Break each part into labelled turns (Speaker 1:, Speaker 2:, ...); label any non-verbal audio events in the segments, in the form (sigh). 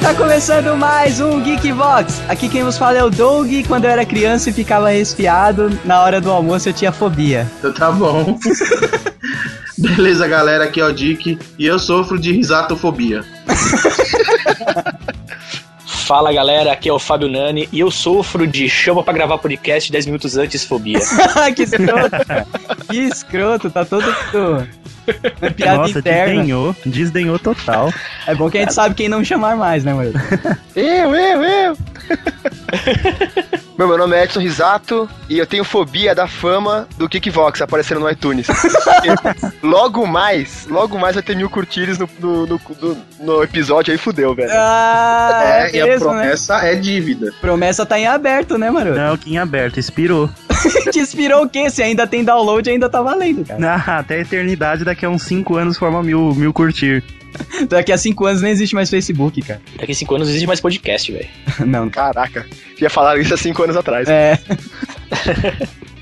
Speaker 1: Tá começando mais um Geekbox. Aqui quem vos fala é o Doug. Quando eu era criança e ficava resfriado, na hora do almoço eu tinha fobia. (laughs)
Speaker 2: Então tá bom. (laughs) Beleza, galera, aqui é o Dick e eu sofro de risatofobia.
Speaker 3: Fala galera, aqui é o Fábio Nani e eu sofro de chama pra gravar podcast 10 minutos antes fobia.
Speaker 4: (laughs)
Speaker 1: que escroto. que escroto, tá todo mundo. É piada
Speaker 5: Nossa,
Speaker 1: interna.
Speaker 5: desdenhou, desdenhou total.
Speaker 1: É bom que a gente sabe quem não chamar mais, né,
Speaker 4: (laughs)
Speaker 1: mano?
Speaker 4: Eu, eu, eu! (laughs) Meu, meu nome é Edson Risato e eu tenho fobia da fama do Kickvox aparecendo no (laughs) iTunes. Porque logo mais, logo mais vai ter mil curtidas no, no, no- no- no episódio aí, fudeu, velho.
Speaker 1: Ah,
Speaker 2: é,
Speaker 1: é,
Speaker 2: e a
Speaker 1: mesmo, né?
Speaker 2: promessa é dívida.
Speaker 1: Promessa tá em aberto, né, mano?
Speaker 5: Não, que em aberto, expirou. (laughs)
Speaker 1: (laughs) Te inspirou o quê? Se ainda tem download, ainda tá valendo, cara.
Speaker 5: Ah, até a eternidade, daqui a uns 5 anos forma mil, mil curtir.
Speaker 1: Daqui a cinco anos nem existe mais Facebook, cara.
Speaker 3: Daqui a 5 anos não existe mais podcast, velho.
Speaker 1: Não.
Speaker 4: Caraca, já falaram isso há cinco anos atrás.
Speaker 1: É,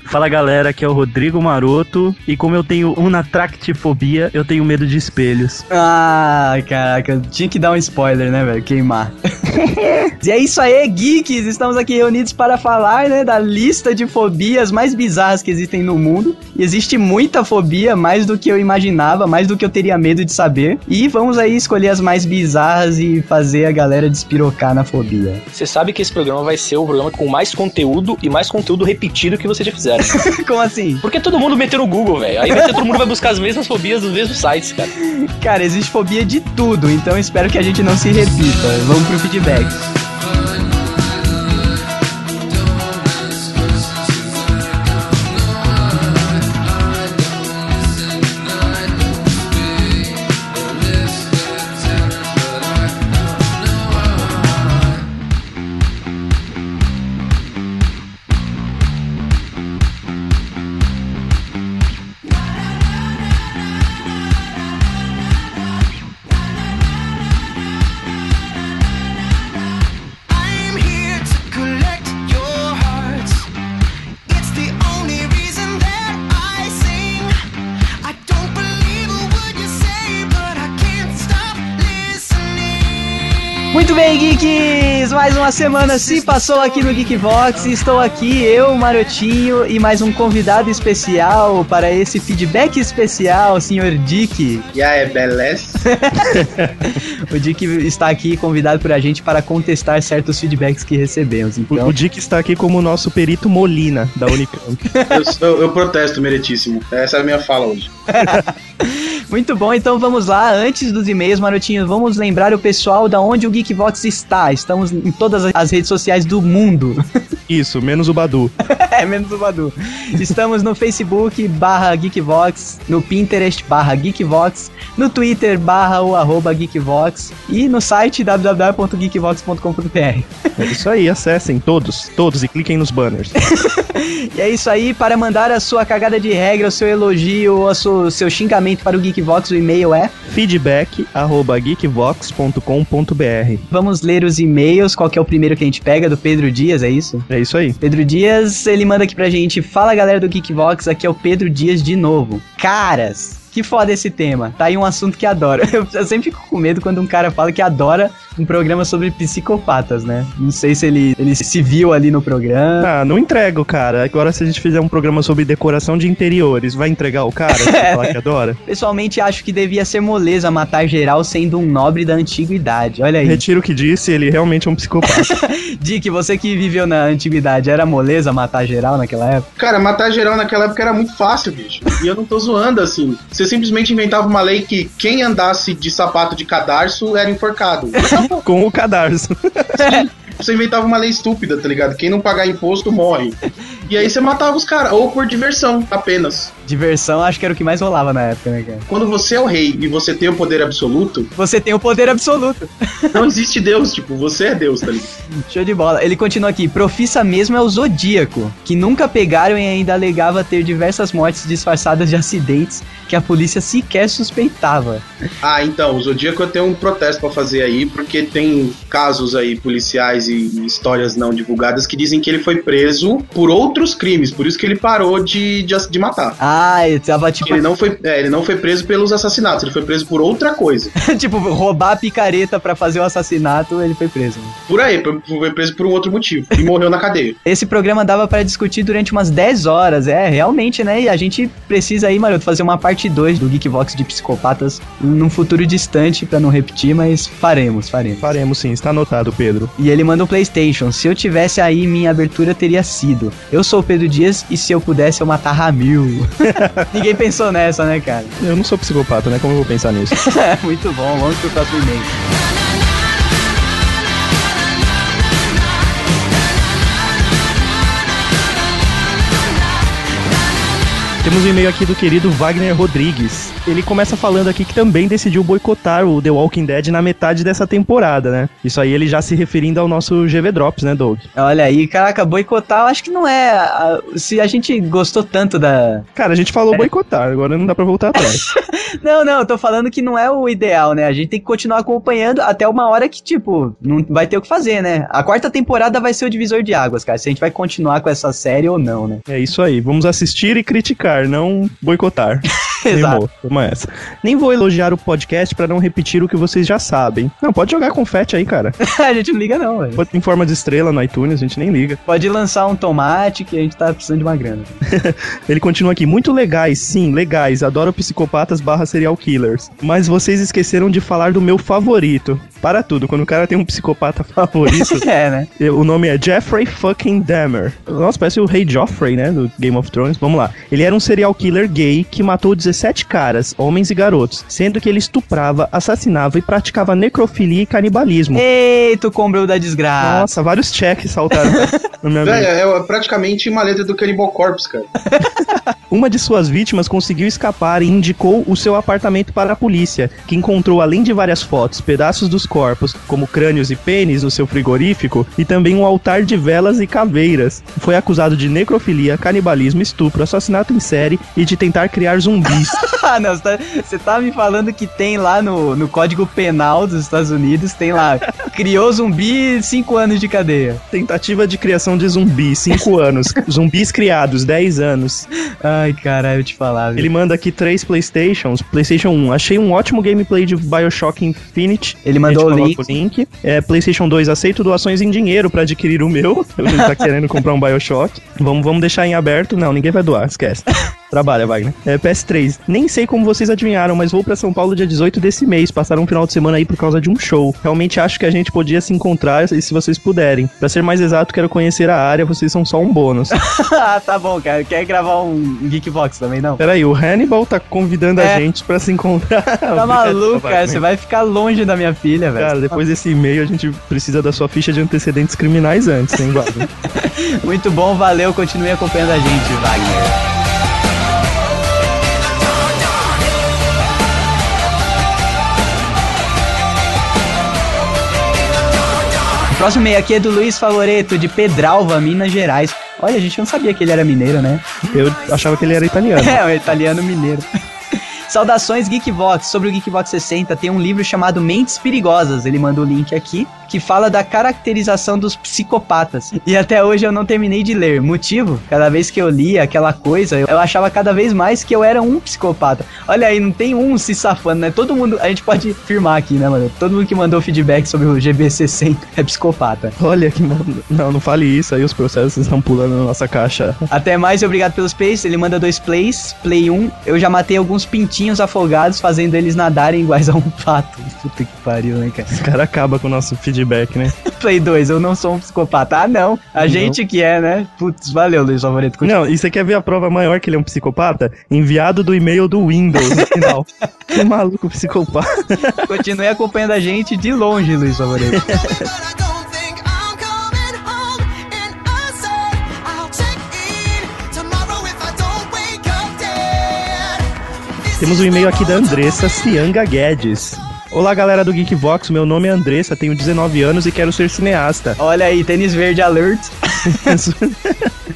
Speaker 5: Fala galera, aqui é o Rodrigo Maroto e como eu tenho unatractifobia, eu tenho medo de espelhos.
Speaker 1: Ah, caraca, tinha que dar um spoiler, né, velho? Queimar. e é isso aí, geeks! Estamos aqui reunidos para falar, né, da lista de fobias mais bizarras que existem no mundo. E existe muita fobia, mais do que eu imaginava, mais do que eu teria medo de saber. E vamos aí escolher as mais bizarras e fazer a galera despirocar na fobia. (laughs)
Speaker 3: Você sabe que esse programa vai ser o programa com mais conteúdo e mais conteúdo repetido que vocês já
Speaker 4: (laughs)
Speaker 3: fizeram.
Speaker 1: Como assim?
Speaker 3: Porque todo mundo meteu no Google, velho. Aí vai ter- todo mundo vai buscar as mesmas fobias dos mesmos sites, cara.
Speaker 1: Cara, existe fobia de tudo, então espero que a gente não se repita. Vamos pro feedback.
Speaker 6: I'm here to collect your hearts. It's the only reason that I sing. I don't believe a word you say, but I can't stop listening.
Speaker 1: Muito bem, geeks! Mais uma semana se passou aqui no Geekbox. Estou aqui, eu, Marotinho, e mais um convidado especial para esse feedback especial, senhor Dick.
Speaker 2: E aí, beleza?
Speaker 1: O Dick está aqui convidado por a gente para contestar certos feedbacks que recebemos.
Speaker 5: O,
Speaker 1: Então,
Speaker 5: o Dick está aqui como o nosso perito Molina da Unicamp.
Speaker 2: Eu, sou- eu protesto, meritíssimo. Essa é a minha fala hoje.
Speaker 1: muito bom, então vamos lá. Antes dos e-mails, Marotinho, vamos lembrar o pessoal da onde o Geekbox está. Estamos em todas as redes sociais do mundo.
Speaker 5: (laughs) Isso, menos o Badu.
Speaker 1: (laughs) É, menos o Badu. Estamos no Facebook barra Geekvox, no Pinterest barra Geekvox, no Twitter barra o arroba Geekvox e no site www.geekvox.com.br.
Speaker 5: É isso aí, acessem todos, todos e cliquem nos banners.
Speaker 1: E é isso aí, para mandar a sua cagada de regra, o seu elogio ou o seu, seu xingamento para o Geekvox, o e-mail é.
Speaker 5: Feedback arroba geekvox.com.br.
Speaker 1: Vamos ler os e-mails, qual que é o primeiro que a gente pega, do Pedro Dias, é isso?
Speaker 5: É isso aí.
Speaker 1: Pedro Dias, ele manda aqui pra gente. Fala galera do Geekbox, aqui é o Pedro Dias de novo. Caras, que foda esse tema. Tá aí um assunto que adoro. (laughs) Eu, eu sempre fico com medo quando um cara fala que adora um programa sobre psicopatas, né? Não sei se ele, ele se viu ali no programa.
Speaker 5: Ah, não entrego, cara. Agora, se a gente fizer um programa sobre decoração de interiores, vai entregar o
Speaker 1: (laughs)
Speaker 5: cara? Vai falar que adora?
Speaker 1: Pessoalmente, acho que devia ser moleza matar geral sendo um nobre da antiguidade. Olha aí.
Speaker 5: Retiro o que disse, ele realmente é um
Speaker 1: (laughs)
Speaker 5: psicopata.
Speaker 1: Dick, você que viveu na antiguidade, era moleza matar geral naquela época?
Speaker 2: Cara, matar geral naquela época era muito fácil, bicho. E eu não tô zoando, assim. Você simplesmente inventava uma lei que quem andasse de sapato de cadarço era enforcado.
Speaker 5: com o cadarço.
Speaker 2: Você inventava uma lei estúpida, tá ligado? Quem não pagar imposto morre. E aí você matava os caras, ou por diversão, apenas.
Speaker 1: Diversão, acho que era o que mais rolava na época, né, cara?
Speaker 2: Quando você é o rei e você tem o poder absoluto,
Speaker 1: Você tem o poder absoluto.
Speaker 2: não existe Deus, tipo, você é Deus, tá ligado?
Speaker 1: Show de bola. Ele continua aqui. Profissa mesmo é o Zodíaco, que nunca pegaram e ainda alegava ter diversas mortes disfarçadas de acidentes que a polícia sequer suspeitava.
Speaker 2: Ah, então, o Zodíaco eu tenho um protesto pra fazer aí, porque tem casos aí policiais e histórias não divulgadas que dizem que ele foi preso por outro outros crimes, por isso que ele parou de, de, ass- de matar.
Speaker 1: Ah, ele tava tipo,
Speaker 2: Ele não, foi, é, ele não foi preso pelos assassinatos, ele foi preso por outra coisa.
Speaker 1: (laughs) tipo, roubar a picareta pra fazer o assassinato, ele foi preso.
Speaker 2: Por aí, p- foi preso por um outro motivo. E morreu na cadeia.
Speaker 1: Esse programa dava pra discutir durante umas 10 horas, é, realmente, né? E a gente precisa aí, Maroto, fazer uma parte 2 do Geekvox de Psicopatas num futuro distante, pra não repetir, mas faremos, faremos.
Speaker 7: Faremos sim, está anotado, Pedro.
Speaker 1: E ele manda um PlayStation. Se eu tivesse aí, minha abertura teria sido. Eu sou o Pedro Dias e se eu pudesse, eu matar Ramil. (laughs) Ninguém pensou nessa, né, cara? (laughs)
Speaker 7: Eu não sou psicopata, né? Como eu vou pensar nisso?
Speaker 1: Muito bom, vamos pro próximo e-mail.
Speaker 7: Temos um e-mail aqui do querido Wagner Rodrigues. Ele começa falando aqui que também decidiu boicotar o The Walking Dead na metade dessa temporada, né? Isso aí ele já se referindo ao nosso GV Drops, né, Doug?
Speaker 1: Olha aí, caraca, boicotar, eu acho que não é. a- Se a gente gostou tanto da.
Speaker 7: Cara, a gente
Speaker 1: É.
Speaker 7: falou boicotar, agora não dá pra
Speaker 1: (laughs)
Speaker 7: voltar atrás.
Speaker 1: Não, não, eu tô falando que não é o ideal, né? A gente tem que continuar acompanhando até uma hora que, tipo, não vai ter o que fazer, né? A quarta temporada vai ser o divisor de águas, cara. Se a gente vai continuar com essa série ou não, né?
Speaker 7: é isso aí, vamos assistir e criticar, não boicotar.
Speaker 1: (laughs) Exato.
Speaker 7: Rimou, Toma essa. Nem vou elogiar o podcast pra não repetir o que vocês já sabem. Não, pode jogar confete aí, cara.
Speaker 1: a gente não liga, não, velho.
Speaker 7: Em forma de estrela no iTunes, a gente nem liga.
Speaker 1: Pode lançar um tomate que a gente tá precisando de uma grana. (laughs)
Speaker 7: Ele continua aqui, muito legais, sim, legais. Adoro psicopatas barra serial killers. Mas vocês esqueceram de falar do meu favorito. Para tudo, quando o cara tem um psicopata (laughs) favorito,
Speaker 1: é, né?
Speaker 7: eu- o nome é Jeffrey fucking Dahmer. Nossa, parece o Rei Joffrey, né, do Game of Thrones. Vamos lá. Ele era um serial killer gay que matou 17 caras, homens e garotos, sendo que ele estuprava, assassinava e praticava necrofilia e canibalismo.
Speaker 1: Eita, o combo da desgraça.
Speaker 7: Nossa, vários cheques saltaram na
Speaker 2: (laughs)
Speaker 7: minha mente.
Speaker 2: Velho, é praticamente uma letra do Cannibal Corpse, cara.
Speaker 7: Uma de suas vítimas conseguiu escapar e indicou o seu apartamento para a polícia, que encontrou, além de várias fotos, pedaços dos corpos, como crânios e pênis no seu frigorífico, e também um altar de velas e caveiras. Foi acusado de necrofilia, canibalismo, estupro, assassinato em série e de tentar criar zumbis.
Speaker 1: (laughs) Ah, não, você tá, você tá me falando que tem lá no, no Código Penal dos Estados Unidos, tem lá,
Speaker 7: (laughs)
Speaker 1: criou zumbi, cinco anos de cadeia.
Speaker 7: Tentativa de criação de zumbi, 5 anos. Zumbis criados, 10 anos.
Speaker 1: Ai, caralho, eu te falava.
Speaker 7: Ele
Speaker 1: Ele,
Speaker 7: manda aqui três Playstations. PlayStation 1. Achei um ótimo gameplay de Bioshock Infinite.
Speaker 1: ele mandou
Speaker 7: A
Speaker 1: o
Speaker 7: gente
Speaker 1: link.
Speaker 7: coloca o link. É, PlayStation 2, aceito doações em dinheiro pra adquirir o meu. (laughs) Ele tá querendo comprar um Bioshock. Vamos, vamos deixar em aberto. Não, ninguém vai doar,
Speaker 1: (laughs)
Speaker 7: esquece. Trabalha, Wagner. É, PS3. Nem sei como vocês adivinharam, mas vou pra São Paulo dia 18 desse mês. Passar um final de semana aí por causa de um show. Realmente acho que a gente podia se encontrar e se vocês puderem. Pra ser mais exato, quero conhecer a área, vocês são só
Speaker 1: (laughs)
Speaker 7: um bônus.
Speaker 1: ah, tá bom, cara. Quer gravar um Geekbox também, não?
Speaker 7: Peraí, o Hannibal tá convidando
Speaker 1: É.
Speaker 7: a gente pra se encontrar. (laughs)
Speaker 1: Tá maluco, cara. Você vai ficar longe da minha filha, velho.
Speaker 7: Cara, depois desse e-mail a gente precisa da sua ficha de antecedentes criminais antes, hein, Wagner?
Speaker 1: Muito bom, valeu. Continue acompanhando a gente, Wagner. O Próximo meio aqui é do Luiz Favoreto, de Pedralva, Minas Gerais. Olha, a gente não sabia que ele era mineiro, né?
Speaker 7: Eu achava que ele era
Speaker 1: (laughs)
Speaker 7: italiano.
Speaker 1: É, um italiano mineiro. (laughs) Saudações Geekbox. Sobre o Geekbox 60 tem um livro chamado Mentes Perigosas. Ele manda o link aqui que fala da caracterização dos psicopatas. E até hoje eu não terminei de ler. Motivo? Cada vez que eu lia aquela coisa, eu- eu achava cada vez mais que eu era um psicopata. Olha aí, não tem um se safando, né? Todo mundo, a gente pode firmar aqui, né, mano? Todo mundo que mandou feedback sobre o GB60 é psicopata.
Speaker 7: Olha que. mal- Não, não fale isso aí, os processos estão pulando na nossa caixa.
Speaker 1: Até mais, obrigado pelos plays. Ele manda dois plays. Play 1, um, eu já matei alguns pintinhos afogados, fazendo eles nadarem iguais a um pato. (laughs) Puta que pariu, né, cara?
Speaker 7: Esse cara acaba com o nosso feedback, né?
Speaker 1: (laughs) Play 2, eu não sou um psicopata. Ah, não. A gente que é, né? Putz, valeu, Luiz Alvareto. Continua.
Speaker 7: Não, e você quer ver a prova maior que ele é um psicopata? Enviado do e-mail do Windows no final. que maluco psicopata.
Speaker 1: Continue acompanhando a gente de longe, Luiz Alvareto.
Speaker 6: (laughs) But I don't think I'm coming home. And I said I'll check in tomorrow if I don't wake up dead.
Speaker 7: Temos um e-mail aqui da Andressa Cianga Guedes. Olá, galera do Geekvox. Meu nome é Andressa, tenho 19 anos e quero ser cineasta.
Speaker 1: Olha aí, tênis verde alert.
Speaker 7: (laughs)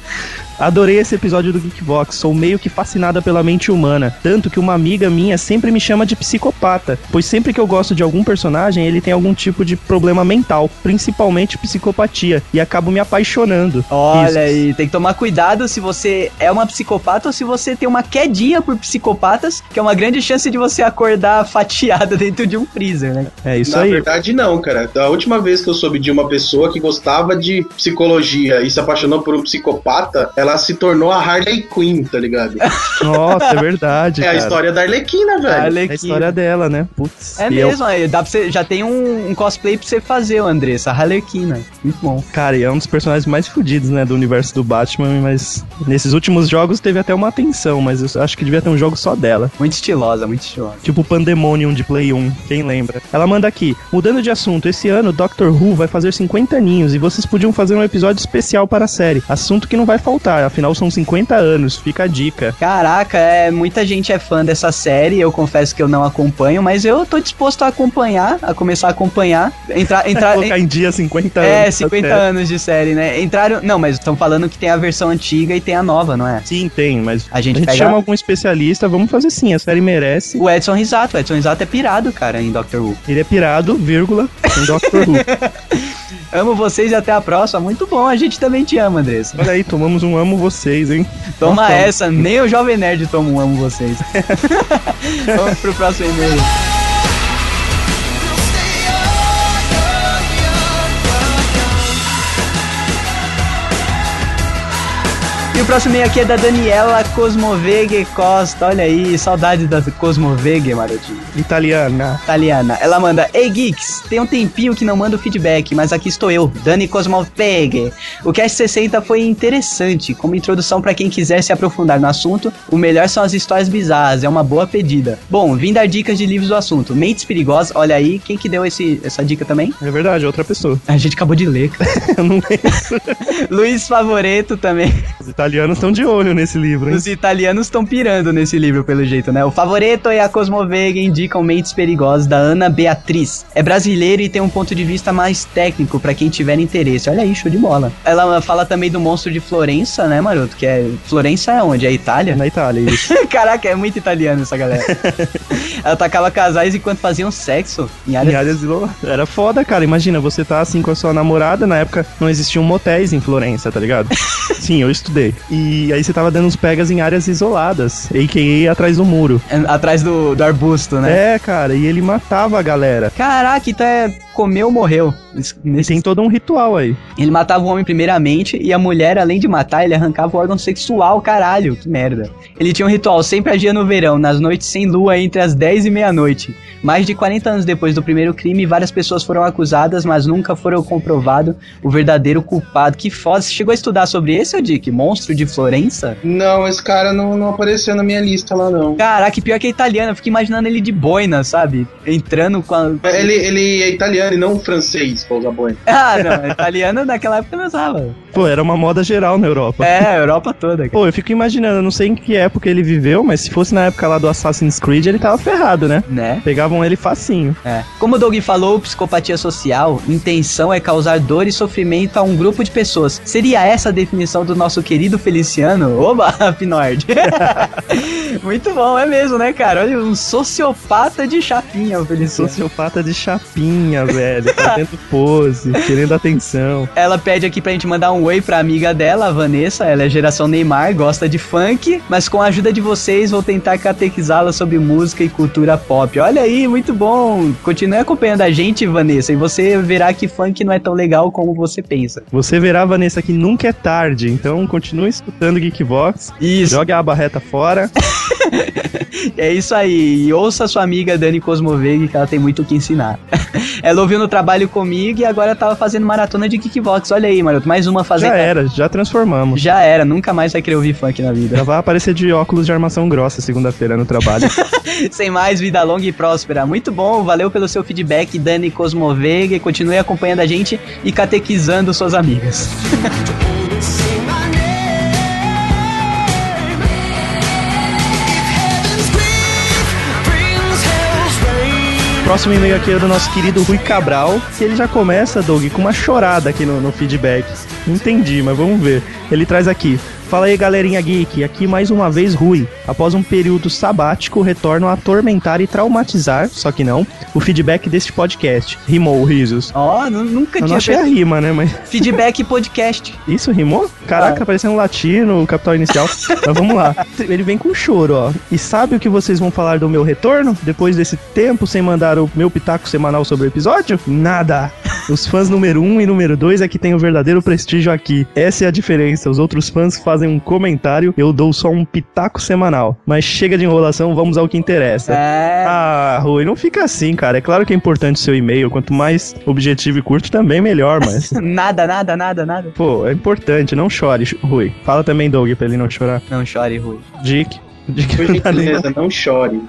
Speaker 7: Adorei esse episódio do Geekbox, sou meio que fascinada pela mente humana, tanto que uma amiga minha sempre me chama de psicopata, pois sempre que eu gosto de algum personagem, ele tem algum tipo de problema mental, principalmente psicopatia, e acabo me apaixonando.
Speaker 1: Olha
Speaker 7: Isso.
Speaker 1: aí, tem que tomar cuidado se você é uma psicopata ou se você tem uma quedinha por psicopatas, que é uma grande chance de você acordar (laughs) fatiado dentro de um freezer, né?
Speaker 7: É isso
Speaker 2: Na
Speaker 7: aí.
Speaker 2: verdade, não, cara. Da última vez que eu soube de uma pessoa que gostava de psicologia e se apaixonou por um psicopata, ela se tornou a Harley Quinn, tá ligado?
Speaker 7: Nossa, é
Speaker 2: (laughs)
Speaker 7: verdade.
Speaker 2: É a
Speaker 7: cara.
Speaker 2: história da Arlequina, velho.
Speaker 1: Harley
Speaker 7: É a
Speaker 1: Quinn.
Speaker 7: história dela, né? Putz.
Speaker 1: É
Speaker 7: E eu-
Speaker 1: mesmo, aí dá pra você, já tem um, um cosplay pra você fazer, o Andressa, a Harlequina. Muito bom.
Speaker 7: Cara, e é um dos personagens mais fodidos, né, do universo do Batman, mas nesses últimos jogos teve até uma atenção, mas eu acho que devia ter um jogo só dela.
Speaker 1: Muito estilosa, muito estilosa.
Speaker 7: Tipo Pandemonium de Play 1, quem lembra? Ela manda aqui, mudando de assunto, esse ano Doctor Who vai fazer 50 aninhos e vocês podiam fazer um episódio especial para a série. Assunto que não vai faltar, afinal são 50 anos, fica a dica.
Speaker 1: Caraca, é, muita gente é fã dessa série, eu confesso que eu não acompanho, mas eu tô disposto a acompanhar, a começar a acompanhar, entrar,
Speaker 7: (laughs)
Speaker 1: entrar,
Speaker 7: Colocar em dia 50 anos.
Speaker 1: tá É,
Speaker 7: tá
Speaker 1: 50
Speaker 7: certo.
Speaker 1: anos de série, né? Entraram. Não, mas estão falando que tem a versão antiga e tem a nova, não é?
Speaker 7: Sim, tem, mas
Speaker 1: A
Speaker 7: a
Speaker 1: gente,
Speaker 7: gente
Speaker 1: pega.
Speaker 7: chama algum especialista, vamos fazer sim, a série merece.
Speaker 1: O Edson Risato. O Edson Risato é pirado, cara, em Doctor Who.
Speaker 7: Ele é pirado, vírgula, em
Speaker 1: (laughs)
Speaker 7: Doctor Who.
Speaker 1: Amo vocês e até a próxima. Muito bom, a gente também te ama, Andressa.
Speaker 7: Olha aí, tomamos um amo vocês, hein?
Speaker 1: Toma
Speaker 7: Nossa. um
Speaker 1: essa, nem o Jovem Nerd toma um amo vocês. Vamos pro próximo e-mail. E o próximo e-mail aqui é da Daniela Cosmoveg Costa. Olha aí, saudade da Cosmoveg, Marotinho.
Speaker 7: Italiana.
Speaker 1: Italiana. Ela manda: Ei Geeks, tem um tempinho que não mando feedback, mas aqui estou eu, Dani Cosmopeg. O Cast 60 foi interessante, como introdução para quem quiser se aprofundar no assunto. O melhor são as histórias bizarras, é uma boa pedida. Bom, vim dar dicas de livros do assunto. Mentes Perigosas, olha aí, quem que deu esse, essa dica também?
Speaker 7: É verdade, outra pessoa. (laughs)
Speaker 1: A gente acabou de ler. cara.
Speaker 7: Eu não
Speaker 1: (laughs)
Speaker 7: lembro.
Speaker 1: Luiz Favoreto também.
Speaker 7: Os italianos estão de olho nesse livro, hein?
Speaker 1: Os italianos estão pirando nesse livro, pelo jeito, né? O Favoreto e a Cosmovega indicam Mentes Perigosas, da Ana Beatriz. É brasileiro e tem um ponto de vista mais técnico pra quem tiver interesse. Olha aí, show de bola. Ela fala também do monstro de Florença, né, Maroto? Que é... Florença é onde? É Itália?
Speaker 7: Na Itália, isso.
Speaker 1: (laughs) Caraca, é muito italiano essa
Speaker 7: (laughs)
Speaker 1: galera. Ela atacava casais enquanto faziam sexo em áreas
Speaker 7: Em áreas de lo- Era foda, cara. Imagina, você tá assim com a sua namorada. Na época não existiam motéis em Florença,
Speaker 1: (laughs)
Speaker 7: tá ligado? Sim, eu estudei. E aí você tava dando uns pegas em áreas isoladas, a.k.a. atrás do muro.
Speaker 1: atrás do, do arbusto, né?
Speaker 7: É, cara, e ele matava a galera.
Speaker 1: Caraca, então é comeu ou morreu. Nesse-
Speaker 7: E tem todo um ritual aí.
Speaker 1: Ele matava o homem primeiramente e a mulher, além de matar, ele arrancava o órgão sexual, caralho, que merda. Ele tinha um ritual, sempre agia no verão, nas noites sem lua, entre as 10 e meia-noite. Mais de 40 anos depois do primeiro crime, várias pessoas foram acusadas, mas nunca foram comprovado o verdadeiro culpado. Que foda, você chegou a estudar sobre esse, ô Dick? Monstro de Florença?
Speaker 2: Não, esse cara não, não apareceu na minha lista lá, não.
Speaker 1: Caraca, pior que é italiano, eu fiquei imaginando ele de boina, sabe? Entrando com a...
Speaker 2: Ele, ele é italiano e não francês, pra usar boina.
Speaker 1: (laughs) Ah, não, italiano naquela época não usava.
Speaker 7: Pô, era uma moda geral na Europa.
Speaker 1: É, a Europa toda, cara.
Speaker 7: Pô, eu fico imaginando, eu não sei em que época ele viveu, mas se fosse na época lá do Assassin's Creed, ele tava ferrado, né?
Speaker 1: Né?
Speaker 7: Pegavam ele facinho.
Speaker 1: É. Como o Doug falou, psicopatia social, intenção é causar dor e sofrimento a um grupo de pessoas. Seria essa a definição do nosso querido Feliciano? Oba, (laughs) Pinord. Muito bom, é mesmo, né, cara? Olha, um sociopata de chapinha, o Feliciano.
Speaker 7: Sociopata de chapinha, velho. Fazendo pose, querendo atenção.
Speaker 1: Ela pede aqui pra gente mandar um oi pra amiga dela, a Vanessa. Ela é geração Neymar, gosta de funk, mas com a ajuda de vocês vou tentar catequizá-la sobre música e cultura pop. Olha aí, muito bom. Continue acompanhando a gente, Vanessa, e você verá que funk não é tão legal como você pensa.
Speaker 7: Você verá, Vanessa, que nunca é tarde. Então continue escutando Geekbox.
Speaker 1: Isso,
Speaker 7: Jogue a barreta fora.
Speaker 1: é isso aí. E ouça a sua amiga Dani Cosmoveg, que ela tem muito o que ensinar. (laughs) ela ouviu no trabalho comigo e agora tava fazendo maratona de kickbox. Olha aí, Maroto, mais uma fazendo.
Speaker 7: Já era, já transformamos.
Speaker 1: Já era, nunca mais vai querer ouvir funk na vida.
Speaker 7: Já vai aparecer de óculos de armação grossa segunda-feira no trabalho.
Speaker 1: Sem mais, vida longa e próspera. Muito bom, valeu pelo seu feedback, Dani Cosmoveg. Continue acompanhando a gente e catequizando suas amigas.
Speaker 7: Próximo e-mail aqui é do nosso querido Rui Cabral, que ele já começa, Doug, com uma chorada aqui no, no feedback. Não Entendi, mas vamos ver. Ele traz aqui. Fala aí, galerinha geek. Aqui mais uma vez Rui. Após um período sabático, retorno a atormentar e traumatizar, só que não, o feedback deste podcast. Rimou, risos.
Speaker 1: Ó, nu- nunca
Speaker 7: Eu não
Speaker 1: tinha
Speaker 7: achei a
Speaker 1: feito
Speaker 7: rima, né? Mas
Speaker 1: feedback podcast.
Speaker 7: isso rimou? Caraca, parecendo um latino, capital inicial. Mas vamos lá. Ele vem com choro, ó. E sabe o que vocês vão falar do meu retorno? Depois desse tempo sem mandar o meu pitaco semanal sobre o episódio? Nada. Os fãs número 1 um e número 2 é que tem o verdadeiro prestígio aqui. Essa é a diferença. Os outros fãs fazem um comentário, eu dou só um pitaco semanal. Mas chega de enrolação, vamos ao que interessa.
Speaker 1: É.
Speaker 7: (laughs) Ah, Rui, não fica assim, cara. É claro que é importante o seu e-mail. Quanto mais objetivo e curto, também melhor, mas.
Speaker 1: É, Nada, nada, nada, nada.
Speaker 7: Pô, é importante, não chore, Rui. Fala também, Doug, pra ele não chorar.
Speaker 1: Não chore, Rui.
Speaker 7: Dick. Dick
Speaker 2: Por
Speaker 7: não tá nem-
Speaker 2: gentileza, (laughs) não chore.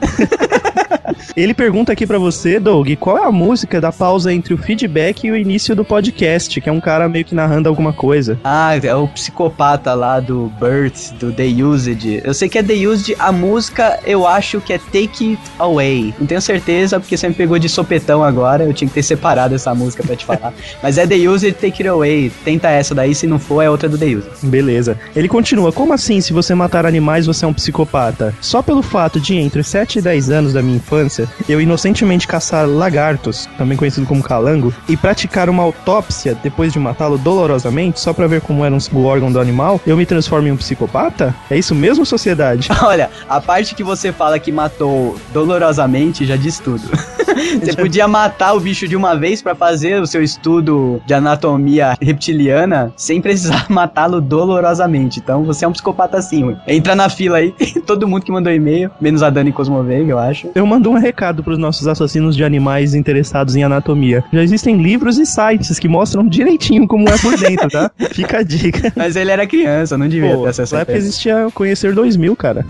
Speaker 7: ele pergunta aqui pra você, Doug, qual é a música da pausa entre o feedback e o início do podcast, que é um cara meio que narrando alguma coisa.
Speaker 1: Ah, é o psicopata lá do Birth, do The Used. Eu sei que é The Used, a música eu acho que é Take It Away. Não tenho certeza, porque você me pegou de sopetão agora, eu tinha que ter separado essa música pra te falar. Mas é The Used, Take It Away. Tenta essa daí, se não for, é outra do The Used.
Speaker 7: Beleza. Ele continua, como assim se você matar animais você é um psicopata? Só pelo fato de entre 7 e 10 anos da minha infância, eu inocentemente caçar lagartos, também conhecido como calango, e praticar uma autópsia depois de matá-lo dolorosamente, só pra ver como era um- o órgão do animal, eu me transformo em um psicopata? É isso mesmo, sociedade? (laughs)
Speaker 1: (laughs) Olha, a parte que você fala que matou dolorosamente já diz tudo. (laughs) você podia matar o bicho de uma vez pra fazer o seu estudo de anatomia reptiliana sem precisar (laughs) matá-lo dolorosamente. Então você é um psicopata sim, Rui. Entra na fila aí, (laughs) todo mundo que mandou e-mail, menos a Dani Cosmoveiga, eu acho.
Speaker 7: Eu mando um recado pros nossos assassinos de animais interessados em anatomia. Já existem livros e sites que mostram direitinho como é por dentro, tá? Fica a dica.
Speaker 1: Mas ele era criança, não devia
Speaker 7: Pô,
Speaker 1: ter acesso
Speaker 7: na
Speaker 1: é a
Speaker 7: época
Speaker 1: isso.
Speaker 7: existia Conhecer 2000, cara.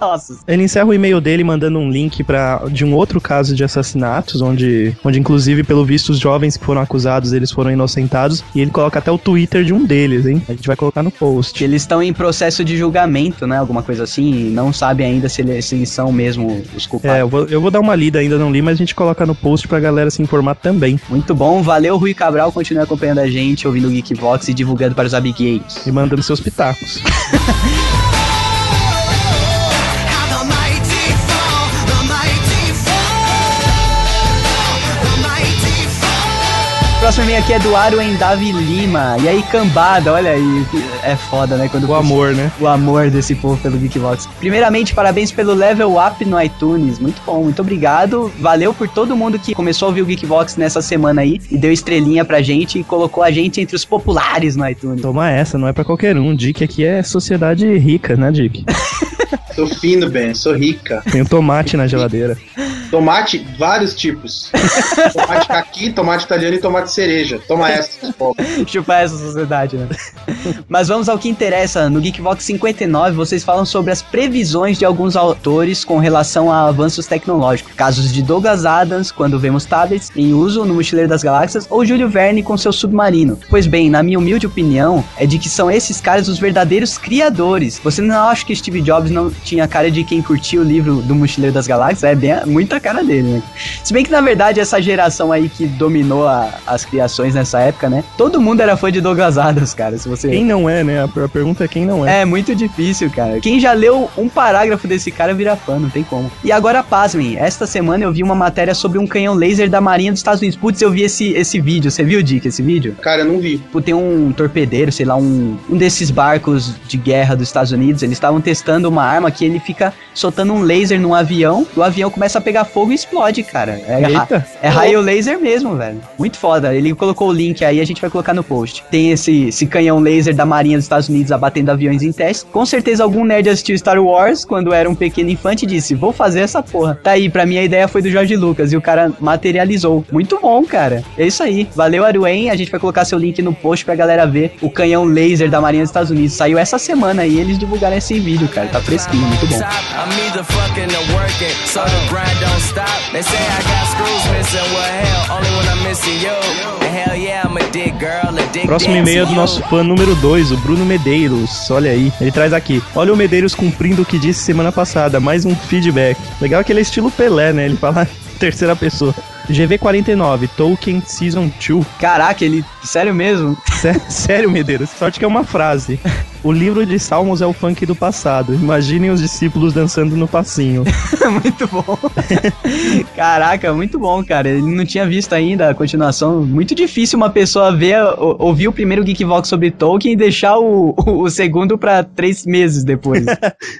Speaker 1: Nossa,
Speaker 7: Ele encerra o e-mail dele mandando um link para de um outro caso de assassinatos, onde, onde inclusive, pelo visto, os jovens que foram acusados, eles foram inocentados, e ele coloca até o Twitter de um deles, hein? A gente vai colocar no
Speaker 1: que
Speaker 7: post.
Speaker 1: eles estão em processo de julgamento, né? Alguma coisa assim, e não sabem ainda se eles se são mesmo os culpados.
Speaker 7: É, eu vou, eu vou dar uma lida, ainda não li, mas a gente coloca no post pra galera se informar também.
Speaker 1: Muito bom, valeu Rui Cabral, continue acompanhando a gente, ouvindo o Geekvox e divulgando para os amiguinhos.
Speaker 7: E mandando seus pitacos.
Speaker 6: How the mighty fall, the mighty fall, the mighty fall.
Speaker 1: Próximo e-mail aqui é do Aro em Davi Lima. E aí, cambada, olha aí, é foda, né? Quando
Speaker 7: O amor, né?
Speaker 1: O amor desse povo pelo Geekbox. Primeiramente, parabéns pelo level up no iTunes. Muito bom, muito obrigado. Valeu por todo mundo que começou a ouvir o Geekbox nessa semana aí e deu estrelinha pra gente e colocou a gente entre os populares no iTunes. (laughs)
Speaker 7: Toma essa, não é pra qualquer um. Dick aqui é sociedade rica, né, Dick?
Speaker 2: Sou fino, Ben, sou rica.
Speaker 7: Tem o tomate na geladeira.
Speaker 2: Tomate, vários tipos. tomate caqui, tomate italiano e tomate cereja. Toma essa, pô.
Speaker 1: Chupar essa sociedade, né? Mas vamos ao que interessa. No Geekbox 59, vocês falam sobre as previsões de alguns autores com relação a avanços tecnológicos. Casos de Douglas Adams, quando vemos tablets em uso no Mochileiro das Galáxias, ou Júlio Verne com seu submarino. Pois bem, na minha humilde opinião, é de que são esses caras os verdadeiros criadores. Você não acha que Steve Jobs não tinha a cara de quem curtia o livro do Mochileiro das Galáxias? É bem, muita cara dele, né? Se bem que, na verdade, essa geração aí que dominou a- as criações nessa época, né? Todo mundo era fã de Douglas Adams, cara, se você...
Speaker 7: Quem não é, né? A a pergunta é quem não é.
Speaker 1: É muito difícil, cara. Quem já leu um parágrafo desse cara vira fã, não tem como. E agora, pasmem, esta semana eu vi uma matéria sobre um canhão laser da Marinha dos Estados Unidos. Putz, eu vi esse, esse vídeo. Você viu, Dick, esse vídeo?
Speaker 2: Cara, eu não vi.
Speaker 1: Tipo, tem um torpedeiro, sei lá, um, um desses barcos de guerra dos Estados Unidos. Eles estavam testando uma arma que ele fica soltando um laser num avião. O avião começa a pegar fogo e explode, cara. É, ra-
Speaker 7: Eita.
Speaker 1: é raio laser mesmo, velho. Muito foda. Ele colocou o link aí, a gente vai colocar no post. Tem esse, esse canhão laser da Marinha dos Estados Unidos abatendo aviões em teste. Com certeza algum nerd assistiu Star Wars quando era um pequeno infante e disse: Vou fazer essa porra. Tá aí, pra mim a ideia foi do Jorge Lucas e o cara materializou. Muito bom, cara. É isso aí. Valeu, Aruen. A gente vai colocar seu link no post pra galera ver o canhão laser da Marinha dos Estados Unidos. Saiu essa semana e eles divulgaram esse vídeo, cara. Tá fresquinho, muito bom.
Speaker 8: I'm either fucking or working, so the grind don't stop. They say I got screws missing, well hell, only when I'm missing you. And hell yeah, I'm a dick girl, a dick
Speaker 7: Próximo e-mail é do nosso fã número 2, o Bruno Medeiros. Olha aí, ele traz aqui. Olha o Medeiros cumprindo o que disse semana passada, mais um feedback. Legal que ele é estilo Pelé, né? Ele fala (laughs) em terceira pessoa. GV49, Tolkien Season 2.
Speaker 1: Caraca, ele. Sério mesmo?
Speaker 7: (laughs) Sé- Sério, Medeiros, sorte que é uma frase. O livro de Salmos é o funk do passado. Imaginem os discípulos dançando no passinho.
Speaker 1: (laughs) muito bom. Caraca, muito bom, cara. Ele não tinha visto ainda a continuação. Muito difícil uma pessoa ver, ou- ouvir o primeiro Geekvox sobre Tolkien e deixar o, o, o segundo pra três meses depois.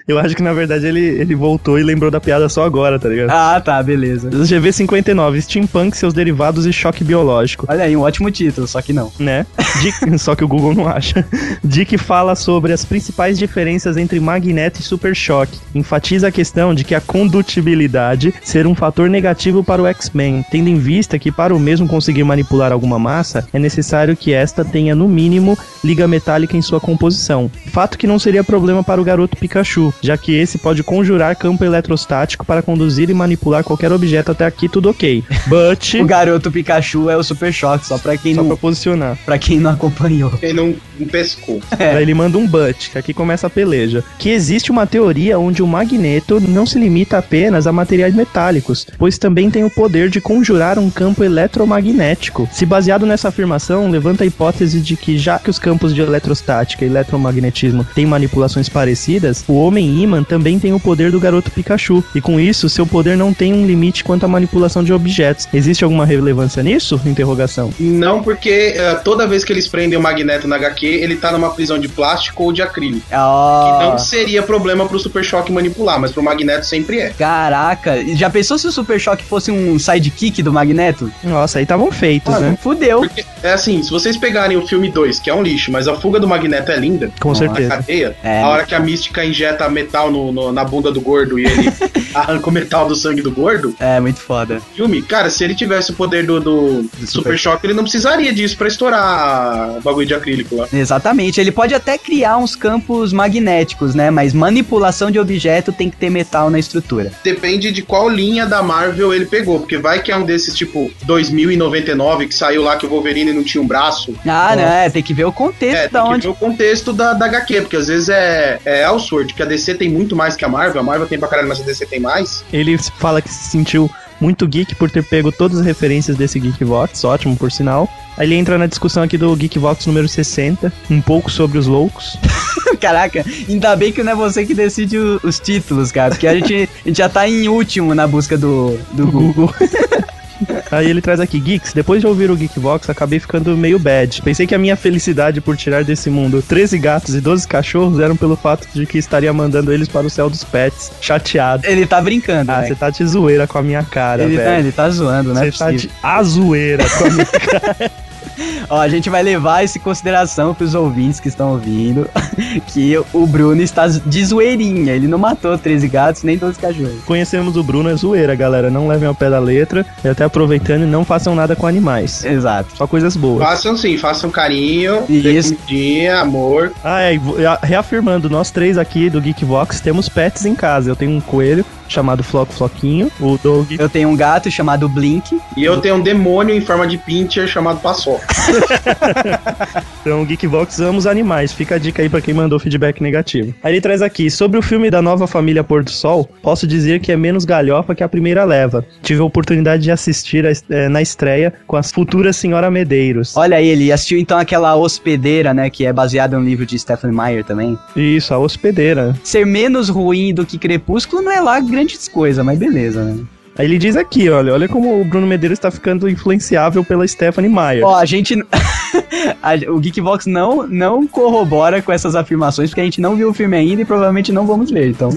Speaker 7: Eu acho que na verdade ele, ele voltou e lembrou da piada só agora, tá ligado?
Speaker 1: ah, tá, beleza.
Speaker 7: GV59, Steampunk, seus derivados e choque biológico.
Speaker 1: Olha aí, um ótimo título, só que não.
Speaker 7: né? Dick, (laughs) só que o Google não acha. Dick fala sobre as principais diferenças entre magneto e super choque. Enfatiza a questão de que a condutibilidade ser um fator negativo para o X-Men, tendo em vista que para o mesmo conseguir manipular alguma massa, é necessário que esta tenha no mínimo liga metálica em sua composição. Fato que não seria problema para o garoto Pikachu, já que esse pode conjurar campo eletrostático para conduzir e manipular qualquer objeto até aqui tudo ok. But
Speaker 1: O garoto Pikachu é o Super Choque, só pra quem,
Speaker 7: só para
Speaker 1: não,
Speaker 7: posicionar.
Speaker 1: pra quem não acompanhou.
Speaker 2: Quem não não pescou.
Speaker 1: É.
Speaker 7: Daí ele manda um but, que aqui começa a peleja. Que existe uma teoria onde o magneto não se limita apenas a materiais metálicos, pois também tem o poder de conjurar um campo eletromagnético. Se baseado nessa afirmação, levanta a hipótese de que já que os campos de eletrostática e eletromagnetismo têm manipulações parecidas, o homem imã também tem o poder do garoto Pikachu, e com isso seu poder não tem um limite quanto à manipulação de objetos. Existe alguma relevância nisso? Interrogação.
Speaker 2: Não, porque eh, toda vez que eles prendem o Magneto na HQ, ele tá numa prisão de plástico ou de acrílico. Que
Speaker 1: Ó,
Speaker 2: não seria problema pro Super Choque manipular, mas pro Magneto sempre é.
Speaker 1: Caraca, e já pensou se o Super Choque fosse um sidekick do Magneto?
Speaker 7: Nossa, aí estavam feitos, né?
Speaker 1: Fudeu.
Speaker 2: Porque, é assim, se vocês pegarem o filme 2, que é um lixo, mas a fuga do Magneto é linda,
Speaker 7: Com
Speaker 2: na
Speaker 7: certeza.
Speaker 2: cadeia,
Speaker 1: É.
Speaker 2: a hora que a mística injeta metal no- no- na bunda do gordo e ele arranca o metal do sangue do gordo,
Speaker 1: É, muito foda.
Speaker 2: filme, cara, se ele tivesse o poder do, do Super Choque, ele não precisaria disso pra estourar o bagulho de acrílico lá.
Speaker 1: Exatamente. Ele pode até criar uns campos magnéticos, né? Mas manipulação de objeto tem que ter metal na estrutura.
Speaker 2: Depende de qual linha da Marvel ele pegou, porque vai que é um desses tipo 2099 que saiu lá que o Wolverine não tinha um braço.
Speaker 1: Ah, não, é, tem que ver o contexto
Speaker 2: É,
Speaker 1: da
Speaker 2: tem que
Speaker 1: onde.
Speaker 2: ver o contexto da, da HQ, porque às vezes é, é Elsword, que a DC tem muito mais que a Marvel, a Marvel tem pra caralho, mas a DC tem mais.
Speaker 7: Ele fala que se sentiu muito geek por ter pego todas as referências desse Geekvox, ótimo por sinal. Aí ele entra na discussão aqui do Geekvox número 60, um pouco sobre os loucos.
Speaker 1: (laughs)
Speaker 7: (laughs)
Speaker 1: Caraca, ainda bem que não é você que decide o- os títulos, cara. Porque a gente, a gente já tá em último na busca do, do Google.
Speaker 7: Aí ele traz aqui, Geeks, depois de ouvir o Geekvox, acabei ficando meio bad. Pensei que a minha felicidade por tirar desse mundo 13 gatos e 12 cachorros eram pelo fato de que estaria mandando eles para o céu dos pets, chateado.
Speaker 1: Ele tá brincando,
Speaker 7: Ah,
Speaker 1: né?
Speaker 7: você tá de zoeira com a minha cara,
Speaker 1: Ele tá,
Speaker 7: velho.
Speaker 1: ele tá zoando, né?
Speaker 7: Você tá de a zoeira com a minha
Speaker 1: Ó, a gente vai levar isso em consideração pros ouvintes que estão ouvindo, (laughs) que o Bruno está de zoeirinha. Ele não matou 13 gatos nem 12 cachorros.
Speaker 7: Conhecemos o Bruno, é zoeira, galera. Não levem ao pé da letra. E até aproveitando, não façam nada com animais.
Speaker 1: Exato.
Speaker 7: Só coisas boas.
Speaker 2: Façam sim, façam carinho,
Speaker 1: Isso.
Speaker 2: comidinha, amor.
Speaker 7: Ah, é, e vo- e a- reafirmando, nós três aqui do Geekbox temos pets em casa. Eu tenho um coelho chamado Floco Floquinho, o Doug.
Speaker 1: Eu tenho um gato chamado Blink.
Speaker 2: E eu tenho um demônio em forma de pincher chamado Paçoca.
Speaker 7: Então, o Geekbox ama os animais. Fica a dica aí pra quem mandou feedback negativo. Aí ele traz aqui: sobre o filme da nova família Pôr do Sol, posso dizer que é menos galhofa que a primeira leva. Tive a oportunidade de assistir a est- eh, na estreia com a futura senhora Medeiros.
Speaker 1: Olha aí, ele assistiu então aquela hospedeira, né? Que é baseada no livro de Stephen Meyer também.
Speaker 7: Isso, a hospedeira.
Speaker 1: Ser menos ruim do que Crepúsculo não é lá grandes coisa, mas beleza, né?
Speaker 7: Aí ele diz aqui, olha, olha como o Bruno Medeiros tá ficando influenciável pela Stephanie Meyer.
Speaker 1: Ó, a gente. (laughs) a- o Geekbox não, não corrobora com essas afirmações, porque a gente não viu o filme ainda e provavelmente não vamos ver, então.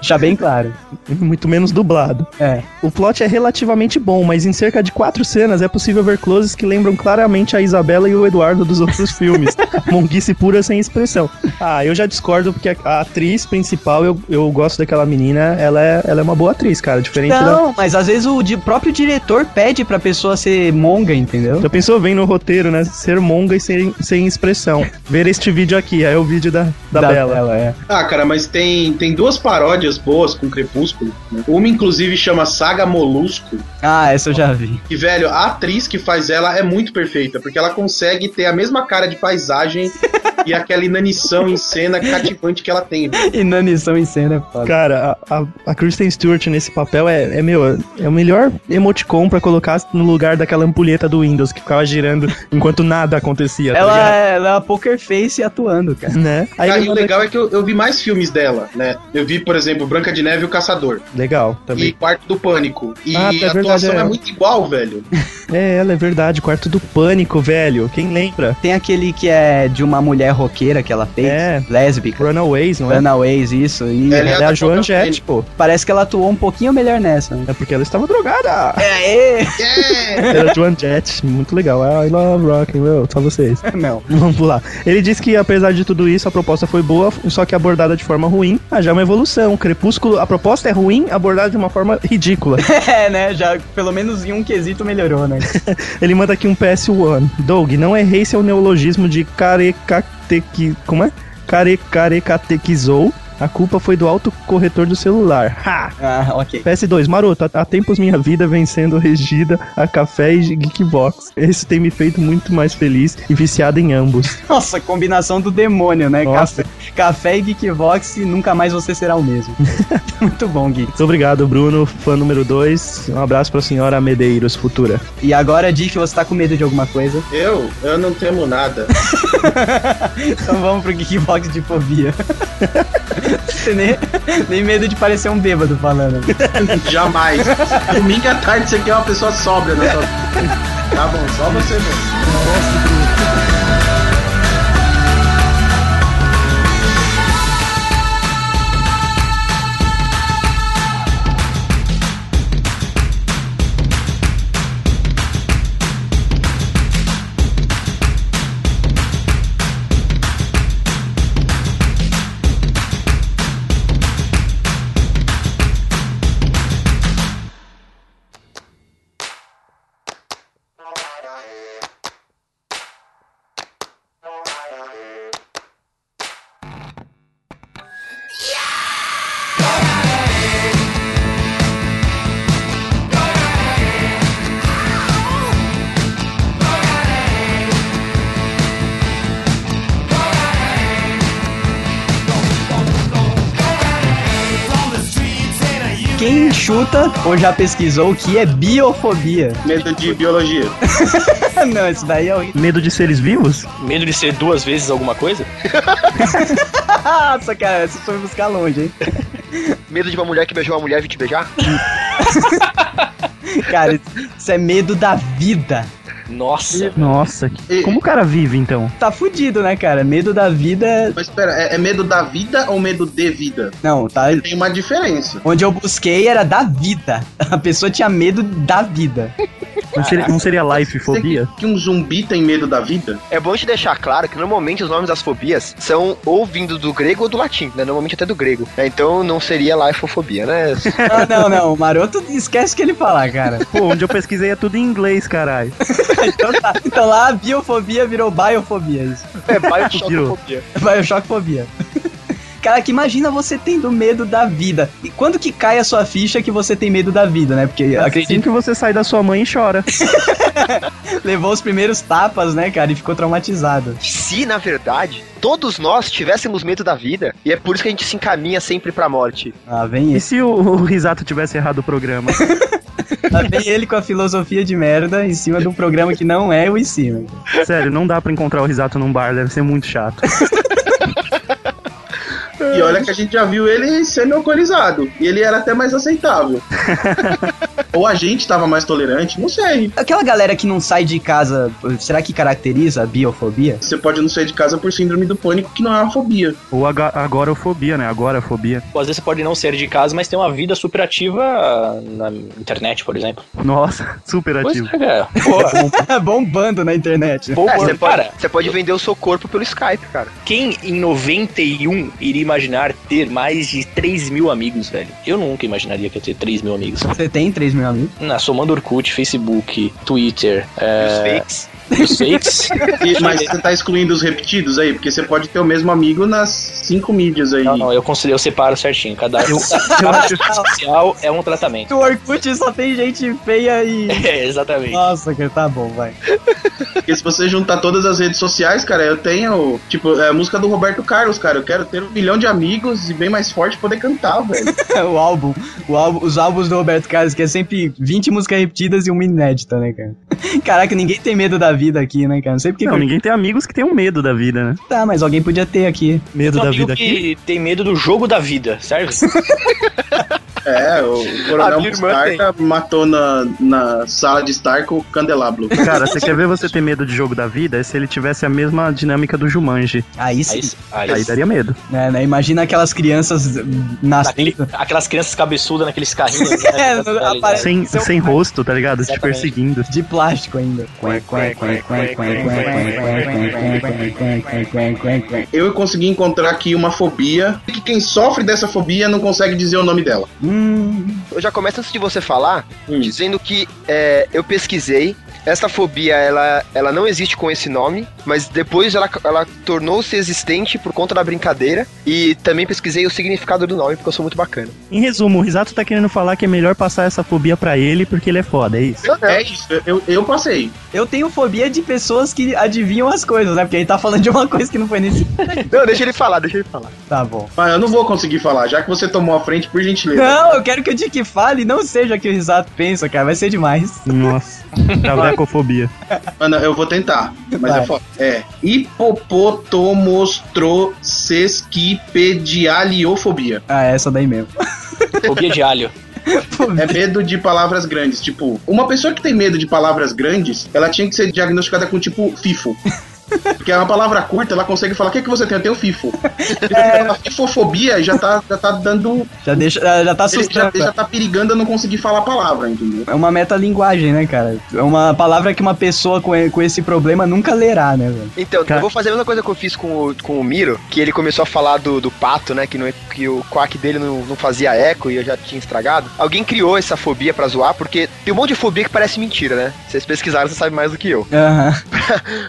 Speaker 1: deixar bem claro.
Speaker 7: (laughs) Muito menos dublado.
Speaker 1: É.
Speaker 7: O plot é relativamente bom, mas em cerca de quatro cenas é possível ver closes que lembram claramente a Isabela e o Eduardo dos outros filmes. Monguice pura sem expressão. Ah, eu já discordo porque a- a atriz principal, eu, eu gosto daquela menina, ela é, ela é uma boa atriz, cara. Diferente da.
Speaker 1: Não, mas às vezes o di- próprio diretor pede pra pessoa ser monga, entendeu?
Speaker 7: Já pensou bem no roteiro, né? Ser monga e sem, sem expressão. Ver este vídeo aqui, aí é o vídeo da, da, Bela.
Speaker 1: é.
Speaker 2: Ah, cara, mas tem, tem duas paródias boas com Crepúsculo. né? Uma, inclusive, chama Saga Molusco.
Speaker 1: Ah, essa eu já vi. (laughs)
Speaker 2: E, velho, a atriz que faz ela é muito perfeita, porque ela consegue ter a mesma cara de paisagem (laughs) e aquela inanição em cena cativante que ela tem.
Speaker 1: Inanição em cena, é foda.
Speaker 7: Cara, a, a, a Kristen Stewart nesse papel é, é, meu, é o melhor emoticon pra colocar no lugar daquela ampulheta do Windows que ficava (laughs) girando enquanto nada acontecia, tá
Speaker 1: Ela,
Speaker 7: ligado?
Speaker 1: é- ela é uma poker face atuando, cara.
Speaker 7: Né? Aí
Speaker 2: Cara, e
Speaker 7: ele
Speaker 2: o
Speaker 7: manda-
Speaker 2: legal é que eu, eu vi mais filmes dela, né? Eu vi, por exemplo, Branca de Neve e o Caçador.
Speaker 7: Legal, também.
Speaker 2: E Quarto do Pânico. E
Speaker 7: Ah, tá, é
Speaker 2: a
Speaker 7: verdade,
Speaker 2: atuação
Speaker 7: é.
Speaker 2: é muito igual, velho.
Speaker 7: É, ela é verdade, quarto do pânico, velho. Quem lembra?
Speaker 1: Tem aquele que é de uma mulher roqueira que ela fez,
Speaker 7: É.
Speaker 1: lésbica.
Speaker 7: Runaways, não é?
Speaker 1: Runaways, isso. E
Speaker 2: É,
Speaker 7: Ela é
Speaker 2: Aliada
Speaker 7: a
Speaker 2: com
Speaker 7: Joan
Speaker 2: a
Speaker 7: Jett, pô.
Speaker 1: parece que ela atuou um pouquinho melhor nessa. né?
Speaker 7: É porque ela estava drogada. (laughs)
Speaker 1: É, é.
Speaker 2: É!
Speaker 7: Era Joan Jett, muito legal. I love rock and roll, só vocês.
Speaker 1: Não.
Speaker 7: (laughs) Vamos lá. Ele disse que apesar de tudo isso, a proposta foi boa, só que abordada de forma ruim. Ah, já é uma evolução. Crepúsculo, a proposta é ruim, abordada de uma forma ridícula.
Speaker 1: (laughs) É, né? Já pelo menos em um quesito melhorou, né?
Speaker 7: Ele manda aqui um PS1. Doug, não errei seu neologismo de carecatequi... Como é? Carecarecatequizou. A culpa foi do autocorretor do celular. Ha!
Speaker 1: Ah, ok.
Speaker 7: PS2, maroto, há há tempos minha vida vem sendo regida a café e Geekbox. Isso tem me feito muito mais feliz e viciado em ambos.
Speaker 1: Nossa, combinação do demônio, né?
Speaker 7: Nossa.
Speaker 1: Café, café e Geekvox e nunca mais você será o mesmo. (laughs) Muito bom, Geek.
Speaker 7: Muito obrigado, Bruno, fã número 2. Um abraço pra senhora Medeiros, futura.
Speaker 1: E agora, Dick, você tá com medo de alguma coisa?
Speaker 2: Eu? Eu não temo nada.
Speaker 1: Então vamos pro Geekbox de
Speaker 4: (laughs)
Speaker 1: fobia. Você nem, nem medo de parecer um bêbado falando.
Speaker 2: Jamais. Domingo à tarde você quer uma pessoa sóbria na sua vida. Tá bom, só você mesmo.
Speaker 1: Quem chuta ou já pesquisou o que é biofobia? (laughs)
Speaker 2: Medo de biologia.
Speaker 1: Não, isso daí é horrível. (laughs)
Speaker 7: Medo de seres vivos?
Speaker 3: Medo de ser duas vezes alguma coisa?
Speaker 1: Nossa, cara, você foi buscar longe, hein?
Speaker 4: (laughs) Medo de uma mulher que beijou uma mulher vir te beijar?
Speaker 1: (laughs) Cara, isso é medo da vida.
Speaker 3: Nossa.
Speaker 5: Nossa, que- como o cara vive então?
Speaker 1: Tá fudido, né, cara? Medo da vida.
Speaker 2: Mas pera, é, é medo da vida ou medo de vida?
Speaker 1: Não, tá.
Speaker 2: Tem uma diferença.
Speaker 1: Onde eu busquei era da vida. A pessoa tinha medo da
Speaker 4: (laughs)
Speaker 1: vida.
Speaker 5: Não seria, não seria life
Speaker 2: Você
Speaker 5: fobia?
Speaker 2: Que, que um zumbi tem medo da vida?
Speaker 4: É bom te deixar claro que normalmente os nomes das fobias são ou vindo do grego ou do latim, né? Normalmente até do grego. né? Então não seria
Speaker 3: (laughs)
Speaker 4: lifofobia, né?
Speaker 1: Ah, não, não. O maroto esquece o que ele falar, cara.
Speaker 5: Pô, onde eu pesquisei é tudo em inglês, caralho.
Speaker 1: Então, tá. Então lá a biofobia virou biofobia. Isso.
Speaker 4: É bioshockfobia.
Speaker 1: Biochocfobia. Cara, que imagina você tendo medo da vida. E quando que cai a sua ficha que você tem medo da vida, né? Porque
Speaker 7: Assim
Speaker 1: acredito
Speaker 7: que você sai da sua mãe e chora.
Speaker 1: que levou os primeiros tapas, né, cara? E ficou traumatizado.
Speaker 4: E se, na verdade, todos nós tivéssemos medo da vida, e é por isso que a gente se encaminha sempre pra morte.
Speaker 1: Ah, vem
Speaker 5: E
Speaker 1: esse.
Speaker 5: se o, o Risato tivesse errado o
Speaker 7: (laughs)
Speaker 5: programa?
Speaker 1: Lá vem ele com a filosofia de merda em cima de um programa que não é o em cima.
Speaker 5: Sério, não dá pra encontrar o Risato num bar, deve ser muito chato.
Speaker 2: E olha que a gente já viu ele sendo alcoolizado. E ele era até mais
Speaker 4: (laughs)
Speaker 2: aceitável. ou a gente tava mais tolerante, não sei.
Speaker 1: Aquela galera que não sai de casa, será que caracteriza a (laughs) biofobia?
Speaker 2: Você pode não sair de casa por síndrome do pânico, que não é uma fobia.
Speaker 5: Ou aga- agorafobia, né? Agorafobia.
Speaker 3: Ou às vezes você pode não ser de casa, mas ter uma vida super ativa na internet, por exemplo.
Speaker 5: Nossa, (laughs) super
Speaker 3: Pois
Speaker 5: ativo.
Speaker 3: é, cara. Pô,
Speaker 1: Tá Bombando na internet. né?
Speaker 3: pô,
Speaker 4: É, você
Speaker 3: cara,
Speaker 4: pode, você pode vender o seu corpo pelo Skype, cara.
Speaker 3: quem em 91 iria imaginar ter mais de 3 mil amigos, velho? Eu nunca imaginaria que eu ter 3 mil amigos.
Speaker 1: Você tem 3 mil amigos?
Speaker 3: Na somando Orkut, Facebook, Twitter, é,
Speaker 4: Os fakes.
Speaker 3: os fakes.
Speaker 2: E- mas você tá excluindo os repetidos aí, porque você pode ter o mesmo amigo nas cinco mídias aí.
Speaker 3: Não, não, eu, consigo, eu separo certinho. Cada
Speaker 5: acho-
Speaker 3: social é um tratamento.
Speaker 1: O Orkut só tem gente feia e.
Speaker 3: (laughs) É, exatamente.
Speaker 1: Nossa, que tá bom, vai.
Speaker 2: Porque se você juntar todas as redes sociais, cara, eu tenho, tipo, é, a música do Roberto Carlos, cara. Eu quero ter um milhão de amigos e bem mais forte poder cantar, velho.
Speaker 1: (laughs) o, álbum, o álbum, os álbuns do Roberto Carlos, que é sempre 20 músicas repetidas e uma inédita, né, cara? (laughs) Caraca, ninguém tem medo da vida aqui, né, cara? Não sei porque.
Speaker 5: Não, ninguém tem amigos que tenham medo da vida, né?
Speaker 1: Tá, mas alguém podia ter aqui.
Speaker 7: Medo
Speaker 3: Tem um
Speaker 7: da
Speaker 3: amigo
Speaker 7: vida aqui.
Speaker 3: que tem medo do jogo da vida, serve?
Speaker 2: É, o Coronel
Speaker 4: (laughs) A minha irmã
Speaker 2: Mostarda matou na, na sala de estar com o candelabro.
Speaker 5: Cara, você quer ver você ter medo de jogo da vida? É se ele tivesse a mesma dinâmica do Jumanji.
Speaker 1: Aí sim,
Speaker 3: Aí, aí,
Speaker 5: Aí daria medo.
Speaker 1: né, né? Imagina aquelas crianças nascendo.
Speaker 3: Aquele- aquelas crianças cabeçudas naqueles carrinhos.
Speaker 1: É, não,
Speaker 3: Tá ligado?
Speaker 1: aparece-
Speaker 5: Sem,
Speaker 1: Seu-
Speaker 5: sem rosto, tá ligado? Te perseguindo.
Speaker 1: De plástico ainda.
Speaker 2: Eu consegui encontrar aqui uma fobia que quem sofre dessa fobia não consegue dizer o nome dela.
Speaker 1: Hum,
Speaker 4: Eu já começo antes de você falar,
Speaker 2: Hum.
Speaker 4: dizendo que é, eu pesquisei. Essa fobia, ela, ela não existe com esse nome, mas depois ela, ela tornou-se existente por conta da brincadeira. E também pesquisei o significado do nome, porque eu sou muito bacana.
Speaker 5: Em resumo, o Risato tá querendo falar que é melhor passar essa fobia pra ele porque ele é foda, é isso?
Speaker 4: Então.
Speaker 2: É isso, eu, eu passei.
Speaker 1: eu tenho fobia de pessoas que adivinham as coisas, né? Porque ele tá falando de uma coisa que não foi nesse.
Speaker 4: Não, deixa ele falar, deixa ele falar.
Speaker 1: Tá bom.
Speaker 2: Mas eu não vou conseguir falar, já que você tomou a frente, por gentileza.
Speaker 1: Não, eu quero que o Dick fale, não seja o que o Risato pensa, cara. Vai ser demais.
Speaker 5: Nossa. tá Travecofobia.
Speaker 2: Ana, eu vou tentar. Mas
Speaker 1: Vai.
Speaker 2: é foda. É. Hipopotomostrosesquipedialiofobia.
Speaker 1: Ah, é essa daí mesmo.
Speaker 3: Fobia de alho.
Speaker 2: É medo de palavras grandes. Tipo, uma pessoa que tem medo de palavras grandes, ela tinha que ser diagnosticada com tipo FIFO. Porque é uma palavra curta, ela consegue falar: O que, que você tem? Eu
Speaker 1: (laughs)
Speaker 2: tenho FIFO.
Speaker 1: É.
Speaker 2: Então, A FIFOfobia já tá, já tá dando.
Speaker 1: Já deixa, já, já tá
Speaker 2: ele Já,
Speaker 1: assustando.
Speaker 2: já tá perigando eu não conseguir falar a palavra, entendeu?
Speaker 1: É uma metalinguagem, né, cara? É uma palavra que uma pessoa com, com esse problema nunca lerá, né, velho?
Speaker 4: Então,
Speaker 5: Cara-
Speaker 4: eu vou fazer a mesma coisa que eu fiz com o, com o Miro, que ele começou a falar do, do pato, né? Que, não, que o quack dele não, não fazia eco e eu já tinha estragado. Alguém criou essa fobia pra zoar, porque tem um monte de fobia que parece mentira, né? Vocês pesquisaram, vocês sabem mais do que eu.
Speaker 1: Aham.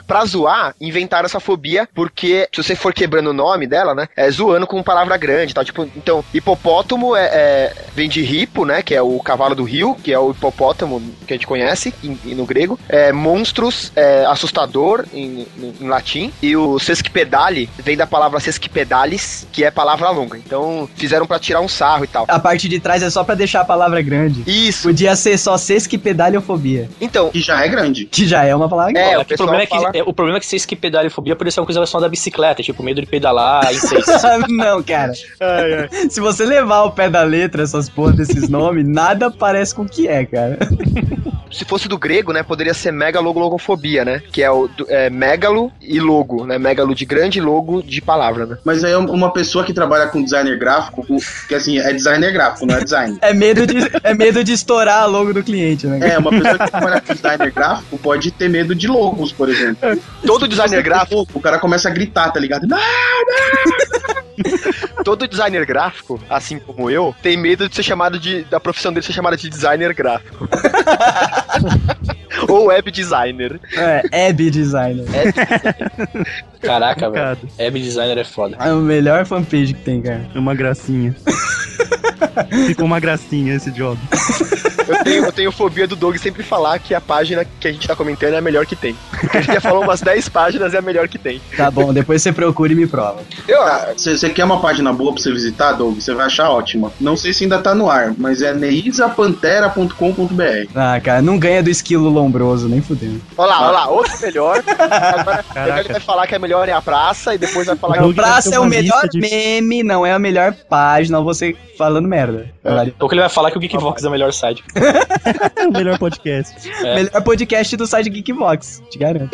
Speaker 4: Pra zoar, inventaram essa fobia, porque se você for quebrando o nome dela, né? É zoando com palavra grande e tal. Tipo, então, hipopótamo é, é- vem de hipo, né? Que é o cavalo do rio, que é o hipopótamo que a gente conhece em- em- no grego. É, monstros é assustador em, em- em latim. E o sesquipedale vem da palavra sesquipedalis, que é palavra longa. Então, fizeram pra tirar um sarro e tal.
Speaker 1: A parte de trás é só pra deixar a palavra grande.
Speaker 4: Isso.
Speaker 1: Podia ser só sesquipedaliofobia,
Speaker 4: Então,
Speaker 2: Que já é grande.
Speaker 1: que já é uma palavra grande.
Speaker 4: é,
Speaker 3: Olha,
Speaker 4: o
Speaker 3: que o, problema
Speaker 4: pessoal
Speaker 3: é que,
Speaker 4: fala...
Speaker 3: é, o problema é que vocês que pedalefobia poderia ser uma coisa relacionada à bicicleta, tipo medo de
Speaker 1: (laughs)
Speaker 3: pedalar, insetos.
Speaker 1: Não, cara. Se você levar ao pé da letra essas porras desses nomes, nada parece com o que é, cara.
Speaker 4: Se fosse do grego, né, poderia ser megalogofobia, né? Que é o do- é, megalo e logo, né? Megalo de grande e logo de palavra, né?
Speaker 2: Mas aí é uma pessoa que trabalha com designer gráfico, com- que assim, é designer gráfico, não é design.
Speaker 1: É medo de, é medo de estourar a logo do cliente, né? cara?
Speaker 2: É, uma pessoa que trabalha com designer gráfico pode ter medo de logos, por exemplo.
Speaker 4: Todo designer gráfico,
Speaker 2: O cara começa a gritar, tá ligado? Não!
Speaker 4: todo designer gráfico, assim como eu, tem medo de ser chamado de da profissão dele ser chamada de designer gráfico. Ou web designer.
Speaker 1: É, Ab Designer.
Speaker 3: Caraca, velho.
Speaker 5: Cara,
Speaker 3: Web designer é foda.
Speaker 1: É o melhor fanpage que tem, cara.
Speaker 5: é uma gracinha. Ficou uma gracinha esse job.
Speaker 4: Eu tenho, eu tenho fobia do Doug sempre falar que a página que a gente tá comentando é a melhor que tem. Porque a gente já falou umas 10 páginas e é a melhor que tem.
Speaker 1: Tá bom, depois você procura e me prova.
Speaker 4: Eu,
Speaker 2: Você quer uma página boa pra você visitar, Doug? Você vai achar ótima. Não sei se ainda tá no ar, mas é neisapantera.com.br.
Speaker 1: Ah, cara, não ganha do esquilo lombroso, nem fudendo.
Speaker 4: Olha lá, olha lá, outro melhor. Agora,
Speaker 5: Caraca.
Speaker 4: ele vai falar que a melhor é a praça e depois vai falar
Speaker 1: O
Speaker 5: Não,
Speaker 4: que.
Speaker 1: braço é o
Speaker 5: uma lista
Speaker 1: melhor
Speaker 5: de-
Speaker 1: meme, não é a melhor página, você falando merda.
Speaker 3: Ou que ele vai falar que o Geekbox é o melhor site.
Speaker 5: É o melhor podcast.
Speaker 3: É.
Speaker 1: Melhor podcast do site Geekbox, te garanto.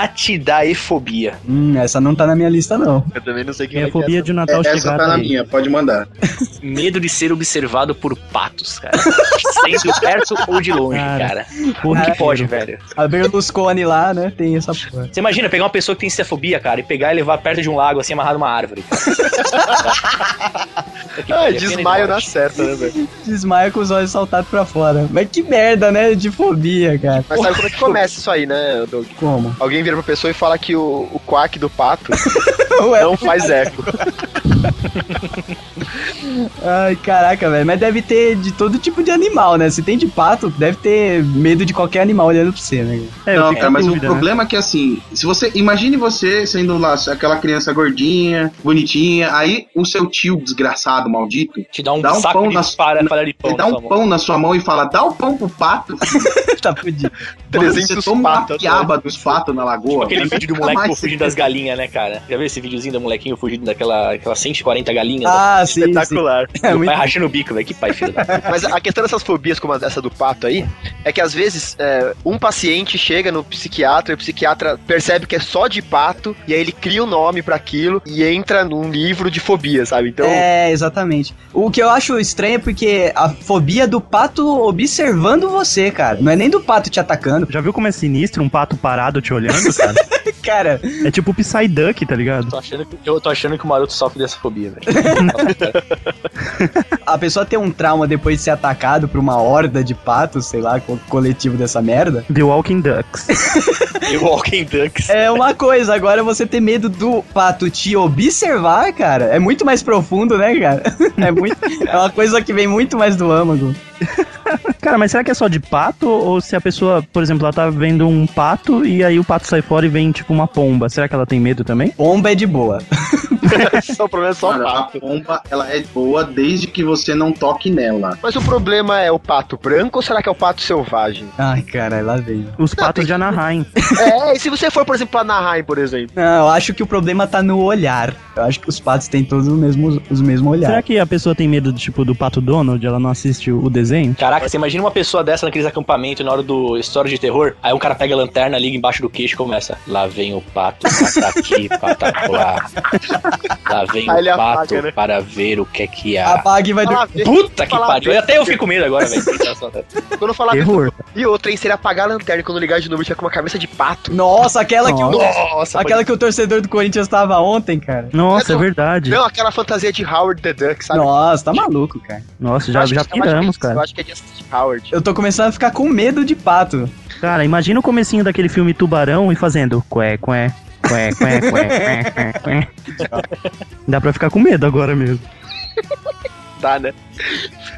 Speaker 3: Anatidaefobia.
Speaker 1: Hum, essa não tá na minha lista, não.
Speaker 4: Eu também não sei quem
Speaker 5: Minha
Speaker 4: vai
Speaker 5: fobia de
Speaker 2: É,
Speaker 5: Natal
Speaker 2: essa
Speaker 5: chegar
Speaker 2: tá na
Speaker 5: daí.
Speaker 2: minha, pode mandar.
Speaker 3: Medo de ser observado por patos, (laughs) cara. Sendo perto ou de longe,
Speaker 5: Cara,
Speaker 3: cara.
Speaker 5: Porra,
Speaker 3: Não
Speaker 5: que
Speaker 3: É,
Speaker 5: pode.
Speaker 3: pode, velho.
Speaker 1: A Berlusconi lá, né? Tem essa porra.
Speaker 3: Você imagina pegar uma pessoa que tem cefobia, cara, e pegar e levar perto de um lago, assim, amarrado numa (laughs) árvore. cara.
Speaker 4: que é. Ah, desmaio na certa, né, velho?
Speaker 1: Desmaia com os olhos saltados pra fora. Mas que merda, né? De fobia, cara.
Speaker 4: Mas sabe como é que começa isso aí, né, Doug?
Speaker 1: Como?
Speaker 4: Alguém vira pra pessoa e fala que o, o quack do pato
Speaker 1: Ué,
Speaker 4: Não faz eco.
Speaker 1: Ai, caraca, velho. Mas deve ter de todo tipo de animal, né? Se tem de pato, deve ter medo de qualquer animal olhando pra você, né? (laughs)
Speaker 5: É, eu
Speaker 2: não,
Speaker 5: fico
Speaker 2: cara,
Speaker 5: em
Speaker 2: mas
Speaker 5: dúvida,
Speaker 2: o
Speaker 5: né?
Speaker 2: problema é que assim, se você. Imagine você sendo lá aquela criança gordinha, bonitinha, aí o seu tio desgraçado, maldito,
Speaker 3: Te dá um,
Speaker 2: Dá um
Speaker 3: saco
Speaker 2: pão
Speaker 3: de tá
Speaker 2: na-
Speaker 3: para,
Speaker 2: na-
Speaker 3: farelipão
Speaker 2: ele dá
Speaker 3: na sua
Speaker 2: um
Speaker 3: mão.
Speaker 2: pão na sua mão e fala, dá o pão pro
Speaker 3: (laughs)
Speaker 2: pato.
Speaker 1: tá fudido.
Speaker 2: Mano,
Speaker 4: 300
Speaker 2: você toma uma
Speaker 4: patos,
Speaker 2: piaba dos patos na lagoa.
Speaker 3: né? Tipo Aquele
Speaker 2: né?
Speaker 3: vídeo do
Speaker 2: Nunca
Speaker 3: moleque
Speaker 2: mais
Speaker 3: pô, fugindo das galinhas, né, cara? Já viu esse videozinho do molequinho fugindo daquela aquelas 140 galinhas?
Speaker 1: Ah, sim, sim.
Speaker 4: Espetacular.
Speaker 1: É
Speaker 3: O
Speaker 1: muito
Speaker 3: pai rachando o bico, velho. Que pai, filho da...
Speaker 4: Mas a questão dessas fobias, como essa do pato aí, é que às vezes é, um paciente chega no psiquiatra e o psiquiatra percebe que é só de pato e aí ele cria um nome pra aquilo e entra num livro de fobia, sabe? Então,
Speaker 1: É, exatamente. O que eu acho estranho é porque a fobia do pato observando você, cara. Não é nem do pato te atacando. (laughs)
Speaker 7: Já viu como é sinistro um pato parado te olhando, cara?
Speaker 1: Cara,
Speaker 7: é tipo Psyduck, tá ligado?
Speaker 3: tô achando que, eu tô achando que o Maroto sofre dessa fobia, velho.
Speaker 1: a pessoa ter um trauma depois de ser atacado por uma horda de patos, sei lá, co- coletivo dessa merda,
Speaker 7: The Walking Ducks.
Speaker 3: (laughs) E o Walking Ducks.
Speaker 1: é uma coisa. Agora você ter medo do pato te observar, cara, é muito mais profundo, né, cara? (laughs) É, muito, é uma coisa que vem muito mais do âmago.
Speaker 7: Cara, mas será que é só de pato? Ou se a pessoa, por exemplo, ela tá vendo um pato e aí o pato sai fora e vem tipo uma pomba, será que ela tem medo também?
Speaker 1: Pomba é de boa.
Speaker 4: (laughs) o problema é só
Speaker 2: Cara,
Speaker 4: pato.
Speaker 2: a pomba, ela é boa desde que você não toque nela.
Speaker 4: Mas o problema é o pato branco ou será que é o pato selvagem?
Speaker 1: Ai, caralho, lá vem.
Speaker 7: Os patos de Anaheim.
Speaker 4: é, e se você for, por exemplo, pra Anaheim, por exemplo?
Speaker 1: Não, eu acho que o problema tá no olhar. Eu acho que os patos têm todos o mesmo, os mesmos
Speaker 7: Será
Speaker 1: olhar.
Speaker 7: que a pessoa tem medo, tipo, do pato Donald? Ela não assiste o desenho?
Speaker 3: Caraca, você imagina uma pessoa dessa naqueles acampamentos na hora do história de terror, aí um cara pega a lanterna, liga embaixo do queixo e começa. Lá vem o pato, pata aqui, pata lá. Lá vem
Speaker 4: Aí ele
Speaker 3: o pato
Speaker 4: apaga, né?
Speaker 3: para ver o que é que há.
Speaker 1: Apague e vai dormir.
Speaker 3: Puta que
Speaker 4: Fala
Speaker 3: pariu.
Speaker 4: bem.
Speaker 3: Até eu fico com medo agora, velho.
Speaker 4: Quando eu falar
Speaker 7: Terror.
Speaker 4: E outra, hein? Se ele apagar a lanterna e quando ligar de novo, ele tiver com uma cabeça de pato.
Speaker 1: Nossa, aquela que o,
Speaker 4: Nossa,
Speaker 1: aquela que o torcedor do Corinthians tava ontem, cara.
Speaker 7: Nossa, é verdade.
Speaker 4: Não, aquela fantasia de Howard the Duck, sabe?
Speaker 1: Nossa, tá maluco, cara.
Speaker 7: Nossa,
Speaker 4: Eu
Speaker 7: já,
Speaker 4: acho
Speaker 7: já
Speaker 4: que- eu acho que é
Speaker 7: piramos,
Speaker 4: isso, Eu
Speaker 7: cara.
Speaker 4: acho que é de assistir Howard.
Speaker 1: Eu tô começando a ficar com medo de pato.
Speaker 7: Cara, imagina o comecinho daquele filme Tubarão e fazendo cué, cué, cué, cué, cué, cué, cué, cué.
Speaker 4: (laughs)
Speaker 7: Dá pra ficar com medo agora mesmo.
Speaker 4: Tá, né?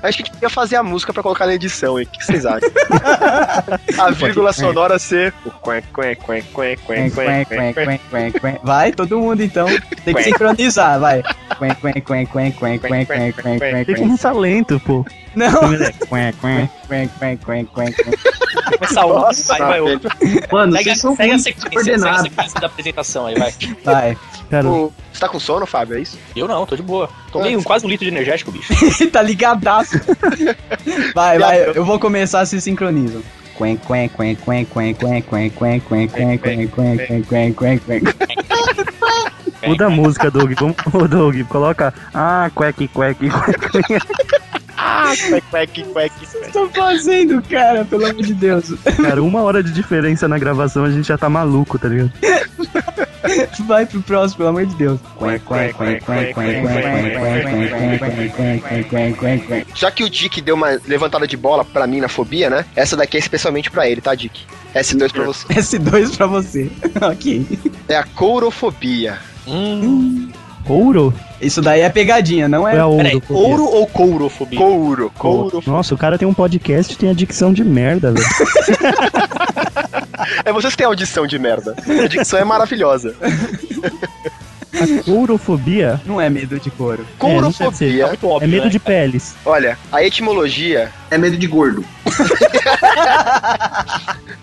Speaker 4: Acho que a gente podia fazer a música pra colocar na edição, hein? O que vocês acham? a vírgula sonora ser. o quen, quen, quen, quen, quen,
Speaker 1: Quen, quen, quen,
Speaker 4: quen, quen, quen.
Speaker 1: quen, quen, quen. Vai, todo mundo então. Tem que sincronizar, vai. Quen, quen, quen, quen, quen, quen, quen, quen, quen,
Speaker 7: Tem que
Speaker 1: quen.
Speaker 7: começar lento, pô. (laughs)
Speaker 1: Não.
Speaker 7: Cué, cué.
Speaker 1: Quen, quen, quen, quen, quen.
Speaker 3: Começar um, vai, vai
Speaker 2: velho.
Speaker 3: outro.
Speaker 2: Mano,
Speaker 3: Segue, a-
Speaker 2: vocês são
Speaker 3: segue a
Speaker 2: muito
Speaker 3: sequência, segue a
Speaker 2: descoordenados.
Speaker 3: sequência da apresentação aí, vai.
Speaker 1: Vai. (laughs)
Speaker 7: Cara,
Speaker 4: Pô, Você tá com sono, Fábio? É isso?
Speaker 3: Eu não, tô de boa. Tomei um, quase um litro de energético, bicho.
Speaker 1: tá ligadaço. Vai, vai, eu vou começar se sincronizam. Quen, quen, quen, quen, quen, quen, quen, quen, quen, quen, quen, quen, quen, quen, quen, quen.
Speaker 7: muda a música, Doug. Vamos, (laughs) ô, Doug, coloca. Ah, cueque, cueque, cueque.
Speaker 1: O que estão fazendo, cara? Pelo amor de Deus.
Speaker 7: Cara, uma hora de diferença na gravação, a gente já tá maluco, tá ligado?
Speaker 1: Vai pro próximo, pelo amor de Deus.
Speaker 4: Já que o Dick deu uma levantada de bola pra mim na fobia, né? Essa daqui é especialmente pra ele, tá, Dick? S2 pra você.
Speaker 1: S2 pra você. (laughs) ok.
Speaker 4: É a courofobia.
Speaker 3: Hum,
Speaker 7: Ouro?
Speaker 1: Isso daí é pegadinha, não
Speaker 7: Ou é
Speaker 1: é?
Speaker 7: a ouro?
Speaker 3: peraí, ouro ou courofobia?
Speaker 4: Couro, couro.
Speaker 7: Nossa, o cara tem um podcast e tem a dicção de merda, velho.
Speaker 4: É vocês que têm audição de merda. A dicção é
Speaker 7: (laughs)
Speaker 4: maravilhosa.
Speaker 7: A courofobia
Speaker 1: Não é medo de couro.
Speaker 7: não sei se-
Speaker 4: Courofobia.
Speaker 3: Muito óbvio,
Speaker 7: é medo
Speaker 3: né?
Speaker 7: de peles.
Speaker 4: Olha, a etimologia
Speaker 2: É medo de gordo.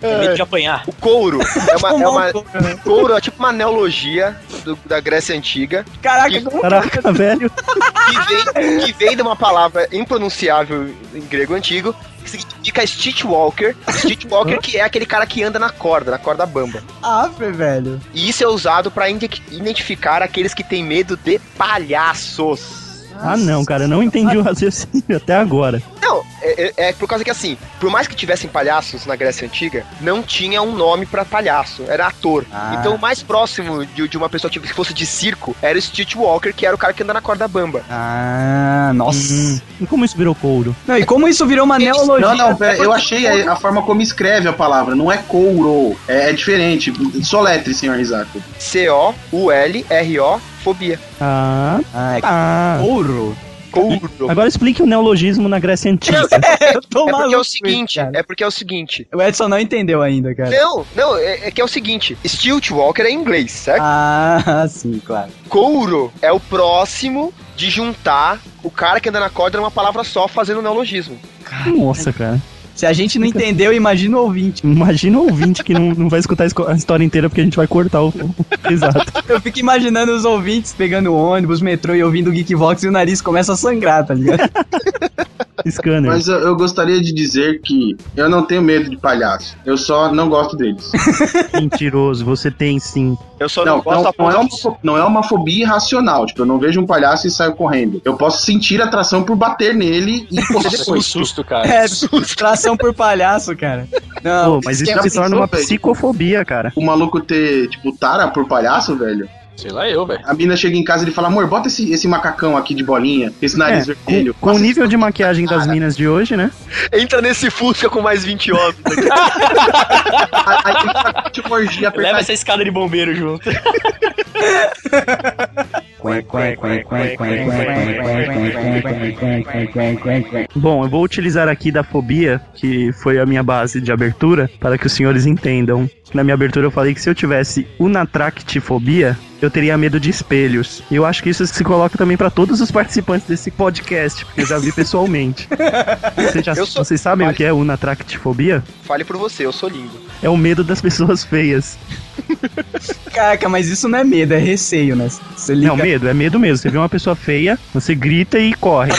Speaker 3: É medo de apanhar.
Speaker 4: O couro é uma. é uma-
Speaker 1: Tomar um couro, né?
Speaker 4: couro é tipo uma neologia do- da Grécia Antiga
Speaker 1: Caraca, é como
Speaker 7: Caraca, (laughs) velho.
Speaker 4: que vem, que vem de uma palavra impronunciável em grego antigo que significa stitchwalker. Stitchwalker que é aquele cara que anda na corda, na corda bamba.
Speaker 1: afre, velho.
Speaker 4: E isso é usado para identificar aqueles que têm medo de palhaços.
Speaker 7: Ah, não, cara, eu não entendi o raciocínio até agora.
Speaker 4: Não, É, é- é por causa que, assim, por mais que tivessem palhaços na Grécia Antiga, não tinha um nome pra palhaço, era ator.
Speaker 1: Ah.
Speaker 4: Então, o mais próximo de, de uma pessoa tipo, que fosse de circo era o Stitch Walker, que era o cara que anda na corda bamba.
Speaker 1: Ah, nossa.
Speaker 7: Hum, E como isso virou couro?
Speaker 1: Não, e como isso virou uma neologia? É,
Speaker 2: Não, não, pera,
Speaker 1: (laughs)
Speaker 2: eu achei a, a forma como escreve a palavra. Não é couro. É, é diferente. Soletre, senhor Risato.
Speaker 4: C-O-U-L-R-O, fobia.
Speaker 7: Ah,
Speaker 1: Ah, é
Speaker 7: ah.
Speaker 1: couro.
Speaker 4: Couro.
Speaker 7: Agora explique o neologismo na Grécia Antiga.
Speaker 1: Eu tô
Speaker 4: É porque é
Speaker 1: maluco,
Speaker 4: o seguinte,
Speaker 1: cara.
Speaker 4: é porque é o seguinte.
Speaker 1: O Edson não entendeu ainda, cara.
Speaker 4: Não, não, é, é que é o seguinte, Stilt Walker é em inglês, certo?
Speaker 1: Ah, sim, claro.
Speaker 4: Couro é o próximo de juntar o cara que anda na corda numa palavra só fazendo neologismo.
Speaker 7: Nossa, cara.
Speaker 1: Se a gente não entendeu, imagina o ouvinte.
Speaker 7: Imagina o ouvinte que não, não vai escutar a esco- a história inteira porque a gente vai cortar o. o- Exato.
Speaker 1: Eu fico imaginando os ouvintes pegando ônibus, metrô e ouvindo o Geekvox e o nariz começa a sangrar, tá
Speaker 4: (laughs)
Speaker 1: ligado?
Speaker 7: Scanner.
Speaker 2: Mas eu, eu gostaria de dizer que eu não tenho medo de palhaço. Eu só não gosto deles.
Speaker 7: Mentiroso, você tem sim.
Speaker 4: Eu só não,
Speaker 2: Não,
Speaker 4: gosto
Speaker 2: não,
Speaker 4: a
Speaker 2: não, é
Speaker 4: ponto
Speaker 2: uma,
Speaker 4: de-
Speaker 2: fo- não é uma fobia irracional. Tipo, eu não vejo um palhaço e saio correndo. Eu posso sentir atração por bater nele e correr
Speaker 3: Nossa, que
Speaker 2: depois.
Speaker 3: susto, cara.
Speaker 1: É, tração por palhaço, cara. Não,
Speaker 7: Pô, mas
Speaker 2: você
Speaker 7: isso
Speaker 2: já
Speaker 7: se torna
Speaker 2: pensou,
Speaker 7: uma
Speaker 2: velho?
Speaker 7: psicofobia, cara.
Speaker 2: O maluco ter, tipo, tara por palhaço, velho.
Speaker 3: Sei lá eu, velho.
Speaker 2: A mina chega em casa e ele fala: amor, bota esse, esse macacão aqui de bolinha, esse nariz
Speaker 7: É,
Speaker 2: vermelho.
Speaker 7: Com o nível de maquiagem das minas de hoje, né?
Speaker 4: Entra nesse Fusca com mais 20 homens.
Speaker 2: Aí ele tá com tipo orgia
Speaker 3: Leva
Speaker 2: apertadinha.
Speaker 3: essa escada de bombeiro junto.
Speaker 7: Bom, eu vou utilizar aqui da fobia, que foi a minha base de abertura, para que os senhores entendam. Na minha abertura eu falei que se eu tivesse unatractifobia, eu teria medo de espelhos. E eu acho que isso se coloca também para todos os participantes desse podcast, porque eu já vi pessoalmente. Vocês, já-
Speaker 4: Eu sou-
Speaker 7: vocês sabem o que é unatractifobia?
Speaker 4: (laughs) Fale por você, eu sou lindo.
Speaker 7: É o medo das pessoas feias.
Speaker 1: caraca, mas isso não é medo, é receio, né? Você liga.
Speaker 7: Não, medo, é medo mesmo. Você vê uma pessoa feia, você grita e
Speaker 1: (laughs)
Speaker 7: corre.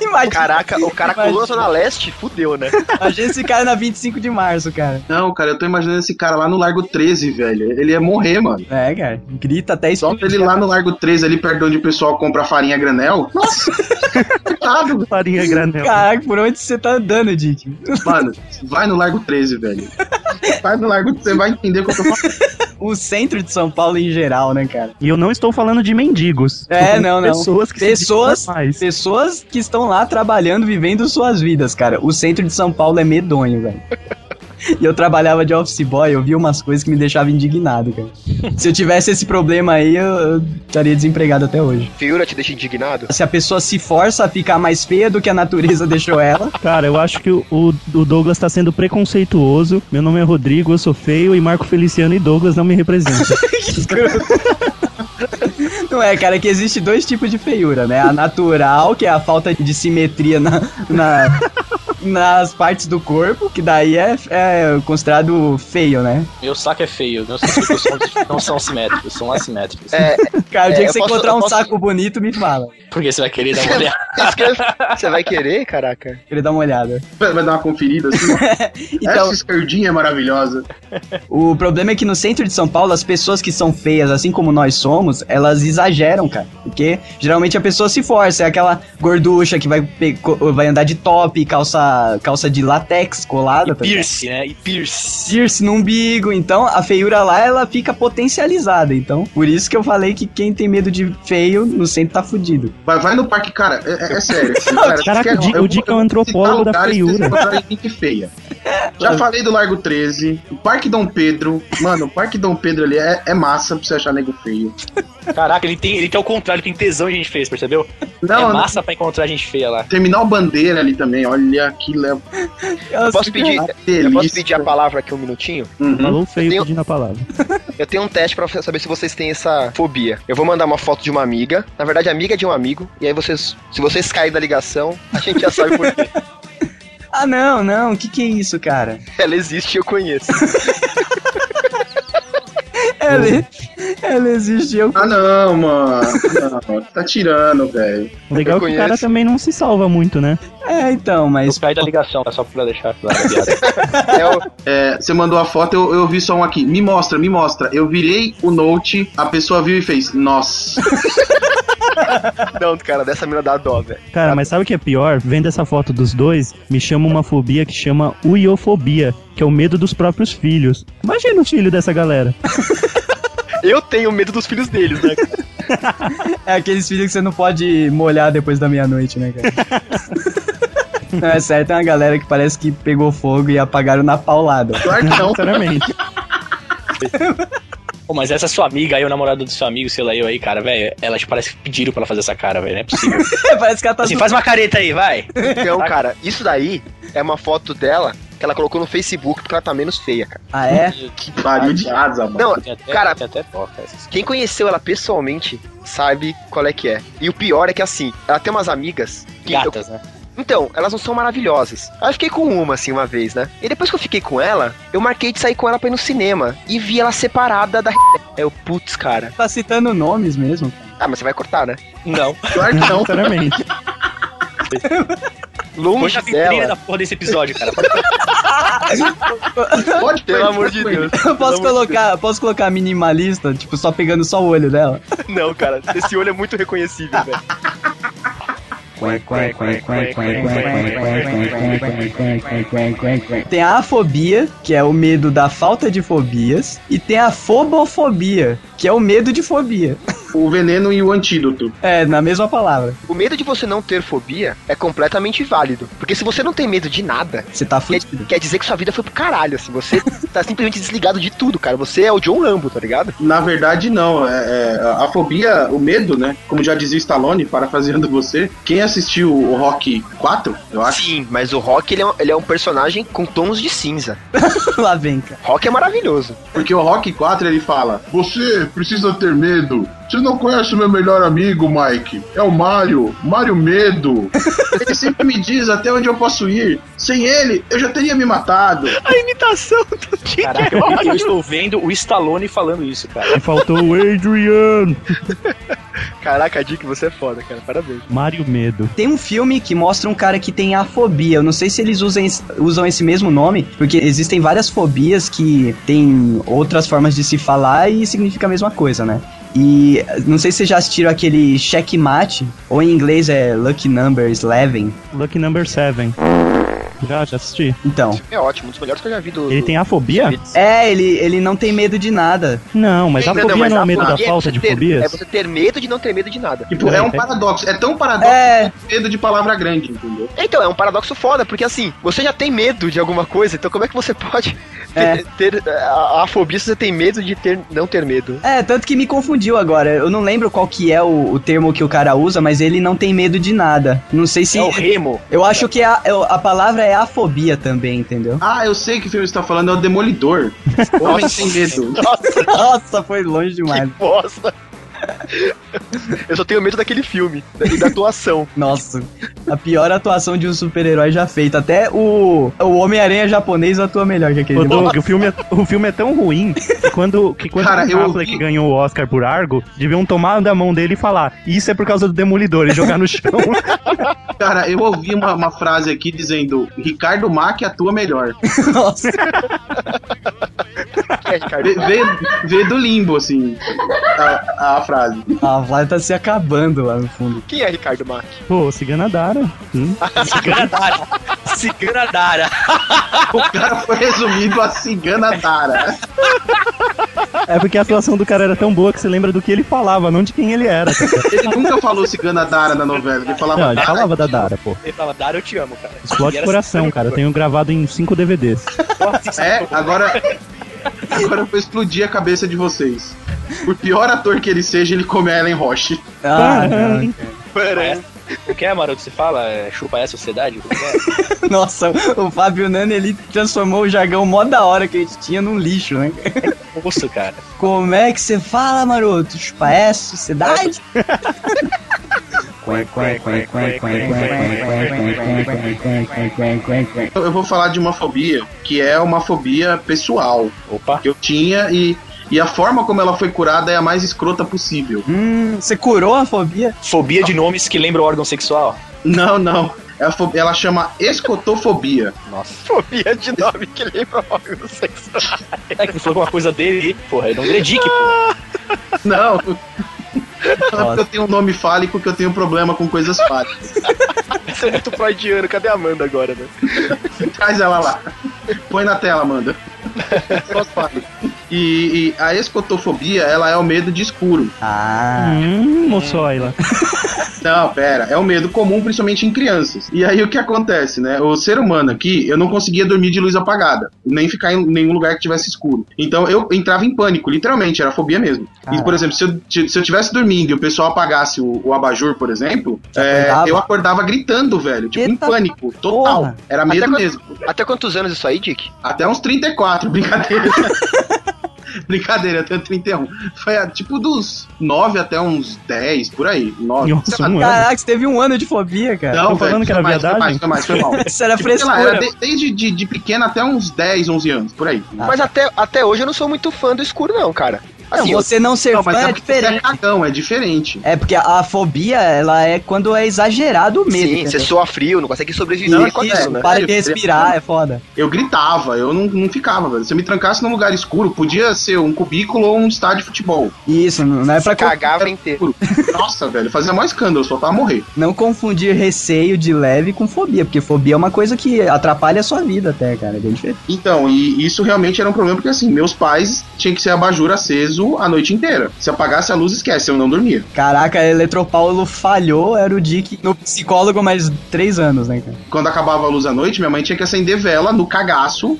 Speaker 1: Imagina-
Speaker 4: Caraca, o cara
Speaker 1: Imagina.
Speaker 4: colou na Zona Leste, fudeu, né?
Speaker 1: Imagina esse cara na 25 de março, cara.
Speaker 2: Não, cara, eu tô imaginando esse cara lá no Largo 13, velho. Ele ia morrer, mano.
Speaker 1: É, cara. Grita até
Speaker 2: Só
Speaker 4: um
Speaker 1: explodir.
Speaker 2: pra ele lá no Largo 13, ali perto de onde o pessoal compra farinha a granel. Nossa, coitado,
Speaker 7: Farinha granel.
Speaker 1: Caraca, por onde você tá andando, Dick?
Speaker 2: mano. Vai no Largo 13, velho. Vai no Largo 13, você vai entender o que eu tô falando.
Speaker 1: O centro de São Paulo em geral, né, cara?
Speaker 7: E eu não estou falando de mendigos.
Speaker 1: É,
Speaker 7: Estou falando de
Speaker 1: não, não.
Speaker 7: Pessoas que se
Speaker 1: Pessoas-
Speaker 7: distanciam mais.
Speaker 1: Pessoas que estão lá trabalhando, vivendo suas vidas, cara. O centro de São Paulo é medonho,
Speaker 7: (laughs)
Speaker 1: velho. E eu trabalhava de office boy, eu via umas coisas que me deixavam indignado, cara. Se eu tivesse esse problema aí, eu, eu estaria desempregado até hoje.
Speaker 4: Fiura te deixa indignado?
Speaker 1: Se a pessoa se força a ficar mais feia do que a natureza (laughs) deixou ela,
Speaker 7: Cara, eu acho que o, o Douglas tá sendo preconceituoso. Meu nome é Rodrigo, eu sou feio e Marco Feliciano e Douglas não
Speaker 1: (laughs)
Speaker 7: me representam.
Speaker 1: não é, cara, que existe dois tipos de feiura, né? A natural, que é a falta de simetria na-
Speaker 7: (laughs)
Speaker 1: na- nas partes do corpo, que daí é- é considerado feio, né?
Speaker 3: Meu saco é feio. Meus sacos são- (laughs) não são simétricos, são assimétricos.
Speaker 4: É,
Speaker 1: Cara, o
Speaker 4: É,
Speaker 1: dia que
Speaker 4: eu
Speaker 1: você
Speaker 4: posso-
Speaker 1: encontrar
Speaker 4: eu
Speaker 1: um
Speaker 4: posso-
Speaker 1: saco bonito, me fala.
Speaker 3: Porque você vai querer (laughs) dar uma olhada.
Speaker 4: você vai querer, caraca?
Speaker 1: Queria dar uma olhada.
Speaker 2: Vai vai dar uma conferida assim.
Speaker 1: Então,
Speaker 2: Essa esquerdinha é maravilhosa.
Speaker 1: o problema é que no centro de São Paulo, as pessoas que são feias, assim como nós somos, elas exageram, cara. Porque geralmente a pessoa se força. É aquela gorducha que vai, pe- co- vai andar de top, calça, calça de latex colada. tá ligado?
Speaker 3: Pierce, né? E Pierce.
Speaker 1: Pierce no umbigo, então a feiura lá ela fica potencializada, então por isso que eu falei que quem tem medo de feio no centro tá fudido.
Speaker 2: Vai, vai no parque, cara. É, é sério. assim, cara,
Speaker 7: Caraca,
Speaker 2: quer-
Speaker 7: o Di-
Speaker 2: eu
Speaker 7: o Dick
Speaker 2: vou-
Speaker 7: é um
Speaker 2: eu vou citar
Speaker 7: antropólogo da
Speaker 2: lugares que vocês
Speaker 7: feiura.
Speaker 2: encontrarem gente feia. Já falei do Largo 13, o Parque Dom Pedro. Mano, o Parque Dom Pedro ali é, é massa pra você achar nego feio.
Speaker 3: Caraca, ele tem, ele tem o contrário, ele tem tesão em gente fez, percebeu?
Speaker 2: Não,
Speaker 3: é massa pra encontrar gente feia lá.
Speaker 2: Terminal Bandeira ali também, olha que leva.
Speaker 1: Eu
Speaker 4: Posso pedir, eu posso pedir a palavra aqui um minutinho?
Speaker 2: Uhum.
Speaker 7: Falou feio
Speaker 4: Tenho-
Speaker 7: pedindo a palavra.
Speaker 4: Eu tenho um teste pra saber se vocês têm essa fobia. Eu vou mandar uma foto de uma amiga, na verdade amiga de um amigo, e aí vocês, se vocês caírem da ligação, a gente já sabe por (laughs) quê.
Speaker 1: Ah, não, não, que que é isso, cara?
Speaker 4: Ela existe, eu conheço.
Speaker 1: Ela, (laughs) ela existiu.
Speaker 2: Ah não, mano. Não, tá tirando, velho.
Speaker 7: O legal é que o
Speaker 4: conheço.
Speaker 7: cara também não se salva muito, né?
Speaker 1: É, então,
Speaker 3: Eu
Speaker 1: mas.
Speaker 3: caí da ligação, é só pra deixar claro. a piada.
Speaker 4: É o-
Speaker 2: É, você mandou a foto, eu, eu vi só um aqui. Me mostra, me mostra. Eu virei o Note, a pessoa viu e fez, nossa.
Speaker 4: Não, cara, dessa mina dá dó, velho.
Speaker 7: Cara, mas sabe o que é pior? Vendo essa foto dos dois, me chama uma fobia que chama uiofobia, que é o medo dos próprios filhos. Imagina o filho dessa galera.
Speaker 4: Eu tenho medo dos filhos deles, né? cara?
Speaker 1: É aqueles filhos que você não pode molhar depois da meia-noite, né, cara? Não, é sério, tem uma galera que parece que pegou fogo e apagaram na paulada. (laughs)
Speaker 2: Claro que não.
Speaker 7: Sinceramente.
Speaker 3: (laughs) Pô, mas essa sua amiga aí, o namorado do seu amigo, sei lá, eu aí, cara, velho, elas parece que pediram pra ela fazer essa cara, velho, não é possível.
Speaker 1: parece que ela tá
Speaker 3: Assim, faz uma careta aí, vai.
Speaker 4: Então, cara, isso daí é uma foto dela que ela colocou no Facebook porque ela tá menos feia, cara.
Speaker 1: Ah, é?
Speaker 2: Que (laughs) pariu de asa, mano.
Speaker 4: Não,
Speaker 3: Tem até,
Speaker 4: cara,
Speaker 3: tem até toca. essas-
Speaker 4: Quem conheceu ela pessoalmente sabe qual é que é. E o pior é que assim, ela tem umas amigas que.
Speaker 3: Gatas, né?
Speaker 4: Então, elas não são maravilhosas. Aí Eu fiquei com uma, assim, uma vez, né? E depois que eu fiquei com ela, eu marquei de sair com ela pra ir no cinema. E vi ela separada da. É o putz, cara.
Speaker 1: Tá citando nomes mesmo. (laughs)
Speaker 4: Ah, mas você vai cortar, né?
Speaker 3: Não.
Speaker 2: Claro que não.
Speaker 7: Sinceramente.
Speaker 4: Longe
Speaker 3: (laughs) Hoje a vitrine
Speaker 4: (laughs) dela.
Speaker 3: da porra desse episódio, (laughs) cara.
Speaker 2: Pode
Speaker 4: Pelo
Speaker 2: pode,
Speaker 4: amor
Speaker 2: pode,
Speaker 4: de
Speaker 2: pode.
Speaker 4: Deus.
Speaker 1: Eu posso colocar, posso colocar minimalista, tipo, só pegando só o olho dela.
Speaker 4: Não, cara. Esse olho é muito reconhecível, velho.
Speaker 1: Tem a afobia, que é o medo da falta de fobias, e tem a fobofobia, que é o medo de fobia.
Speaker 2: O veneno e o antídoto.
Speaker 1: É, na mesma palavra.
Speaker 4: O medo de você não ter fobia é completamente válido. Porque se você não tem medo de nada,
Speaker 1: Você tá
Speaker 4: quer,
Speaker 1: fudido. (laughs)
Speaker 4: quer dizer que sua vida foi pro caralho, assim. Você tá simplesmente desligado de tudo, cara. Você é o John Rambo, tá ligado?
Speaker 2: Na verdade, não. É, é, a fobia, o medo, né? Como já dizia Stallone, parafraseando você, quem assistiu o Rock 4, eu acho.
Speaker 4: Sim, mas o Rock, ele é, um- ele é um personagem com tons de cinza.
Speaker 1: Lá vem, cara.
Speaker 4: Rock é maravilhoso.
Speaker 2: Porque o Rock 4 ele fala: Você precisa ter medo. Você não conhece o meu melhor amigo, Mike. É o Mario. Mario Medo. ele sempre me diz até onde eu posso ir. Sem ele, eu já teria me matado.
Speaker 4: A imitação do
Speaker 3: Caraca, eu- eu estou vendo o Stallone falando isso, cara.
Speaker 7: E faltou o Adrian.
Speaker 4: Caraca, Dick, você é foda, cara. Parabéns.
Speaker 7: Mário Medo.
Speaker 1: Tem um filme que mostra um cara que tem afobia. Eu não sei se eles usem, usam esse mesmo nome, porque existem várias fobias que têm outras formas de se falar e significa a mesma coisa, né? E não sei se vocês já assistiram aquele checkmate, ou em inglês é Lucky Numbers 11.
Speaker 7: Lucky Number 7. Já, já assisti.
Speaker 1: Então,
Speaker 4: É ótimo, um dos melhores que eu já vi do.
Speaker 7: Ele
Speaker 4: do-
Speaker 7: tem afobia?
Speaker 1: é, ele, ele não tem medo de nada.
Speaker 7: Não, mas a
Speaker 4: Não, não,
Speaker 7: fobia não,
Speaker 4: mas
Speaker 7: é o medo da
Speaker 4: afobia é
Speaker 7: falta
Speaker 4: você
Speaker 7: de
Speaker 4: ter- É
Speaker 7: fobias?
Speaker 4: você ter medo de não ter medo de nada.
Speaker 2: Tipo, é um paradoxo. É tão paradoxo
Speaker 1: É,
Speaker 2: quanto medo de palavra grande, entendeu?
Speaker 4: Então, é um paradoxo foda, porque assim, você já tem medo de alguma coisa, então como é que você pode
Speaker 1: É.
Speaker 4: (laughs) ter, ter a, a fobia se você tem medo de ter, não ter medo?
Speaker 1: é, tanto que me confundiu agora. Eu não lembro qual que é o, o termo que o cara usa, mas ele não tem medo de nada. Não sei se.
Speaker 3: É o Remo.
Speaker 1: Eu acho que é a, eu- a palavra é afobia também, entendeu?
Speaker 2: Ah, eu sei que filme você tá falando, é o Demolidor. Homem sem medo.
Speaker 4: Nossa,
Speaker 1: Nossa, foi longe demais.
Speaker 4: que bosta! Eu só tenho medo daquele filme e da atuação.
Speaker 1: Nossa, a pior atuação de um super-herói já feita. Até o, o Homem-Aranha japonês atua melhor que aquele.
Speaker 7: Ô, Doug, o filme, é, o filme é tão ruim que quando, que quando
Speaker 2: Cara,
Speaker 7: o
Speaker 2: eu
Speaker 7: Affleck
Speaker 2: ouvi-
Speaker 7: ganhou o Oscar por Argo, deviam tomar da mão dele e falar: Isso é por causa do Demolidor e jogar no (laughs) chão.
Speaker 2: Cara, eu ouvi uma, uma frase aqui dizendo: Ricardo Mack atua melhor.
Speaker 1: Nossa,
Speaker 4: É, Ricardo?
Speaker 2: Ve- Veio, veio do limbo, assim, a, a frase.
Speaker 1: a Vlad tá se acabando lá no fundo.
Speaker 4: Quem é Ricardo Mac?
Speaker 7: Pô, Cigana Dara. Hum.
Speaker 3: Cigana Dara. Cigana Dara.
Speaker 2: O cara foi resumido a cigana Tara.
Speaker 7: É porque a atuação do cara era tão boa que você lembra do que ele falava, não de quem ele era. cara.
Speaker 2: Ele nunca falou cigana Dara na novela, ele
Speaker 7: Não,
Speaker 2: falava.
Speaker 7: ele falava da Dara, pô.
Speaker 3: Ele fala, Dara, eu te amo, cara.
Speaker 7: Explode
Speaker 3: E era
Speaker 7: coração,
Speaker 3: cigana,
Speaker 7: cara. Eu tenho gravado em 5 DVDs.
Speaker 2: É, agora. Agora eu vou explodir a cabeça de vocês. Por pior ator que ele seja, ele come a Ellen Roche.
Speaker 1: Ah, não.
Speaker 3: O que é, Maroto? Você fala? É, Chupa essa sociedade? Como que é?
Speaker 1: nossa, o Fábio Nani ele transformou o jargão mó da hora que a gente tinha num lixo, né?
Speaker 3: Poço, cara.
Speaker 1: Como é que você fala, maroto? Chupa essa sociedade?
Speaker 2: Então, Eu eu vou falar de uma fobia, que é uma fobia pessoal,
Speaker 3: Opa.
Speaker 2: que eu tinha e. E a forma como ela foi curada é a mais escrota possível.
Speaker 1: Hum, você curou a fobia?
Speaker 3: Fobia de nomes que lembram órgão sexual.
Speaker 2: Não, não. É a fo- Ela chama escotofobia.
Speaker 3: Nossa.
Speaker 4: Fobia de nome que lembra órgão sexual.
Speaker 2: Ah,
Speaker 3: É que falou alguma coisa dele, porra. Ele não gredique, porra.
Speaker 2: Não, (laughs) Não é porque eu tenho um nome fálico que eu tenho problema com coisas fálicas.
Speaker 4: Isso é muito freudiano. Cadê a Amanda agora, né?
Speaker 2: Traz ela lá. Põe na tela, Amanda. Só fale. E, e a escotofobia, ela é o medo de escuro.
Speaker 1: Ah,
Speaker 7: Hum, moçoila.
Speaker 2: Não, pera, é um medo comum, principalmente em crianças. E aí o que acontece, né? O ser humano aqui, eu não conseguia dormir de luz apagada, nem ficar em nenhum lugar que tivesse escuro. Então eu entrava em pânico, literalmente, era fobia mesmo. E, por exemplo, se eu, ti- se eu tivesse dormindo e o pessoal apagasse o, o abajur, por exemplo, é,
Speaker 1: acordava?
Speaker 2: eu acordava gritando, velho, tipo, em
Speaker 1: Eita
Speaker 2: pânico, total.
Speaker 1: porra.
Speaker 2: Era medo
Speaker 4: Até quando-
Speaker 2: mesmo.
Speaker 4: Até quantos anos isso aí, Dick?
Speaker 2: Até uns 34, (laughs)
Speaker 7: (laughs)
Speaker 2: brincadeira. Brincadeira, eu tenho 31. Foi ah, tipo dos 9 até uns 10, por aí. 9.
Speaker 7: Nossa, um ano.
Speaker 1: caraca, você teve um ano de fobia, cara.
Speaker 2: Não,
Speaker 7: Tô
Speaker 2: velho,
Speaker 7: falando
Speaker 2: foi
Speaker 7: que era
Speaker 2: mais, foi
Speaker 7: verdade?
Speaker 2: mais, foi mais, foi
Speaker 7: (laughs)
Speaker 2: mal.
Speaker 1: Isso era
Speaker 2: Tipo, sei lá, era
Speaker 1: frescura.
Speaker 2: de- desde de, de pequena até uns 10, 11 anos, por aí.
Speaker 1: Ah,
Speaker 4: Mas até, até hoje eu não sou muito fã do escuro, não, cara.
Speaker 1: Não,
Speaker 4: Assim, eu-
Speaker 1: você não ser
Speaker 2: Não, mas
Speaker 1: fã é
Speaker 2: é, porque você é
Speaker 1: diferente.
Speaker 2: cagão, é diferente.
Speaker 1: É porque a fobia, ela é quando é exagerado o medo.
Speaker 4: sim, você
Speaker 1: entendeu? é,
Speaker 4: soa frio, não consegue sobreviver
Speaker 2: Não, é
Speaker 4: com
Speaker 2: isso,
Speaker 4: aquilo, né?
Speaker 1: Para de
Speaker 2: Sério,
Speaker 1: respirar, é foda.
Speaker 2: Eu gritava, eu não, não ficava, velho. Se eu me trancasse num lugar escuro, podia ser um cubículo ou um estádio de futebol.
Speaker 1: Isso, não não é pra co-
Speaker 4: Cagava inteiro.
Speaker 7: (laughs)
Speaker 2: Escuro. Nossa, velho, fazia maior escândalo, só tava morrer.
Speaker 1: não confundir receio de leve com fobia, porque fobia é uma coisa que atrapalha a sua vida até, cara. É bem diferente.
Speaker 2: Então, e isso realmente era um problema, porque assim, meus pais tinham que ser abajur aceso a noite inteira. Se apagasse a luz, esquece, eu não dormia.
Speaker 1: Caraca, Eletropaulo falhou, era o Dick no psicólogo mais três anos, né, cara?
Speaker 2: Quando acabava a luz à noite, minha mãe tinha que acender vela no cagaço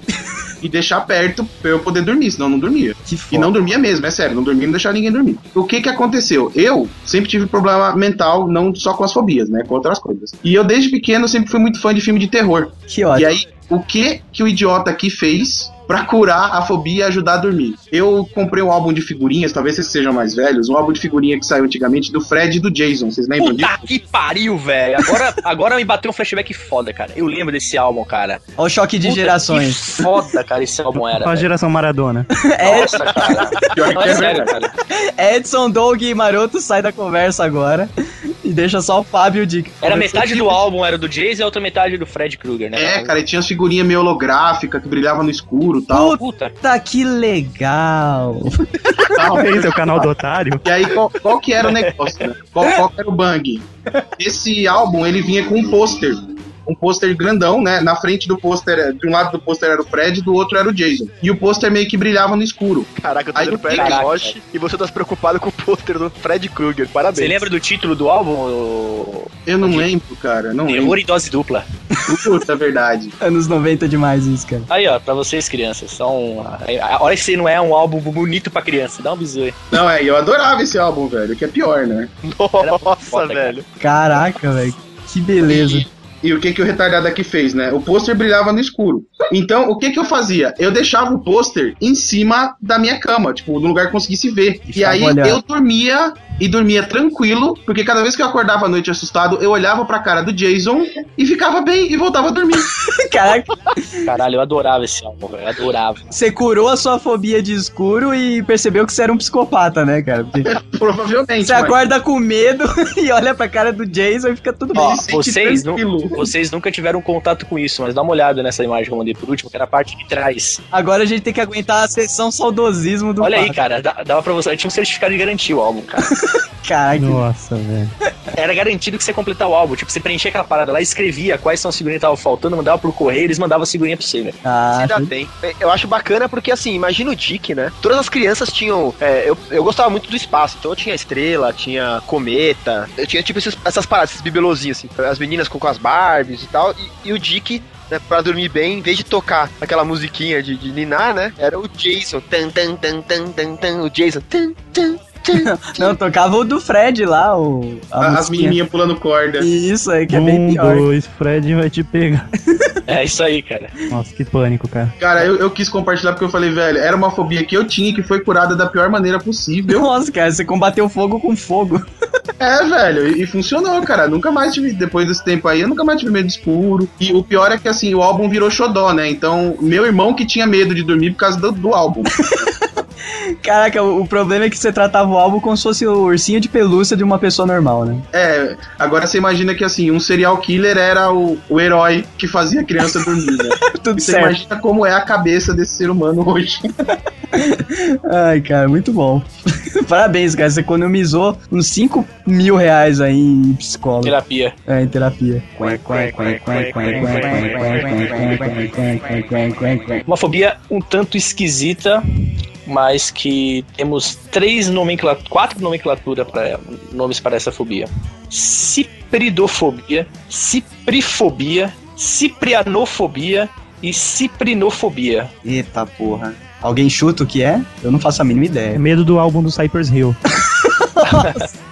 Speaker 2: e deixar perto pra eu poder dormir, senão eu não dormia.
Speaker 1: Que
Speaker 2: E
Speaker 1: foda.
Speaker 2: não dormia mesmo, é sério, não dormia, não deixava ninguém dormir. O que que aconteceu? Eu sempre tive problema mental, não só com as fobias, né, com outras coisas. E eu desde pequeno sempre fui muito fã de filme de terror.
Speaker 1: Que
Speaker 2: E
Speaker 1: ótimo.
Speaker 2: aí, o que que o idiota aqui fez pra curar a fobia e ajudar a dormir? Eu comprei um álbum de figurinhas, talvez vocês sejam mais velhos, um álbum de figurinha que saiu antigamente do Fred e do Jason, vocês lembram
Speaker 3: (laughs)
Speaker 2: disso?
Speaker 3: Puta que pariu, velho. Agora, agora me bateu um flashback foda, cara. Eu lembro desse álbum, cara.
Speaker 1: Olha o choque de
Speaker 2: (laughs)
Speaker 3: Puta,
Speaker 1: gerações.
Speaker 3: Que foda, cara, esse álbum era.
Speaker 7: a
Speaker 3: velho.
Speaker 7: geração Maradona.
Speaker 1: É,
Speaker 3: Nossa, cara.
Speaker 2: (laughs) Pior
Speaker 3: Não,
Speaker 2: que
Speaker 3: é
Speaker 2: é
Speaker 3: sério,
Speaker 2: verdade.
Speaker 3: cara.
Speaker 1: Edson, Doug e Maroto sai da conversa agora e deixa só o Fábio e o Dick.
Speaker 3: Era metade do álbum, era do Jason e a outra metade do Fred Krueger, né?
Speaker 2: É, cara, e tinha as figurinhas meio holográficas que brilhava no escuro e tal.
Speaker 3: Puta,
Speaker 1: Puta, que legal.
Speaker 2: tal.
Speaker 7: Esse é o canal do otário.
Speaker 2: E aí, qual, qual que era o negócio? Né? Qual, qual que era o bang? Esse álbum, ele vinha com um pôster. Um pôster grandão, né? Na frente do pôster, de um lado do pôster era o Fred, do outro era o Jason. E o pôster meio que brilhava no escuro.
Speaker 4: Caraca, eu tô
Speaker 2: Aí
Speaker 4: dando
Speaker 2: eu-
Speaker 4: Fred
Speaker 3: Caraca,
Speaker 4: Roche e você tá se preocupado com o pôster do Fred Krueger. Parabéns.
Speaker 3: você lembra do título do álbum? o-
Speaker 2: Eu não lembro, cara. Não lembro.
Speaker 3: Terror em dose dupla.
Speaker 2: Puta, é verdade.
Speaker 1: Anos 90 demais isso, cara.
Speaker 3: Aí, ó, pra vocês, crianças. um, São... Olha se não é um álbum bonito pra criança. Dá um bisu aí.
Speaker 2: Não, é, eu adorava esse álbum, velho, que é pior, né?
Speaker 4: Nossa,
Speaker 3: foda, cara.
Speaker 4: velho.
Speaker 1: Caraca, velho. Que beleza.
Speaker 2: E o que que o retardado aqui fez, né? O pôster brilhava no escuro. Então, o que que eu fazia? Eu deixava o pôster em cima da minha cama, tipo, no lugar que conseguisse ver. E,
Speaker 1: ficava
Speaker 2: aí
Speaker 1: olhando.
Speaker 2: eu dormia e dormia tranquilo, porque cada vez que eu acordava à noite assustado, eu olhava pra cara do Jason e ficava bem e voltava a dormir. (laughs)
Speaker 1: Caraca,
Speaker 3: Caralho, eu adorava esse álbum, velho. Eu adorava.
Speaker 1: você curou a sua fobia de escuro e percebeu que você era um psicopata, né, cara? Porque
Speaker 2: Provavelmente.
Speaker 1: você
Speaker 2: mas-
Speaker 1: acorda com medo (laughs) e olha pra cara do Jason e fica tudo bem.
Speaker 3: Ó,
Speaker 2: sente
Speaker 3: vocês, nu-
Speaker 2: tranquilo.
Speaker 3: vocês nunca tiveram contato com isso, mas dá uma olhada nessa imagem que eu mandei por último, que era a parte de trás.
Speaker 1: Agora a gente tem que aguentar a sessão saudosismo do
Speaker 3: Olha aí,
Speaker 1: Fábio.
Speaker 3: cara, dá- dava pra você. Tinha um certificado de garantia o álbum, cara.
Speaker 1: Caraca.
Speaker 7: Nossa, velho.
Speaker 3: Era garantido que você completar o álbum. Tipo, você preenchia aquela parada lá, escrevia quais são as figurinhas que estavam faltando, mandava pro correio, eles mandavam a figurinha pra você, velho.
Speaker 1: Ah,
Speaker 4: Ainda tem. É, Eu acho bacana porque, assim, imagina o Dick, né? Todas as crianças tinham. é, eu, eu gostava muito do espaço, então eu tinha estrela, tinha cometa, eu tinha, tipo, esses- essas paradas, esses bibelozinhos, assim. As meninas com, com as Barbies e tal. E, e o Dick. Né, pra dormir bem, em vez de tocar aquela musiquinha de, de ninar, né? Era o Jason. Tan, tan, tan, tan, tan, tan, o Jason. Tan, tan,
Speaker 1: (laughs)
Speaker 4: tan.
Speaker 1: não, tocava o do Fred lá, o. a
Speaker 2: As
Speaker 1: musiquinha.
Speaker 2: menininhas pulando corda.
Speaker 1: Isso aí que é bem
Speaker 7: Um,
Speaker 1: pior.
Speaker 7: dois, Fred vai te pegar.
Speaker 3: É isso aí, cara.
Speaker 7: Nossa, que pânico, cara.
Speaker 2: Cara, eu, eu quis compartilhar porque eu falei, velho, era uma fobia que eu tinha e que foi curada da pior
Speaker 1: (laughs)
Speaker 2: maneira possível.
Speaker 1: Nossa, cara, você combateu fogo com fogo. (laughs)
Speaker 2: É, velho, e, e funcionou, cara. Nunca mais tive, depois desse tempo aí, eu nunca mais tive medo de escuro. E o pior é que, assim, o álbum virou xodó, né? Então, meu irmão que tinha medo de dormir por causa do, do álbum.
Speaker 1: Caraca, o o problema é que você tratava o álbum como se fosse o ursinho de pelúcia de uma pessoa normal, né? (laughs)
Speaker 2: É, agora você imagina que assim, um serial killer era o, o herói que fazia a criança dormir, né?
Speaker 1: Tudo
Speaker 2: Você
Speaker 1: certo.
Speaker 2: imagina como é a cabeça desse ser humano hoje.
Speaker 1: Ai, cara, muito bom. (laughs) Parabéns, cara. Você economizou uns 5 mil reais aí em psicólogo.
Speaker 3: Terapia.
Speaker 1: É, em terapia.
Speaker 3: Uma fobia um tanto esquisita, mas que temos três nomenclaturas, quatro nomenclatura para nomes para essa fobia. Cipridofobia, ciprifobia, ciprianofobia e ciprinofobia.
Speaker 1: Eita porra. Alguém chuta o que é? Eu não faço a mínima
Speaker 7: É
Speaker 1: ideia.
Speaker 7: medo do álbum do Cypress Hill.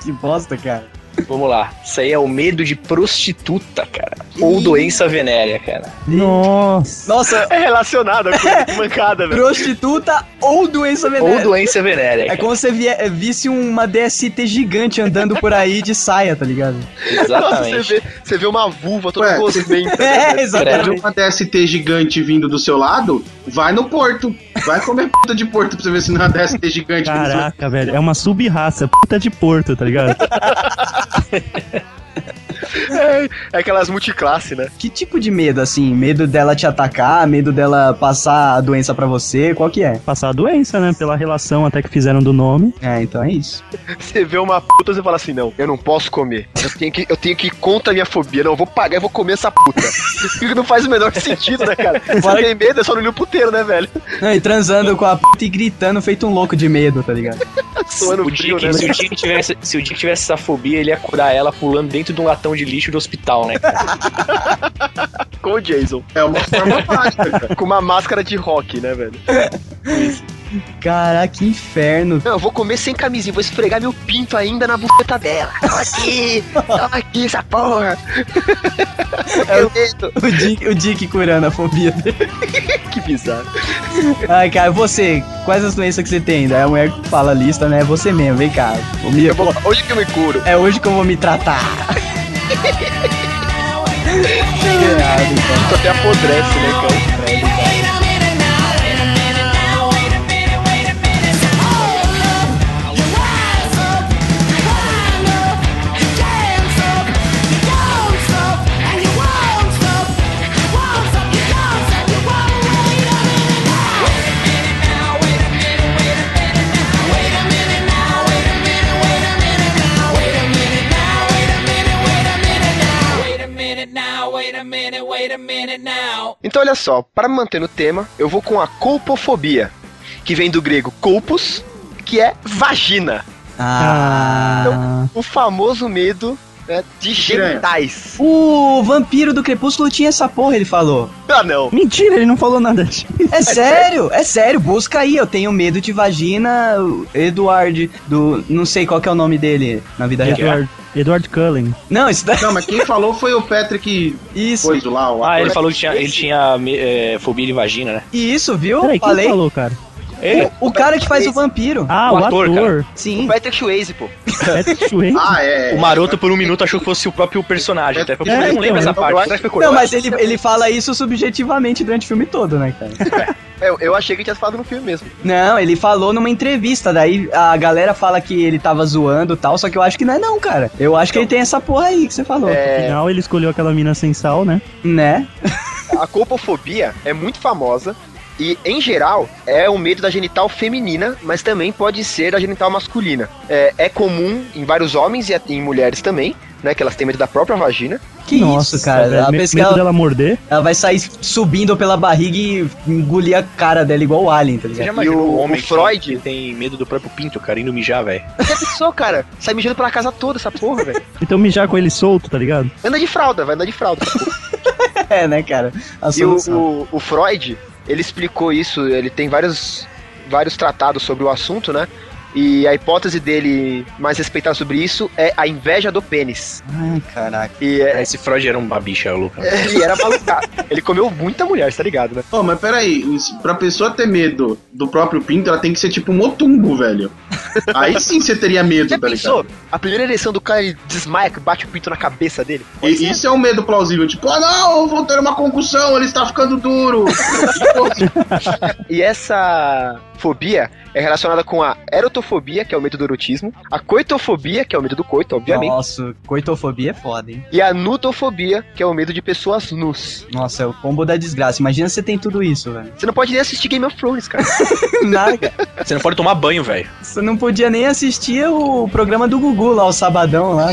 Speaker 1: Que bosta, cara.
Speaker 3: Vamos lá. Isso aí é o medo de prostituta, cara. Ou doença venérea, cara.
Speaker 7: Nossa.
Speaker 1: Nossa,
Speaker 4: É relacionado a coisa de
Speaker 3: (laughs)
Speaker 4: mancada, velho.
Speaker 1: prostituta ou doença
Speaker 3: Ou
Speaker 1: venérea.
Speaker 3: doença venérea.
Speaker 1: É
Speaker 3: Cara.
Speaker 1: como se você vie- visse uma DST gigante andando por aí de saia, tá (laughs) ligado?
Speaker 4: Nossa, você
Speaker 3: Exatamente.
Speaker 4: vê, você vê uma vulva toda
Speaker 2: Ué,
Speaker 4: gosmenta.
Speaker 1: É,
Speaker 2: Se
Speaker 1: exatamente.
Speaker 2: uma DST gigante vindo do seu lado, vai no porto. Vai comer puta de porto pra você ver se não é uma DST gigante. vindo do seu lado.
Speaker 7: Caraca, velho. É uma sub-raça. Puta de porto, tá ligado?
Speaker 4: É aquelas multiclasse, né?
Speaker 1: Que tipo de medo, assim? Medo dela te atacar? Medo dela passar a doença pra você? Qual que é?
Speaker 7: Passar a doença, né? Pela relação até que fizeram do nome.
Speaker 1: É, então é isso.
Speaker 4: Você vê uma puta, você fala assim, não, eu não posso comer. Eu tenho que, eu tenho que ir contra a minha fobia. Não, eu vou pagar e vou comer essa puta. Isso não faz o menor sentido, né, cara? Você tem medo, é só não ir no puteiro, né, velho?
Speaker 1: Não, e transando com a puta e gritando feito um louco de medo, tá ligado?
Speaker 4: Suando
Speaker 3: O
Speaker 4: frio,
Speaker 3: Dick,
Speaker 4: né?
Speaker 3: se, o Dick tivesse, se o Dick tivesse essa fobia, ele ia curar ela pulando dentro de um latão de lixo do hospital, né? cara?
Speaker 4: Com o Jason.
Speaker 2: É uma forma mágica, cara.
Speaker 4: Com uma máscara de rock, né, velho?
Speaker 1: Caraca, que inferno.
Speaker 4: Não, eu vou comer sem camisinha, vou esfregar meu pinto ainda na buceta dela. Toma aqui, toma aqui, essa porra. Eu medo.
Speaker 1: O Dick, o Dick curando a fobia dele.
Speaker 4: (laughs) Que bizarro.
Speaker 1: Ai, cara, você, quais as doenças que você tem? Daí a mulher fala a lista, né? É Você mesmo, vem cá. Ô, minha
Speaker 4: Eu vou, hoje que eu me curo.
Speaker 1: É hoje que eu vou me
Speaker 4: (laughs)
Speaker 1: tratar.
Speaker 4: Isso até apodrece, né, cara? Então, olha só, para manter no tema, eu vou com a colpofobia, que vem do grego colpos, que é vagina. Então,
Speaker 1: Ah.
Speaker 4: O famoso medo né, de
Speaker 2: Piranha.
Speaker 4: genitais.
Speaker 1: O vampiro do Crepúsculo tinha essa porra, ele falou.
Speaker 4: Ah, não.
Speaker 7: Mentira, ele não falou nada.
Speaker 1: É sério, é sério, busca aí. Eu tenho medo de vagina, o Edward, do. Não sei qual que é o nome dele na vida real.
Speaker 7: Edward, Edward Cullen.
Speaker 1: Não, isso daí.
Speaker 2: Não, mas quem falou foi o Patrick
Speaker 1: Isso.
Speaker 2: Coiso lá, o
Speaker 3: Ah, ele
Speaker 2: ator.
Speaker 3: falou que tinha, ele tinha me- é, fobia de vagina, né?
Speaker 1: E isso, viu?
Speaker 7: Peraí, quem
Speaker 1: Falei.
Speaker 7: falou, cara?
Speaker 3: Ele,
Speaker 1: O cara que faz o vampiro.
Speaker 7: Ah,
Speaker 3: O
Speaker 7: o,
Speaker 3: ator,
Speaker 7: ator.
Speaker 1: Sim.
Speaker 4: Patrick Swayze, pô.
Speaker 7: Patrick Swayze.
Speaker 1: (laughs)
Speaker 2: Ah, é.
Speaker 3: o maroto por um minuto achou que fosse o próprio personagem. Até porque
Speaker 7: É,
Speaker 3: eu não
Speaker 7: então,
Speaker 3: lembro essa
Speaker 7: eu
Speaker 3: parte. Será que foi
Speaker 1: Não,
Speaker 3: cortado?
Speaker 4: é,
Speaker 1: mas ele, ele fala isso subjetivamente durante o filme todo, né, cara?
Speaker 4: Eu, eu achei que tinha falado no filme mesmo.
Speaker 1: Não, ele falou numa entrevista, daí a galera fala que ele tava zoando e tal, só que eu acho que não é não, cara. Eu acho que ele
Speaker 7: Então
Speaker 1: tem essa porra aí que você falou,
Speaker 7: Afinal, ele escolheu aquela mina sem sal, né?
Speaker 1: né?
Speaker 4: A colpofobia é muito famosa e, em geral, é o medo da genital feminina, mas também pode ser da genital masculina. É, é comum em vários homens e a- em mulheres também, né? Que elas têm medo da própria vagina.
Speaker 1: Que
Speaker 7: Nossa,
Speaker 1: isso, cara.
Speaker 7: velho.
Speaker 1: Ela
Speaker 7: Me-
Speaker 1: pensa que
Speaker 7: medo
Speaker 1: ela,
Speaker 7: dela morder.
Speaker 1: ela vai sair subindo pela barriga e engolir a cara dela igual o Alien, tá
Speaker 3: Você já
Speaker 1: ligado?
Speaker 3: imaginou
Speaker 4: o-
Speaker 3: um homem
Speaker 4: o
Speaker 3: que
Speaker 4: Freud?
Speaker 3: tem- tem medo do próprio pinto, cara, indo mijar, velho?
Speaker 4: Já pensou, cara? Sai mijando pela casa toda essa porra, velho.
Speaker 7: Então mijar com ele solto, tá ligado?
Speaker 4: Anda de fralda, vai andar de fralda.
Speaker 1: (laughs) É, né, cara? A
Speaker 4: E o,
Speaker 1: solução.
Speaker 4: o, o Freud, ele explicou isso, ele tem vários, vários tratados sobre o assunto, né? E a hipótese dele mais respeitada sobre isso é a inveja do pênis.
Speaker 1: Ai, caraca.
Speaker 4: E é, (laughs)
Speaker 3: Esse Freud era uma bicha louca.
Speaker 4: ele era malucado. ele comeu muita mulher, tá ligado, né?
Speaker 2: Ô, mas peraí, isso- pra pessoa ter medo do próprio pinto, ela tem que ser tipo um motumbo, velho. Aí sim você teria medo,
Speaker 4: Já
Speaker 2: tá
Speaker 4: pensou?
Speaker 2: ligado?
Speaker 4: A primeira eleição do cara, ele desmaia, que bate o pinto na cabeça dele.
Speaker 2: E, isso é um medo plausível, tipo, ah não, eu vou Tipo, ter uma concussão, ele está ficando duro.
Speaker 4: E essa fobia é relacionada com a erotofobia, que é o medo do erotismo, a coitofobia, que é o medo do coito, obviamente,
Speaker 1: Nossa, coitofobia é foda, hein?
Speaker 4: e a nudofobia, que é o medo de pessoas nus.
Speaker 1: Nossa, é o combo da desgraça. Imagina você tem tudo isso,
Speaker 4: (laughs)
Speaker 1: velho.
Speaker 4: Você não pode nem assistir Game of Thrones, cara.
Speaker 1: Nada.
Speaker 3: Você não pode tomar banho, velho.
Speaker 1: Você não podia nem assistir o programa do Gugu lá, o Sabadão lá.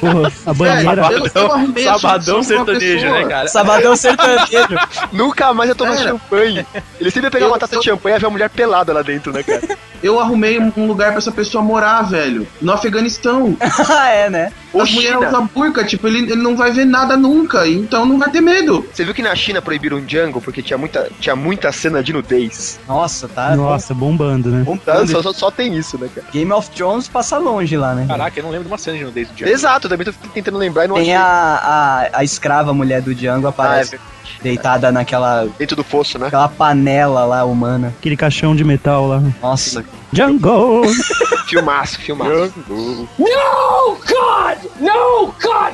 Speaker 7: Porra, a banheira.
Speaker 2: Velho, eu, eu arrumei a
Speaker 3: (laughs) Sabadão
Speaker 2: solução pra uma
Speaker 3: sertanejo,
Speaker 2: pessoa.
Speaker 3: né, cara?
Speaker 1: Sabadão sertanejo.
Speaker 4: (laughs) Nunca mais eu tomo
Speaker 2: Cara.
Speaker 4: champanhe. Ele sempre pegava
Speaker 2: Eu-
Speaker 4: uma taça
Speaker 2: eu-
Speaker 4: de champanhe e vê uma mulher pelada lá dentro, né, cara?
Speaker 2: Eu arrumei um um lugar pra essa pessoa morar, velho. No
Speaker 1: (laughs)
Speaker 2: Afeganistão.
Speaker 1: ah, é, né?
Speaker 4: Ô,
Speaker 2: As mulheres
Speaker 4: China.
Speaker 2: usam burca, tipo, ele, ele não vai ver nada nunca. Então não vai ter medo.
Speaker 4: Você viu que na China proibiram Django porque tinha muita, tinha muita cena de nudez?
Speaker 1: Nossa, tá.
Speaker 7: Nossa, bombando, né?
Speaker 4: Tá? Só,
Speaker 1: Bombando.
Speaker 4: só, só tem isso, né, cara?
Speaker 1: Game of Thrones passa longe lá, né?
Speaker 3: Caraca, eu não lembro de uma cena de nudez do dia.
Speaker 4: Exato, também tô tentando lembrar e não
Speaker 1: Tem
Speaker 4: achei.
Speaker 1: a, a, a escrava mulher do Django
Speaker 4: Ah, é
Speaker 1: aparece
Speaker 4: verdade.
Speaker 1: deitada naquela
Speaker 4: dentro do
Speaker 1: (laughs)
Speaker 4: fosso, né?
Speaker 1: aquela panela lá humana.
Speaker 7: Aquele caixão de metal lá.
Speaker 1: Nossa,
Speaker 7: Django!
Speaker 4: Filmaço, filmaço.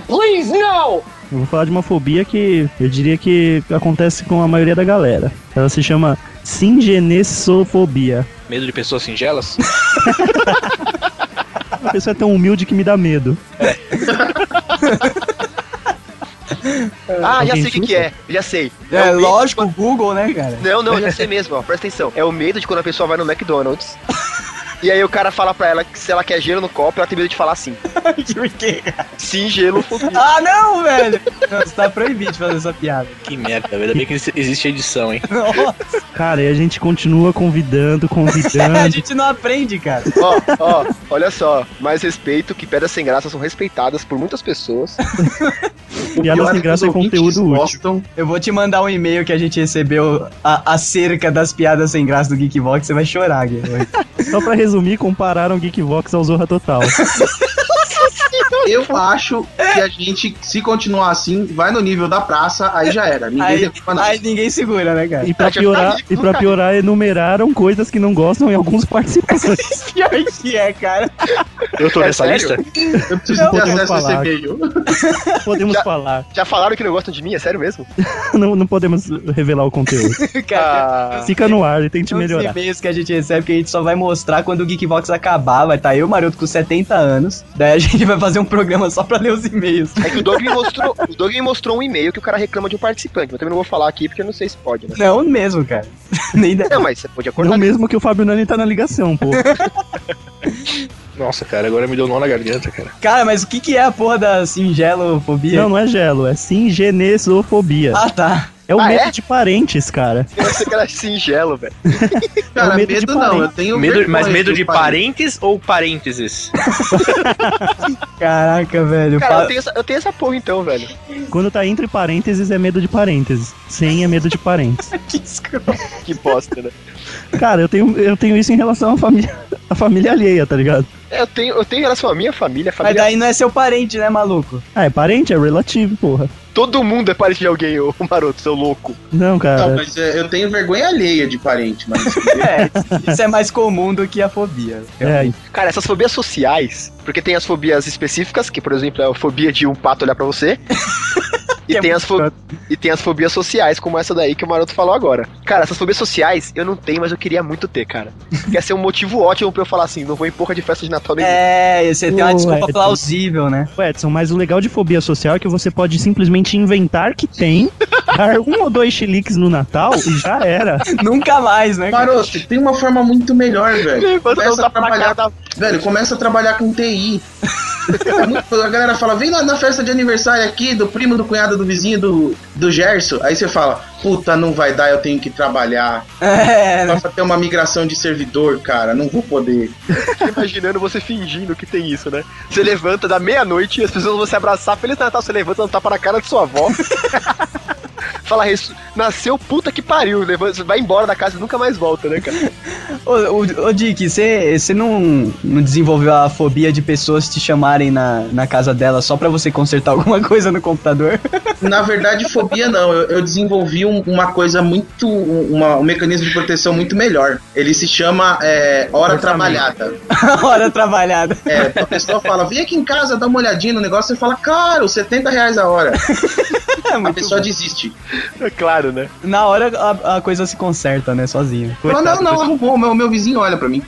Speaker 7: Eu vou falar de uma fobia que eu diria que acontece com a maioria da galera. Ela se chama singenessofobia.
Speaker 3: Medo de pessoas singelas?
Speaker 7: A pessoa é tão humilde que me dá medo.
Speaker 4: Ah, já
Speaker 7: Alguém
Speaker 4: sei o que,
Speaker 7: chuta?
Speaker 4: que é. Já sei.
Speaker 1: é,
Speaker 4: o medo-
Speaker 1: lógico, o Google, né, cara? (laughs)
Speaker 4: Não, não, já sei mesmo, ó. Presta atenção. É o medo de quando a pessoa vai no McDonald's. (laughs) E aí o cara fala pra ela que se ela quer gelo no copo, ela tem medo de falar sim.
Speaker 1: Por quê?
Speaker 4: Sim, gelo, fobia.
Speaker 1: Ah, não, velho! Não, você tá proibido de fazer essa piada.
Speaker 3: que merda, velho. Ainda bem que existe edição, hein?
Speaker 1: (laughs) Nossa,
Speaker 7: Cara, e a gente continua convidando,
Speaker 1: (laughs) é, a
Speaker 7: convidando.
Speaker 1: gente não aprende, cara.
Speaker 4: Ó, ó, olha só. Mais respeito, que pedras sem graça são respeitadas por muitas pessoas.
Speaker 2: O
Speaker 7: Piada
Speaker 2: pior
Speaker 7: sem
Speaker 2: que
Speaker 7: graça
Speaker 2: os
Speaker 7: é conteúdo
Speaker 2: ouvintes
Speaker 7: útil.
Speaker 2: gostam.
Speaker 1: Eu vou te mandar um e-mail que a gente recebeu a- acerca das piadas sem graça do Geekbox, você vai chorar, Guilherme.
Speaker 7: Só pra resumir, compararam Geekvox ao Zorra Total.
Speaker 2: Eu acho que a gente, se continuar assim, vai no nível da praça, aí já era. Ninguém
Speaker 1: (laughs) Aí,
Speaker 2: derruba nada.
Speaker 1: aí ninguém segura, né, cara?
Speaker 7: E pra
Speaker 4: Ah, já tá
Speaker 7: piorar,
Speaker 4: rico,
Speaker 7: e pra
Speaker 4: cara.
Speaker 7: piorar enumeraram coisas que não gostam em alguns participantes.
Speaker 1: Pior que é, cara.
Speaker 3: Eu tô
Speaker 4: É
Speaker 3: nessa
Speaker 4: sério?
Speaker 3: lista?
Speaker 2: Eu preciso ter
Speaker 7: podemos
Speaker 2: acesso a esse
Speaker 7: falar. É
Speaker 2: e-mail.
Speaker 7: Podemos
Speaker 4: Já-
Speaker 7: falar,
Speaker 4: Já falaram que não gostam de mim? É
Speaker 3: (laughs)
Speaker 4: sério mesmo?
Speaker 7: (laughs) não, não podemos revelar o conteúdo.
Speaker 1: cara
Speaker 4: Ah,
Speaker 7: Fica no ar e tente
Speaker 1: tem uns
Speaker 7: melhorar.
Speaker 1: e-mails que a gente recebe que a gente só vai mostrar quando o Geekbox acabar. Vai tá eu, Maroto, com 70 anos. Daí a (laughs) gente vai fazer um programa só pra ler os e-mails.
Speaker 4: é que o Doug me mostrou, o Doug me mostrou um e-mail que o cara reclama de um participante, mas também não vou falar aqui porque eu não sei se pode, né?
Speaker 1: Não mesmo, cara. (laughs) Nem da...
Speaker 4: Não, mas você pode acordar.
Speaker 7: Não mesmo que o Fábio Nani tá na ligação, pô.
Speaker 3: Nossa, cara, agora me deu nó na garganta, cara.
Speaker 1: Cara, mas o que que é a porra da singelofobia?
Speaker 7: Não, não é gelo, é singenessofobia.
Speaker 1: Ah, tá.
Speaker 7: É o
Speaker 4: Ah,
Speaker 7: medo
Speaker 4: é?
Speaker 7: de parentes, cara.
Speaker 4: Eu pensei que era singelo, velho.
Speaker 2: Cara,
Speaker 7: medo de
Speaker 2: medo não,
Speaker 7: parente.
Speaker 2: eu tenho
Speaker 3: Medo, mas
Speaker 2: vergonha
Speaker 3: medo
Speaker 2: dos
Speaker 3: de parentes ou parênteses?
Speaker 1: Caraca, velho.
Speaker 4: Cara, eu
Speaker 1: Pa-
Speaker 4: tenho, essa, eu tenho essa porra então, velho.
Speaker 7: Quando tá entre parênteses é medo de parênteses. Sem é medo
Speaker 2: (laughs)
Speaker 7: de parentes.
Speaker 1: que escroto.
Speaker 4: Que bosta, né?
Speaker 7: Cara, eu tenho, eu tenho isso em relação à família, (laughs) à família alheia, tá ligado?
Speaker 4: É, Eu tenho, eu tenho em relação à minha família, a
Speaker 1: Mas
Speaker 4: família.
Speaker 1: daí não é seu parente, né, maluco?
Speaker 7: Ah, é parente? É relativo, porra.
Speaker 4: Todo mundo é parente de alguém, ô (laughs) maroto, seu louco.
Speaker 7: Não, cara.
Speaker 2: Não, mas é, eu tenho vergonha alheia de parente,
Speaker 7: (laughs)
Speaker 2: mas.
Speaker 1: É, (laughs) isso é mais comum do que a fobia.
Speaker 7: É,
Speaker 4: Cara, essas fobias sociais, porque tem as fobias específicas, que por exemplo é a fobia de um pato olhar
Speaker 1: (laughs)
Speaker 4: pra você.
Speaker 1: Que
Speaker 4: E
Speaker 1: é
Speaker 4: tem, as fo- e tem as fobias sociais, como essa daí que o Maroto falou agora. Cara, essas fobias sociais eu não tenho, mas eu queria muito ter,
Speaker 1: (laughs)
Speaker 4: cara. Ia ser um motivo ótimo pra eu falar assim: não vou em porra de festa de Natal (laughs) nenhuma.
Speaker 1: É, você tem uma
Speaker 7: Ué,
Speaker 1: desculpa
Speaker 7: tu-
Speaker 1: plausível, né? (laughs)
Speaker 7: Ô, Edson, mas o legal de fobia social é que você pode simplesmente inventar que tem, (laughs) dar um ou dois chiliques no Natal e já era.
Speaker 1: Nunca mais, né? cara?
Speaker 2: Maroto, tem uma forma muito melhor, velho.
Speaker 4: Enquanto não
Speaker 2: Começa
Speaker 4: dá
Speaker 2: a
Speaker 4: pra
Speaker 2: trabalhar
Speaker 4: cara da-
Speaker 2: Velho, começa a trabalhar com TI. É muito- (laughs) a galera fala, vem na, na festa de aniversário aqui do primo, do cunhado, do vizinho, do, do Gerson. Aí você fala, puta, não vai dar, eu tenho que trabalhar.
Speaker 1: É, né?
Speaker 2: Nossa, ter uma migração de servidor, cara, não vou poder.
Speaker 4: Fico imaginando você fingindo que tem isso, né? Você levanta da meia-noite e as pessoas vão se abraçar. Feliz Natal, você levanta, dá um tapa na cara de sua avó. (laughs) Fala isso, nasceu puta que pariu, levanta, você vai embora da casa e nunca mais volta, né, cara?
Speaker 1: Ô, ô, ô Dick, você você não, não desenvolveu a (laughs) fobia de pessoas te chamarem na, na casa dela só pra você consertar alguma coisa no computador? (laughs)
Speaker 2: Na verdade, fobia não. Eu, eu desenvolvi um- uma coisa muito. um- uma- um mecanismo de proteção muito melhor. Ele se chama é, hora trabalhada.
Speaker 1: Hora trabalhada.
Speaker 2: É, a pessoa fala, vem aqui em casa, dá uma olhadinha no negócio, você fala, caro, R$ 70 reais
Speaker 1: (laughs)
Speaker 2: a hora.
Speaker 1: É
Speaker 2: a pessoa desiste.
Speaker 4: Claro, né?
Speaker 1: Na hora a, a coisa se conserta, né? Sozinha.
Speaker 2: Fala, não, não, arrumou, meu, meu vizinho olha pra mim.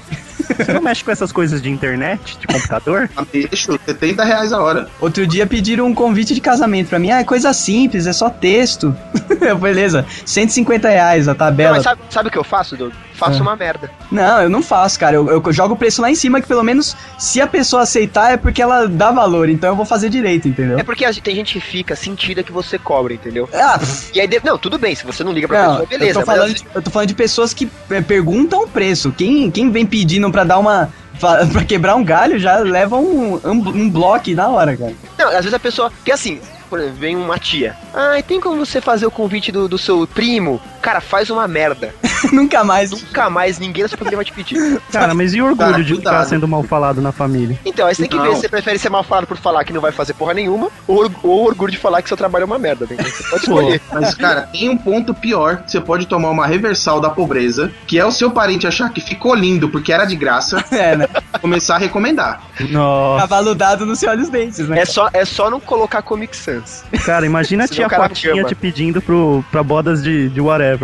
Speaker 5: Você não mexe com essas coisas de internet, de
Speaker 2: (laughs)
Speaker 5: computador?
Speaker 2: Ah, Deixa, R$ 70 reais a hora.
Speaker 1: Outro dia pediram um convite de casamento pra mim. Ah, é coisa simples, é só texto. (laughs) Eu, Beleza, 150 reais a
Speaker 4: Não,
Speaker 1: tabela.
Speaker 4: mas sabe, sabe o que eu faço, Doug?
Speaker 1: Ah.
Speaker 4: Faço uma merda.
Speaker 1: Não, eu não faço, cara. Eu, eu jogo o preço lá em cima, que pelo menos se a pessoa aceitar é porque ela dá valor. Então eu vou fazer direito, entendeu?
Speaker 4: É porque a gente- tem gente que fica sentida que você cobra, entendeu? (laughs)
Speaker 1: Ah, pff,
Speaker 4: E aí, de- não, tudo bem, se você não liga pra
Speaker 1: não,
Speaker 4: pessoa, é beleza.
Speaker 1: eu, tô falando
Speaker 4: mas, assim-
Speaker 1: de, eu tô falando de pessoas que eh, perguntam o preço. Quem, quem vem pedindo pra dar uma. fa- (laughs) pra quebrar um galho já leva um, um, um bloco na hora, cara. (laughs)
Speaker 4: não, às vezes a pessoa. Porque assim, por exemplo, vem uma tia. Ah, e tem como você fazer o convite do, do seu primo? Cara, faz uma merda.
Speaker 1: Nunca mais.
Speaker 4: Nunca mais ninguém da sua família vai te pedir.
Speaker 5: Cara, mas e o orgulho
Speaker 2: Cara,
Speaker 5: de ficar
Speaker 2: cuidado.
Speaker 5: sendo mal falado na família?
Speaker 4: Então, aí você tem que ver
Speaker 2: Não.
Speaker 4: se você prefere ser mal falado por falar que não vai fazer porra nenhuma, ou, org- ou o orgulho de falar que seu trabalho é uma merda. Né? Você pode escolher.
Speaker 2: Mas, cara, tem um ponto pior. que Você pode tomar uma reversal da pobreza, que é o seu parente achar que ficou lindo porque era
Speaker 1: (laughs)
Speaker 2: de graça,
Speaker 1: É, né?
Speaker 2: começar a recomendar.
Speaker 5: Nossa,
Speaker 1: Cavalo dado no seu olho os dentes, né?
Speaker 4: É só, é só não colocar Comic Sans.
Speaker 5: cara,
Speaker 2: (laughs)
Speaker 5: imagina a
Speaker 4: Senão
Speaker 5: tia
Speaker 4: o cara
Speaker 5: Patinha
Speaker 4: chama.
Speaker 5: te pedindo pro, pra bodas de, de whatever.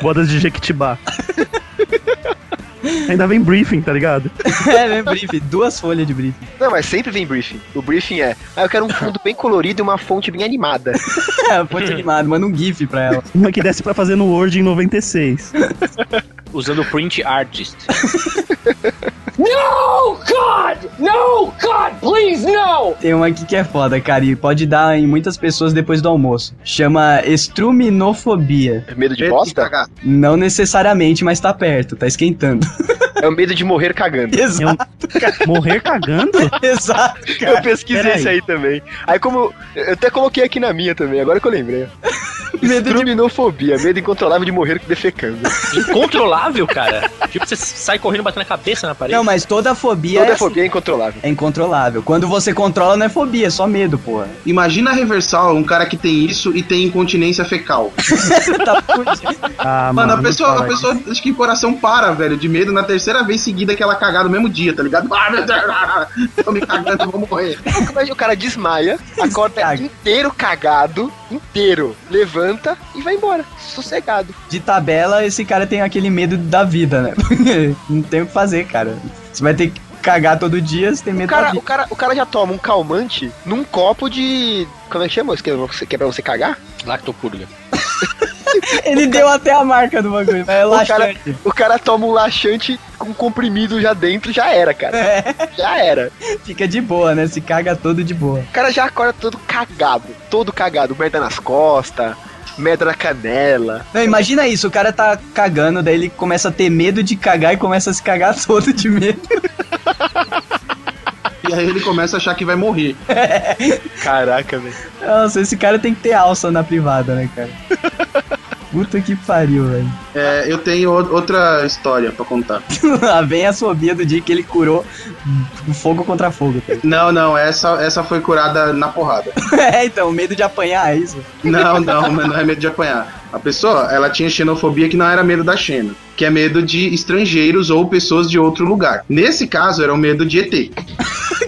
Speaker 5: Bodas de
Speaker 2: (laughs)
Speaker 5: Jequitibá. Ainda vem briefing, tá ligado?
Speaker 1: (laughs) É, né? Brief. Duas folhas de brief.
Speaker 4: Não, mas sempre vem briefing. O briefing é, ah, eu quero um fundo bem colorido e uma fonte bem animada.
Speaker 1: É, ponte animado, manda um GIF pra ela.
Speaker 5: Uma que desse pra fazer no Word em 96.
Speaker 3: Usando o print artist.
Speaker 1: Tem uma aqui que é foda, cara, e pode dar em muitas pessoas depois do almoço. Chama estruminofobia.
Speaker 4: É medo de
Speaker 2: Medo de
Speaker 4: bosta?
Speaker 2: cagar.
Speaker 1: Não necessariamente, mas tá perto, tá esquentando. (laughs)
Speaker 4: É o medo de morrer cagando.
Speaker 1: Exato,
Speaker 5: Morrer cagando?
Speaker 1: exato.
Speaker 4: (laughs) eu pesquisei
Speaker 5: peraí.
Speaker 4: isso aí também. Aí como. Eu até coloquei aqui na minha também, agora que eu lembrei.
Speaker 1: Medo de-
Speaker 4: Estruminofobia, medo incontrolável de morrer defecando.
Speaker 3: Incontrolável, cara. Tipo, você sai correndo batendo a cabeça na parede.
Speaker 1: Não, mas toda fobia
Speaker 4: Toda
Speaker 1: é, assim,
Speaker 4: fobia é incontrolável.
Speaker 1: é incontrolável. Quando você controla, não é fobia, é só medo, porra.
Speaker 2: Imagina a reversal, um cara que tem isso e tem incontinência fecal.
Speaker 1: Tá fudido.
Speaker 5: Ah,
Speaker 2: Mano, a
Speaker 5: não
Speaker 2: pessoa,
Speaker 5: fala
Speaker 2: a
Speaker 5: isso.
Speaker 2: pessoa acho que o coração para, velho, de medo na terceira vez seguida que ela cagar no mesmo dia, tá ligado? Ah, meu Deus, ah, ah, tô me cagando, eu vou morrer.
Speaker 4: Mas o
Speaker 1: (laughs)
Speaker 4: cara desmaia, acorda
Speaker 1: Caga.
Speaker 4: inteiro cagado, inteiro, levanta e vai embora, sossegado.
Speaker 1: De tabela, esse cara tem aquele medo da vida, né? (laughs) não tem o que fazer, cara. Você vai ter que cagar todo dia, você tem
Speaker 4: O
Speaker 1: medo da
Speaker 4: cara,
Speaker 1: vida.
Speaker 4: o, cara, o cara já toma um calmante num copo de. Como é que chama? isso Que é pra você- que é pra você cagar?
Speaker 3: Lactopurga.
Speaker 1: Ele deu até a marca do bagulho. É
Speaker 4: O cara,
Speaker 1: laxante.
Speaker 4: o cara toma um laxante com comprimido já dentro, já era, cara.
Speaker 1: É.
Speaker 4: Já era.
Speaker 1: Fica de boa, né? Se caga todo de boa.
Speaker 4: O cara já acorda todo cagado, todo cagado, merda nas costas, merda na canela.
Speaker 1: Não, imagina isso, o cara tá cagando, daí ele começa a ter medo de cagar e começa a se cagar (laughs) todo de medo.
Speaker 2: E aí ele começa a achar que vai morrer.
Speaker 4: Caraca, velho.
Speaker 1: Nossa, esse cara tem que ter alça na privada, né, cara? (laughs) Puta que pariu, velho. (laughs)
Speaker 2: É, eu tenho o- outra história pra contar.
Speaker 1: Lá vem a sobia do dia que ele curou hum, fogo contra fogo, cara.
Speaker 2: Não, não, essa, essa foi curada na porrada.
Speaker 1: (laughs) É, então, medo de apanhar, é isso. (laughs)
Speaker 2: Não, não, mas não é medo de apanhar. A pessoa, ela tinha xenofobia que não era medo da Xena, que é medo de estrangeiros ou pessoas de outro lugar. Nesse caso, era o medo de ET.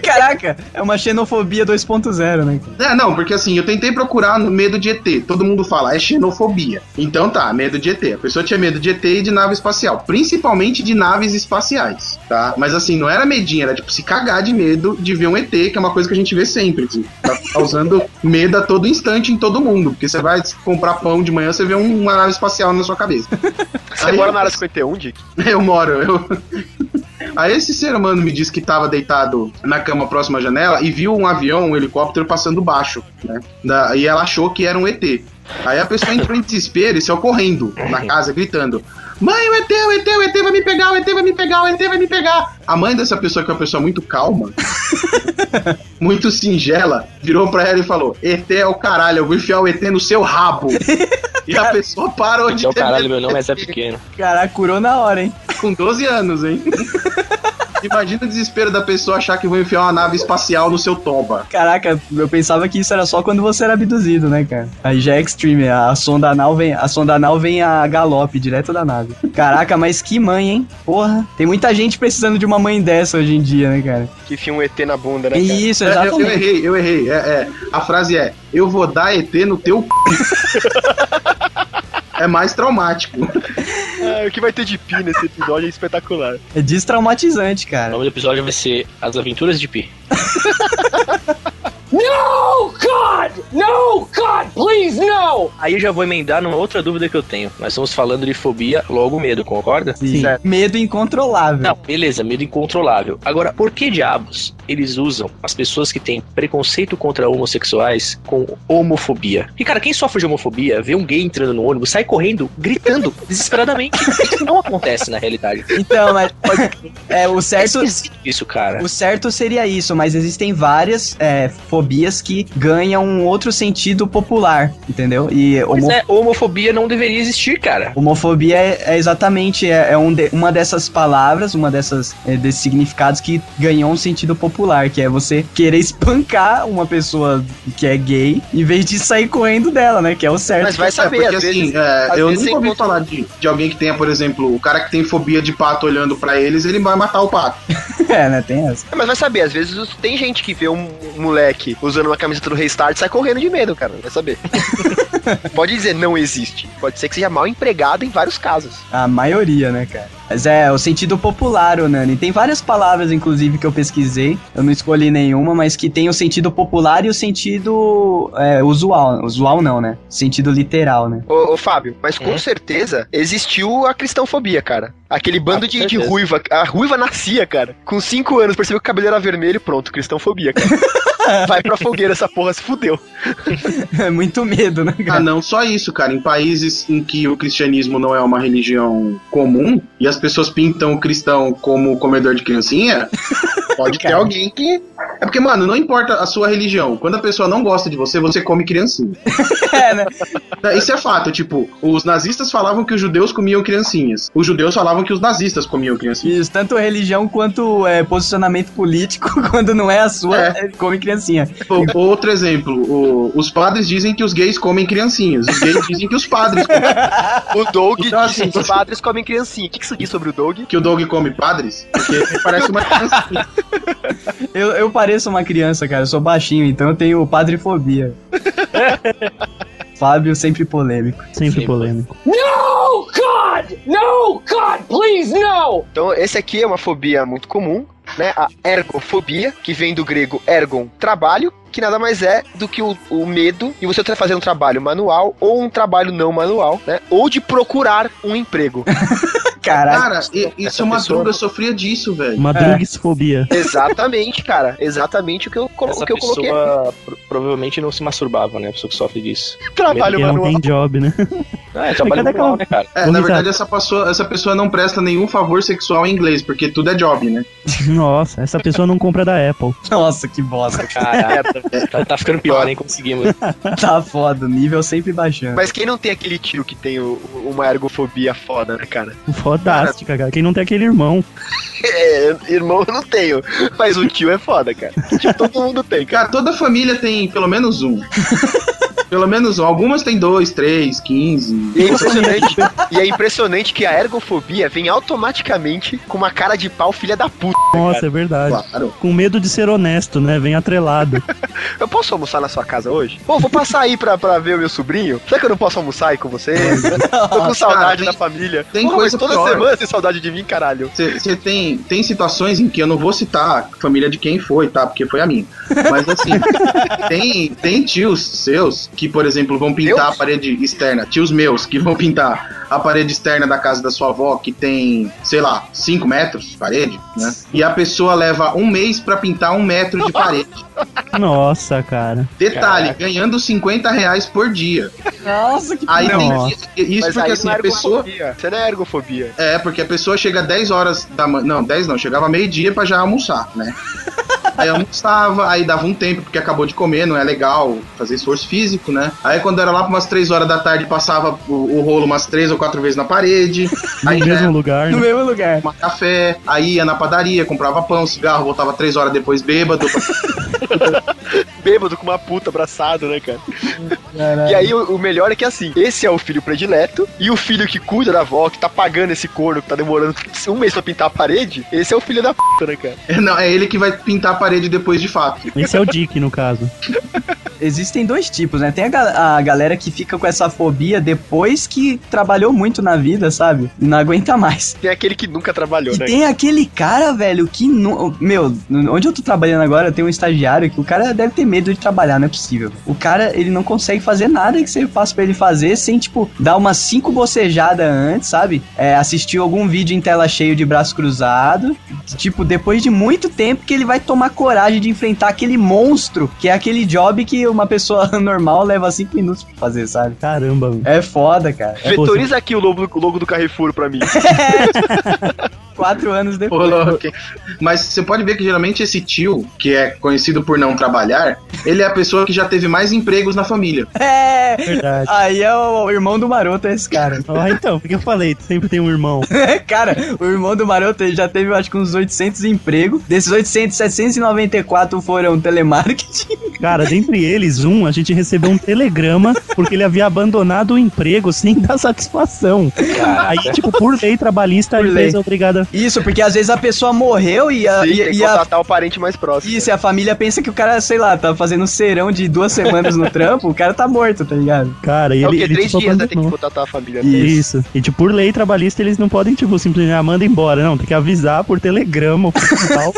Speaker 1: Caraca, é uma xenofobia 2.0, né? cara?
Speaker 2: É, não, porque assim, eu tentei procurar no medo de ET. Todo mundo fala, é xenofobia. Então tá, medo de ET. A pessoa tinha medo de ET e de nave espacial, principalmente de naves espaciais, tá? Mas assim, não era medinho, era tipo se cagar de medo de ver um ET, que é uma coisa que a gente vê sempre. Assim, tá causando medo a todo instante em todo mundo, porque você vai comprar pão de manhã, você vê um- uma nave espacial na sua cabeça.
Speaker 4: Você mora na área 51, Dick?
Speaker 2: (laughs) Eu moro, eu. (laughs) Aí esse ser humano me disse que estava deitado na cama próxima à janela e viu um avião, um helicóptero passando baixo, né? Da- e ela achou que era um ET. Aí a pessoa entrou em desespero e saiu correndo na casa, gritando: Mãe, o ET, o ET, o ET vai me pegar, o ET vai me pegar, o ET vai me pegar. A mãe dessa pessoa, que é uma pessoa muito calma, muito singela, virou pra ela e falou: ET é o caralho, eu vou enfiar o ET no seu rabo. E a pessoa parou de
Speaker 3: Então,
Speaker 2: ter
Speaker 3: caralho,
Speaker 2: medo
Speaker 3: meu
Speaker 2: do
Speaker 3: nome é Zé
Speaker 2: ET
Speaker 3: Pequeno.
Speaker 4: (laughs)
Speaker 1: Caraca, curou na hora, hein?
Speaker 2: com 12 anos, hein? Imagina o desespero da pessoa achar que vão enfiar uma nave espacial no seu toba.
Speaker 1: Caraca, eu pensava que isso era só quando você era abduzido, né, cara? Aí já é extreme, a sonda anal vem, a sonda anal vem a galope direto da nave. Caraca, mas que mãe, hein? Porra, tem muita gente precisando de uma mãe dessa hoje em dia, né, cara?
Speaker 4: Que enfia um ET na bunda, né? cara?
Speaker 1: Isso,
Speaker 2: É, Eu, eu
Speaker 1: exatamente.
Speaker 2: errei, eu errei. É, é. A frase é: Eu vou dar ET no teu
Speaker 4: (laughs)
Speaker 2: c. É mais traumático.
Speaker 4: Ah, o que vai ter de pi nesse episódio é espetacular.
Speaker 1: É destraumatizante,
Speaker 3: O
Speaker 1: cara.
Speaker 3: nome do episódio vai ser As Aventuras de Pi. Aí eu já vou emendar numa outra dúvida que eu tenho. Nós estamos falando de fobia, logo medo, concorda?
Speaker 1: Sim. Medo incontrolável.
Speaker 3: Não, beleza, medo incontrolável. Agora, por que diabos eles usam as pessoas que têm preconceito contra homossexuais com homofobia? E, cara, quem sofre de homofobia vê um gay entrando no ônibus, sai correndo, gritando (laughs) desesperadamente. Isso não acontece na realidade.
Speaker 1: Então, mas é, o
Speaker 3: É
Speaker 1: certo
Speaker 3: esquisito isso, cara.
Speaker 1: O certo seria isso, mas existem várias é, fobias que ganham um outro sentido popular, entendeu? E
Speaker 3: Pois
Speaker 1: homo-
Speaker 3: é, homofobia não deveria existir, cara.
Speaker 1: homofobia é, é exatamente é, é um de- uma dessas palavras, uma dessas é, desses significados que ganhou um sentido popular, que é você querer espancar uma pessoa que é gay em vez de sair correndo dela, né? Que é o certo.
Speaker 4: Mas vai
Speaker 2: É,
Speaker 4: saber,
Speaker 2: porque
Speaker 4: às
Speaker 2: assim,
Speaker 4: vezes.
Speaker 2: é,
Speaker 4: às
Speaker 2: eu
Speaker 4: vezes
Speaker 2: nunca
Speaker 4: você
Speaker 2: ouvi
Speaker 4: encontra-
Speaker 2: falar de, de alguém que tenha, por exemplo, o cara que tem fobia de pato olhando pra eles, ele vai matar o pato.
Speaker 1: É, né? Tem essa.
Speaker 4: É, Mas vai saber, às vezes os- tem gente que vê um moleque usando uma camiseta do Restart e sai correndo de medo, cara. Vai (laughs) saber. Pode dizer não existe. Pode ser que seja mal empregado em vários casos.
Speaker 1: A maioria, né, cara? Mas é, o sentido popular, ô Nani. Tem várias palavras, inclusive, que eu pesquisei. Eu não escolhi nenhuma, mas que tem o sentido popular e o sentido é, usual. Usual não, né? Sentido literal, né? (laughs)
Speaker 4: Ô, ô, Fábio, mas com
Speaker 3: Hum?
Speaker 4: certeza existiu a cristãofobia, cara. Aquele bando
Speaker 3: Ah, com
Speaker 4: de, de
Speaker 3: certeza.
Speaker 4: ruiva. A ruiva nascia, cara. Com 5 anos, percebeu que o cabelo era vermelho, pronto, cristãofobia, cara. (laughs) Vai pra fogueira essa porra, se fudeu.
Speaker 1: É muito medo, né,
Speaker 2: Ah,
Speaker 1: cara?
Speaker 2: não, só isso, cara. Em países em que o cristianismo não é uma religião comum e as pessoas pintam o cristão como comedor de criancinha, pode ter
Speaker 1: Cara.
Speaker 2: alguém que. É porque, mano, não importa a sua religião. Quando a pessoa não gosta de você, você come criancinha.
Speaker 1: É, né?
Speaker 2: Isso é fato, tipo, os nazistas falavam que os judeus comiam criancinhas. Os judeus falavam que os nazistas comiam criancinhas.
Speaker 1: Isso, tanto religião quanto é, posicionamento político, (laughs) quando não é a sua,
Speaker 2: É.
Speaker 1: é, come criancinha.
Speaker 2: Ou- Tipo, Outro exemplo, o- os padres dizem que os gays comem criancinhas. Os gays dizem que os padres comem.
Speaker 4: O Doug
Speaker 2: Então,
Speaker 4: disse
Speaker 2: assim,
Speaker 4: que os padres comem criancinha. O que que isso diz sobre o Doug?
Speaker 2: Que o dog come padres? Porque parece uma criancinha.
Speaker 1: Eu, eu pareço uma criança, cara. Eu sou baixinho, então eu tenho padrefobia. (laughs) Fábio sempre polêmico.
Speaker 7: Sempre
Speaker 3: Sim,
Speaker 7: polêmico.
Speaker 4: Então, esse aqui é uma fobia muito comum, né? A ergofobia, que vem do grego ergon, trabalho, que nada mais é do que o, o medo de você tra- fazer um trabalho manual ou um trabalho não manual, né? Ou de procurar um emprego.
Speaker 1: Caraca.
Speaker 2: Cara, e- isso
Speaker 4: Essa
Speaker 2: é uma
Speaker 4: pessoa-
Speaker 2: droga, eu sofria disso, velho. É.
Speaker 7: Madrugsfobia.
Speaker 4: exatamente, cara. Exatamente o que eu, colo-
Speaker 3: Essa
Speaker 4: o que eu coloquei.
Speaker 3: pessoa pro- provavelmente não se masturbava, né? A pessoa que sofre disso.
Speaker 4: Trabalho
Speaker 7: Porque
Speaker 5: um
Speaker 7: não
Speaker 4: manual.
Speaker 7: tem job,
Speaker 5: (laughs)
Speaker 7: né?
Speaker 3: Ah, é trabalho
Speaker 7: Cadê
Speaker 3: manual,
Speaker 7: aquela-
Speaker 3: né, cara?
Speaker 2: É,
Speaker 7: Ô,
Speaker 2: na
Speaker 7: Ricardo.
Speaker 2: verdade, essa pessoa, essa pessoa não presta nenhum favor sexual em inglês, porque tudo é job, né?
Speaker 7: Nossa, essa pessoa não compra da Apple.
Speaker 1: Nossa, que bosta.
Speaker 3: (laughs) Caraca, tá, tá ficando pior, hein? Conseguimos.
Speaker 1: Tá foda, o nível sempre baixando.
Speaker 4: Mas quem não tem aquele tio que tem o- uma ergofobia foda, né, cara?
Speaker 7: Fodástica, cara. Quem não tem aquele irmão.
Speaker 4: É, irmão, eu não tenho. Mas o tio é foda, cara. Tio todo mundo tem, cara.
Speaker 2: Cara, toda família tem pelo menos
Speaker 4: (laughs)
Speaker 2: um. pelo menos um. Algumas tem dois, três, quinze.
Speaker 4: E é impressionante, e é impressionante que a ergofobia vem automaticamente com uma cara de pau filha da puta.
Speaker 7: Nossa, é verdade.
Speaker 2: Claro.
Speaker 7: Com medo de ser honesto, né? Vem
Speaker 4: (laughs)
Speaker 7: atrelado.
Speaker 4: Eu posso almoçar na sua casa hoje? Pô, vou passar aí pra, pra ver o meu sobrinho. Será que eu não posso almoçar aí com você? Tô com saudade
Speaker 2: tem-
Speaker 4: da família.
Speaker 2: tem
Speaker 4: Porra,
Speaker 2: coisa
Speaker 4: mas toda
Speaker 2: pior.
Speaker 4: semana tem saudade de mim, caralho.
Speaker 2: Você tem, tem situações em que eu não vou citar a família de quem foi, tá? Porque foi a minha. Mas assim, tem, tem tios seus que, por exemplo, vão pintar
Speaker 4: Meus?
Speaker 2: a parede externa. Tios meus que vão pintar a parede externa da casa da sua avó, que tem, sei lá, 5 metros de parede, né? E a pessoa leva um mês pra pintar um metro de parede.
Speaker 7: Nossa, cara.
Speaker 2: Detalhe,
Speaker 3: Caraca.
Speaker 2: ganhando 50 reais por dia.
Speaker 1: Nossa, que
Speaker 2: Aí tem
Speaker 7: Nossa.
Speaker 2: dia- Isso porque assim, a pessoa.
Speaker 4: Você não é ergofobia.
Speaker 2: (laughs) É, porque a pessoa chega 10 horas da manhã. Não, 10 não, chegava meio-dia pra já almoçar, né? Aí almoçava, aí dava um tempo, porque acabou de comer, não é legal fazer esforço físico, né? Aí quando era lá pra umas 3 horas da tarde, passava o, o rolo umas 3 ou 4 vezes na (laughs) parede.
Speaker 7: No
Speaker 4: é.
Speaker 2: Aí já
Speaker 7: mesmo
Speaker 2: era
Speaker 1: (laughs)
Speaker 7: lugar,
Speaker 1: No
Speaker 7: né?
Speaker 1: mesmo lugar.
Speaker 2: tomar café, aí ia na padaria, comprava pão, cigarro, voltava 3 horas depois (laughs) bêbado.
Speaker 4: Bêbado com uma puta abraçado, né, cara?
Speaker 1: Caralho.
Speaker 4: E aí o, o melhor é que assim, esse é o filho predileto, e o filho que cuida da avó, que tá pagando esse corno, que tá demorando um mês pra pintar a parede, esse é o filho da puta, né, cara?
Speaker 2: Não, é ele que vai pintar a parede depois de fato.
Speaker 7: Esse é o Dick, no caso.
Speaker 1: Existem dois tipos, né? Tem a, ga- a galera que fica com essa fobia depois que trabalhou muito na vida, sabe? E não aguenta mais.
Speaker 4: Tem aquele que nunca trabalhou,
Speaker 1: E
Speaker 4: né?
Speaker 1: tem aquele cara, velho, que não. Meu, onde eu tô trabalhando agora, tem um estagiário que o cara deve ter medo de trabalhar, não é possível. O cara, ele não consegue fazer nada que você faça pra ele fazer sem, tipo, dar umas cinco bocejadas antes, sabe? É, assistir algum vídeo em tela cheio de braço cruzado. Tipo, depois de muito tempo que ele vai tomar coragem de enfrentar aquele monstro, que é aquele job que uma pessoa (laughs) normal leva cinco minutos pra fazer, sabe?
Speaker 7: Caramba, velho.
Speaker 1: É foda, cara.
Speaker 4: Vetoriza aqui o logo, o logo do Carrefour pra mim.
Speaker 1: Quatro anos depois.
Speaker 2: Ô, louco. Mas você pode ver que geralmente esse tio, que é conhecido por não trabalhar, ele é a pessoa que já teve mais empregos na família.
Speaker 1: É!
Speaker 7: Verdade.
Speaker 1: Aí é o irmão do maroto, esse
Speaker 7: (laughs)
Speaker 1: cara.
Speaker 7: Ah, então, porque eu falei, sempre tem um irmão.
Speaker 1: Cara, o irmão do Maroto ele já teve, eu acho que uns 800 empregos. Desses 800, 794 foram telemarketing. (laughs)
Speaker 7: Cara, dentre eles, um, a gente recebeu um telegrama porque ele havia abandonado o emprego sem dar satisfação. Aí, tipo, por lei trabalhista, a
Speaker 1: Por
Speaker 7: empresa
Speaker 1: lei.
Speaker 7: é obrigada.
Speaker 1: Isso, porque às vezes a pessoa morreu e a,
Speaker 4: Sim,
Speaker 1: e,
Speaker 4: tem que
Speaker 1: e a,
Speaker 4: contratar o parente mais próximo. né?
Speaker 1: isso, e a família pensa que o cara, sei lá, tá fazendo um serão de duas semanas
Speaker 7: (laughs)
Speaker 1: no trampo, o cara tá morto, tá ligado?
Speaker 7: Cara, e
Speaker 4: É o
Speaker 7: ele,
Speaker 4: quê?
Speaker 7: ele
Speaker 4: Três
Speaker 7: tipo,
Speaker 4: dias né, tem que
Speaker 7: abandonou.
Speaker 4: contratar a família.
Speaker 1: E-
Speaker 7: Isso. E tipo, por lei trabalhista, eles não podem, tipo, simplesmente, ah, manda embora. Não, tem que avisar por telegrama, por tal.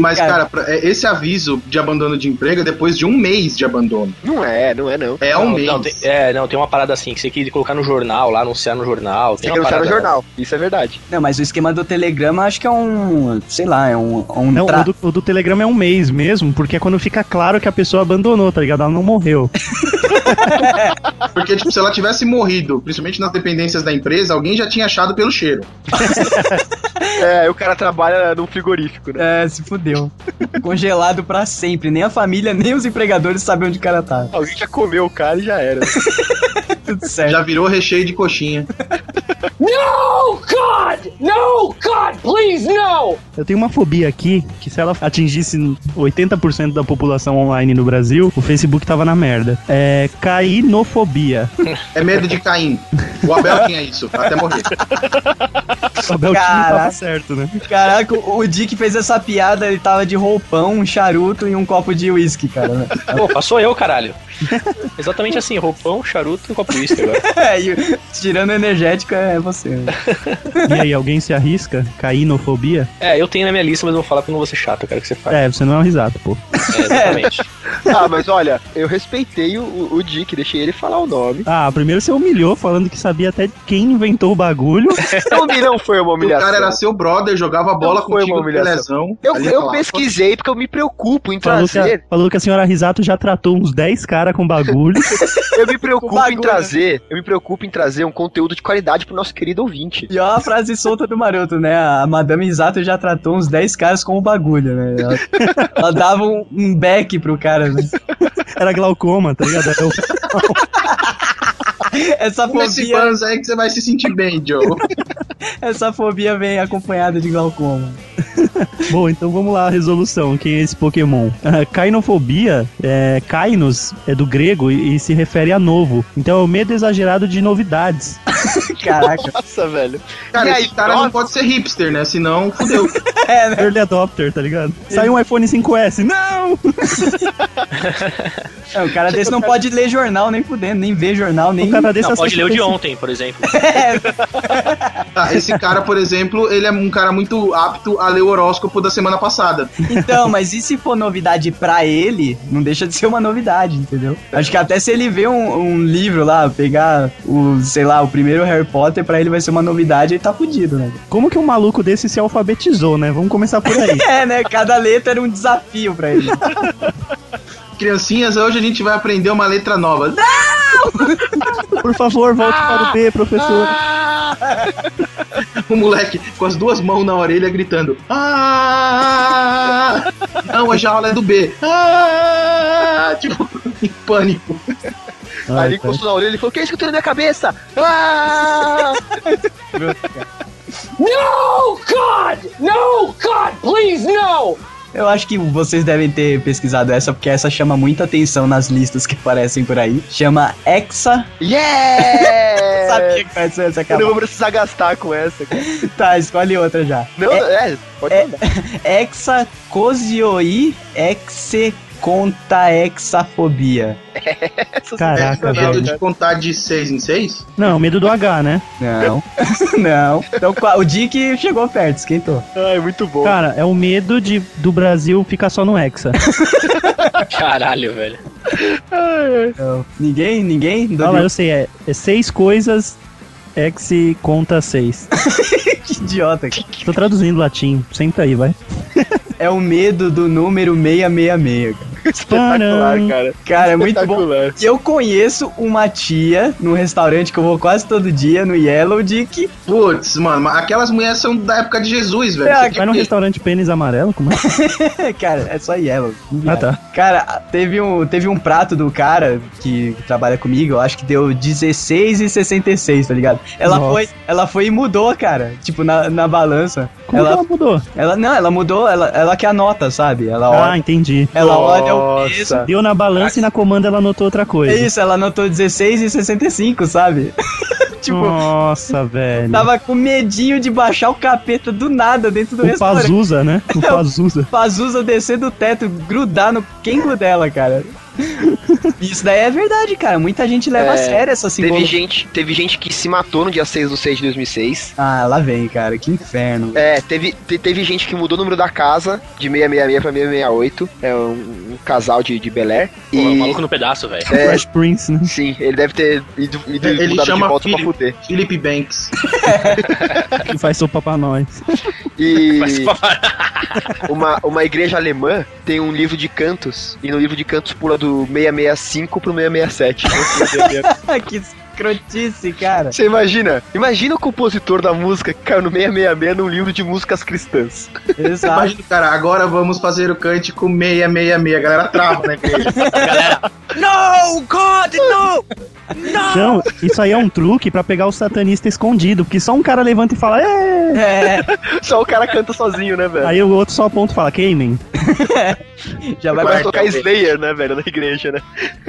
Speaker 2: Mas,
Speaker 1: Cara.
Speaker 2: cara, pra- é- esse aviso de abandono de emprego é depois de um mês de abandono.
Speaker 4: Não é, não é não.
Speaker 2: É um
Speaker 3: não,
Speaker 2: mês.
Speaker 3: não, tem, é, não, tem uma parada assim que você quer colocar no jornal, lá anunciar no jornal.
Speaker 4: Tem
Speaker 3: Tem
Speaker 4: que
Speaker 3: uma
Speaker 4: anunciar
Speaker 3: parada
Speaker 4: no jornal. Isso é verdade.
Speaker 1: Não, mas o esquema do Telegrama acho que é um, sei lá, é um, um
Speaker 7: Não,
Speaker 1: tra-
Speaker 7: o do, o do Telegram é um mês mesmo, porque é quando fica claro que a pessoa abandonou, tá ligado? Ela não morreu.
Speaker 4: é.
Speaker 2: Porque, tipo, se ela tivesse morrido, principalmente nas dependências da empresa, alguém já tinha achado pelo cheiro.
Speaker 4: É, o cara trabalha num frigorífico, né?
Speaker 1: (laughs) É, se
Speaker 7: (laughs)
Speaker 1: fudeu. Congelado pra sempre. Nem a família, nem os empregadores sabem onde o cara tá.
Speaker 4: Alguém já comeu o cara e já era.
Speaker 1: Tudo
Speaker 4: É.
Speaker 1: certo.
Speaker 2: Já virou recheio de coxinha.
Speaker 7: Eu tenho uma fobia aqui, que se ela atingisse 80% da população online no Brasil, o Facebook tava na merda. É cainofobia.
Speaker 2: É medo de Caim. O Abel tinha isso, até morrer.
Speaker 7: O Abel
Speaker 1: Caraca.
Speaker 7: tava certo, né?
Speaker 1: Caraca, o Dick fez essa piada, ele tava de roupão, um charuto e um copo de uísque, cara. né?
Speaker 3: dela. Pô, passou eu, caralho. (laughs) Exatamente assim, roupão, charuto e copo de uísque agora.
Speaker 1: (laughs) É, e o- tirando energético é você. né?
Speaker 7: E aí, alguém se arrisca? Cainofobia?
Speaker 3: É, eu tenho na minha lista, mas eu vou falar pra não vou ser chato, eu quero que você fale.
Speaker 7: É, você não é um risado, pô.
Speaker 3: É,
Speaker 7: (laughs)
Speaker 3: exatamente.
Speaker 4: Ah, mas olha, eu respeitei o, o Dick, deixei ele falar o nome.
Speaker 7: Ah, primeiro você humilhou falando que sabia até quem inventou o bagulho.
Speaker 4: Não, não foi uma
Speaker 2: O
Speaker 4: humilhação.
Speaker 2: cara era seu brother, jogava bola
Speaker 4: Não foi
Speaker 2: contigo no
Speaker 4: uma humilhação.
Speaker 2: lesão. é
Speaker 4: Eu, eu pesquisei porque eu me preocupo em
Speaker 7: Falou que, a,
Speaker 4: trazer.
Speaker 7: falou que a senhora Risato já tratou uns 10 caras com bagulho.
Speaker 4: Eu me preocupo
Speaker 1: bagulho,
Speaker 4: em trazer. Eu me preocupo em trazer um conteúdo de qualidade pro nosso querido ouvinte.
Speaker 1: E ó a frase solta do maroto, né? A Madame Risato já tratou uns 10 caras com o bagulho, né? Ela, ela dava um, um back pro cara, né?
Speaker 7: Era glaucoma, tá ligado? Era o-
Speaker 1: Essa
Speaker 2: Come esse
Speaker 1: fobia,
Speaker 2: banzo Um aí que você vai se sentir bem, Joe.
Speaker 1: essa fobia vem acompanhada de glaucoma.
Speaker 7: Bom, então vamos lá a resolução. Quem é esse Pokémon? Ah, Kainofobia, é, Kainos, é do grego e, e se refere a novo. Então é o medo exagerado de
Speaker 3: (laughs)
Speaker 7: novidades.
Speaker 1: Caraca.
Speaker 4: Nossa, velho.
Speaker 2: Cara,
Speaker 4: (laughs) E aí,
Speaker 2: esse cara
Speaker 4: nossa.
Speaker 2: não pode ser hipster, né? Senão, fudeu.
Speaker 1: É, né?
Speaker 7: Early Adopter, tá ligado? Saiu um iPhone 5S. Não!
Speaker 1: É, o cara desse não pode ler jornal, nem fudendo, nem ver jornal, nem.
Speaker 7: é O tipo assim. cara desse
Speaker 3: Não, pode ler
Speaker 7: acessa
Speaker 3: o de
Speaker 7: Facebook.
Speaker 3: ontem, por exemplo.
Speaker 2: Ah, esse cara, por exemplo, ele é um cara muito apto a ler o horóscopo da semana passada.
Speaker 1: Então, mas e se for novidade pra ele, não deixa de ser uma novidade, entendeu? Acho que até se ele ver um, um livro lá, pegar o, sei lá, o primeiro Harry Potter, pra ele vai ser uma novidade, ele tá fudido, né? (laughs)
Speaker 7: Como que um maluco desse se alfabetizou, né? Vamos começar por
Speaker 3: (laughs)
Speaker 7: aí.
Speaker 1: É, né? Cada letra era um desafio pra ele.
Speaker 2: Criancinhas, hoje a gente vai aprender uma letra nova.
Speaker 3: Ah!
Speaker 7: Por favor, volte para o B, professor.
Speaker 2: (laughs) O moleque com as duas mãos na orelha gritando: Ah! Não, a jaula é do B. Ah! Tipo, (laughs) em pânico.
Speaker 4: Aí ele encostou na orelha e falou: Que é isso que eu tenho na minha cabeça? Ah!
Speaker 1: Eu acho que vocês devem ter pesquisado essa, porque essa chama muita atenção nas listas que aparecem por aí. Chama Hexa.
Speaker 4: Yeah!
Speaker 1: (laughs) Sabia que vai ser essa
Speaker 4: É. eu não
Speaker 1: acabou.
Speaker 4: vou precisar gastar com essa. cara.
Speaker 1: Tá, escolhe outra já.
Speaker 4: Não, é, pode
Speaker 1: É,
Speaker 4: mandar.
Speaker 1: hexa Cosioi Hexe Conta Hexafobia.
Speaker 4: Essa-
Speaker 5: Caraca,
Speaker 2: é medo
Speaker 5: velho.
Speaker 2: de contar de seis em seis?
Speaker 5: Não, medo do H, né?
Speaker 1: Não, (laughs) não. Então qua- o Dick chegou perto, esquentou.
Speaker 4: Ai, muito bom.
Speaker 5: Cara, é o medo de, do Brasil ficar só no
Speaker 3: (laughs)
Speaker 5: Hexa.
Speaker 3: (laughs) Caralho, velho.
Speaker 1: Então, ninguém, ninguém?
Speaker 5: Olha lá,
Speaker 1: Doviu?
Speaker 5: eu sei, é, é seis coisas, Hex conta seis.
Speaker 1: que idiota. cara.
Speaker 5: Tô traduzindo latim, senta aí, vai.
Speaker 1: É o medo do número 666. cara.
Speaker 4: Espetacular, cara.
Speaker 1: Cara, é muito bom.
Speaker 4: Espetacular.
Speaker 1: E Eu conheço uma tia num restaurante que eu vou quase todo dia, no Yellow Dick. (laughs)
Speaker 2: Putz, mano, mas aquelas mulheres são da época de Jesus, velho.
Speaker 1: É,
Speaker 2: Você quer
Speaker 5: Vai num
Speaker 2: que-
Speaker 5: restaurante pênis amarelo? Como é?
Speaker 1: cara, é só Yellow.
Speaker 5: Ah, tá.
Speaker 1: Cara, teve um, teve um prato do cara que trabalha comigo, eu acho que deu 16,66, tá ligado? Ela
Speaker 5: Nossa.
Speaker 1: foi ela foi e mudou, cara, tipo, na, na balança.
Speaker 5: Como
Speaker 1: ela,
Speaker 5: que ela mudou?
Speaker 1: ela- não, ela mudou, ela, ela que anota, sabe? Ela
Speaker 5: Ah,
Speaker 1: olha,
Speaker 5: entendi.
Speaker 1: tá ela olha o peso.
Speaker 5: Deu na balança e na comanda ela anotou outra
Speaker 1: É
Speaker 5: coisa.
Speaker 1: isso, ela anotou 16,65, sabe? (laughs) tipo,
Speaker 5: Nossa, velho.
Speaker 1: tava com medinho de baixar o capeta do nada dentro do
Speaker 5: O
Speaker 1: restaurante.
Speaker 5: Pazuza,
Speaker 1: (laughs)
Speaker 5: né? O Pazuza.
Speaker 1: Pazuza descer do teto, grudar no quengo dela, cara. (laughs) Isso daí é verdade, cara. Muita gente leva a sério essa
Speaker 4: É, Teve
Speaker 1: simbologia.
Speaker 4: gente, teve gente que se matou no dia 6 do 6 de 2006.
Speaker 1: Ah, lá vem, cara. Que (laughs) inferno.
Speaker 4: É, teve, te- teve gente que mudou o número da casa de 666 pra 668. É um, um casal de, de Bel Air.
Speaker 3: Pô, é um
Speaker 4: E-
Speaker 3: maluco no pedaço, velho.
Speaker 4: É.
Speaker 5: Fresh Prince, né?
Speaker 4: Sim, ele deve ter ido, ido
Speaker 2: Ele
Speaker 4: mudado
Speaker 2: chama
Speaker 4: de volta
Speaker 2: Philip.
Speaker 4: pra (laughs) fuder.
Speaker 2: Felipe Banks.
Speaker 5: Que faz sopa pra nós.
Speaker 4: E
Speaker 3: Mas,
Speaker 4: uma, uma igreja alemã tem um livro de cantos, e no livro de cantos pula do 665 pro (laughs) 667.
Speaker 1: que escrotice,
Speaker 4: (laughs)
Speaker 1: cara.
Speaker 4: Você imagina? Imagina o compositor da música que caiu no 666 num livro de músicas cristãs. (laughs)
Speaker 1: Exato.
Speaker 2: Imagina, cara, agora vamos fazer o cântico 666. A galera trava, né, igreja?
Speaker 3: No, God, no!
Speaker 5: Então, isso aí é um truque pra pegar o satanista escondido, porque só um cara levanta e fala, é.
Speaker 1: É,
Speaker 4: Só o cara canta sozinho, né, velho?
Speaker 5: Aí o outro só aponta e fala, queimem.
Speaker 1: já vai
Speaker 4: Vai
Speaker 1: pra...
Speaker 4: tocar Slayer, né, velho, na igreja, né?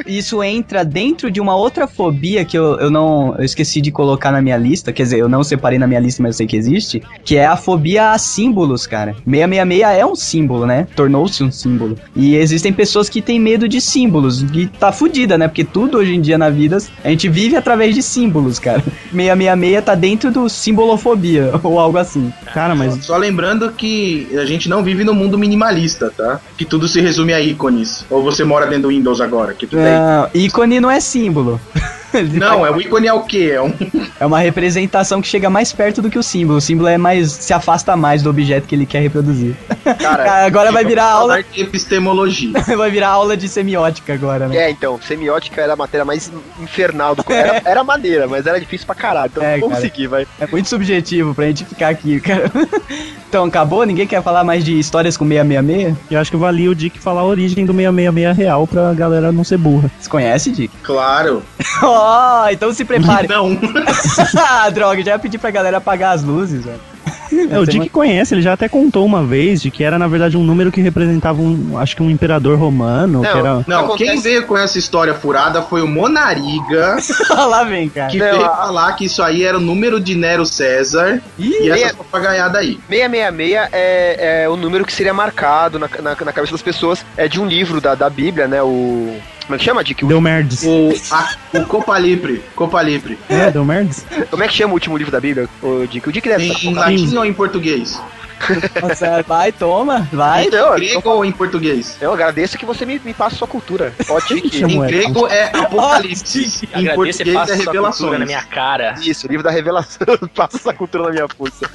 Speaker 1: Isso entra dentro de uma outra fobia que eu, eu não. Eu esqueci de colocar na minha lista. Quer dizer, eu não separei na minha lista, mas eu sei que existe. Que é a fobia a símbolos, cara. 666 é um símbolo, né? Tornou-se um símbolo. E existem pessoas que têm medo de símbolos. E tá fudida, né? Porque tudo hoje em dia na vida a gente vive através de símbolos, cara. (laughs) 666 tá dentro do simbolofobia, (laughs) ou algo assim.
Speaker 5: Cara, mas
Speaker 2: Só lembrando que a gente não vive num mundo minimalista, tá? Que tudo se resume a ícones. Ou você mora dentro do Windows agora, que tudo é.
Speaker 1: Não, ícone não é símbolo. (laughs)
Speaker 2: Não, é o ícone é o quê? É um
Speaker 1: É uma representação que chega mais perto do que o símbolo. O símbolo é mais. se afasta mais do objeto que ele quer reproduzir.
Speaker 4: Cara,
Speaker 1: (laughs) Cara, agora vai virar aula,
Speaker 2: falar de epistemologia.
Speaker 1: vai virar aula de semiótica agora, né?
Speaker 4: é, então, semiótica era a matéria mais infernal do... Era, era maneira, mas era difícil pra caralho, então
Speaker 1: É,
Speaker 4: vamos
Speaker 1: cara.
Speaker 4: seguir, vai.
Speaker 1: É muito subjetivo pra gente ficar aqui, cara. (laughs) Então, acabou? Ninguém quer falar mais de histórias com 666?
Speaker 5: eu acho que valia o Dick falar a origem do 666 real pra galera não ser burra.
Speaker 1: Você conhece, Dick? (laughs)
Speaker 2: Claro.
Speaker 1: Ó, então se prepare.
Speaker 4: (laughs)
Speaker 2: Não.
Speaker 1: ah, droga, já ia pedir pra galera apagar as luzes, velho. (laughs)
Speaker 5: É, o
Speaker 1: Essa
Speaker 5: Dick conhece, ele já até contou uma vez de que era, na verdade, um número que representava um, acho que um imperador romano,
Speaker 4: É,
Speaker 5: que era...
Speaker 2: Não,
Speaker 4: Acontece-
Speaker 2: quem veio com essa história furada foi o Monariga,
Speaker 1: é uma- Lá vem, cara.
Speaker 4: (laughs)
Speaker 2: que
Speaker 4: Não,
Speaker 2: veio
Speaker 4: a-
Speaker 2: falar que isso aí era o número de Nero César
Speaker 1: Ih,
Speaker 2: e
Speaker 4: Meia-
Speaker 2: essa papagaiada aí.
Speaker 4: 666 é, é o número que seria marcado na, na, na cabeça das pessoas. É de um livro da, da Bíblia, né? O. Como é que chama, Dick? O-
Speaker 5: Deu merdes.
Speaker 2: O, a, o Copa Livre, Copa Livre.
Speaker 5: É, deu merdes?
Speaker 4: Como é que chama o último livro da Bíblia, o Dick? O Dick né? deve
Speaker 2: Em, em
Speaker 4: saber.
Speaker 2: latim ou em português?
Speaker 1: nossa, vai, toma, vai.
Speaker 4: Então,
Speaker 2: Em
Speaker 4: eu-
Speaker 2: grego ou em português?
Speaker 4: Eu agradeço que você me, me passe sua cultura. Ó, Dick.
Speaker 5: Chama-
Speaker 2: Em
Speaker 5: Ué.
Speaker 2: grego é Apocalipse, (laughs) em
Speaker 3: Agradeço e
Speaker 2: português
Speaker 3: passa
Speaker 2: é
Speaker 3: sua cultura
Speaker 2: Revelações.
Speaker 3: na minha cara.
Speaker 4: (laughs) Isso, livro da revelação. Passa essa cultura na minha força.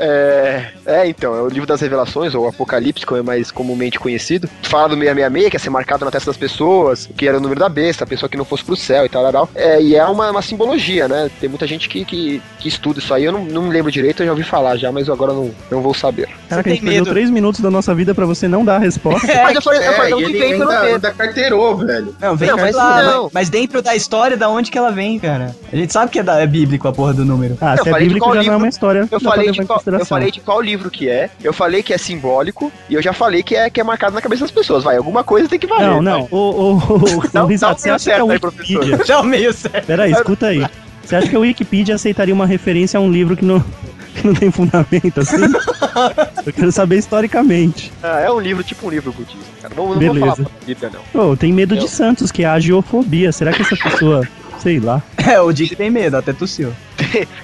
Speaker 4: É, é, então, é o livro das revelações, ou Apocalipse, como é mais comumente conhecido. Fala do 666, que é ser marcado na testa das pessoas, que era o número da besta, a pessoa que não fosse pro céu e tal, tal, tal. É, e é uma, uma simbologia, né? Tem muita gente que, que, que estuda isso aí. Eu não, não me lembro direito, eu já ouvi falar já, mas eu agora não, não vou saber.
Speaker 7: Caraca, a
Speaker 1: tem
Speaker 7: gente perdeu
Speaker 1: medo.
Speaker 7: 3 minutos da nossa vida pra você não dar a
Speaker 4: (laughs)
Speaker 7: resposta.
Speaker 4: mas eu falei, eu falei
Speaker 2: É,
Speaker 4: o
Speaker 2: e
Speaker 4: que
Speaker 2: ele
Speaker 4: Tá vem pelo
Speaker 2: ainda,
Speaker 4: dedo.
Speaker 2: ainda carteirou, velho.
Speaker 1: Não, vem
Speaker 4: Não,
Speaker 1: cá,
Speaker 4: mas
Speaker 1: claro, mas,
Speaker 4: não.
Speaker 1: mas dentro da história, da onde que ela vem, cara? A gente sabe que é, da, é bíblico a porra do número.
Speaker 7: Ah,
Speaker 4: Eu
Speaker 7: se é
Speaker 4: falei de
Speaker 7: bíblico
Speaker 4: qual
Speaker 7: já não é
Speaker 4: livro?
Speaker 7: uma história.
Speaker 4: Eu
Speaker 7: dá pra
Speaker 4: falei,
Speaker 7: levar
Speaker 4: de
Speaker 7: em
Speaker 4: qual, eu
Speaker 7: consideração.
Speaker 4: falei de qual livro que é, eu falei que é simbólico e eu já falei que é, que é marcado na cabeça das pessoas. Vai, alguma coisa tem que valer.
Speaker 7: Não, não. O, o, o,
Speaker 4: Dá-
Speaker 7: o Risado,
Speaker 4: dá um
Speaker 7: você acha que é
Speaker 4: certo
Speaker 7: o
Speaker 4: aí, professor.
Speaker 7: Wikipedia?
Speaker 1: (laughs) Já é o meio certo.
Speaker 7: Peraí, escuta aí. Você acha que a Wikipedia aceitaria uma referência a um livro que não, que não tem fundamento, assim? Eu quero saber historicamente.
Speaker 4: Ah, é um livro, tipo um livro budista, cara. Não, não
Speaker 7: Beleza.
Speaker 4: vou falar pra Bíblia, não. (laughs)
Speaker 7: Pô, tem medo
Speaker 4: Eu-
Speaker 7: de Santos, que é a agiofobia. Será que essa pessoa... Sei lá.
Speaker 1: É, o Dick tem medo, até tossiu.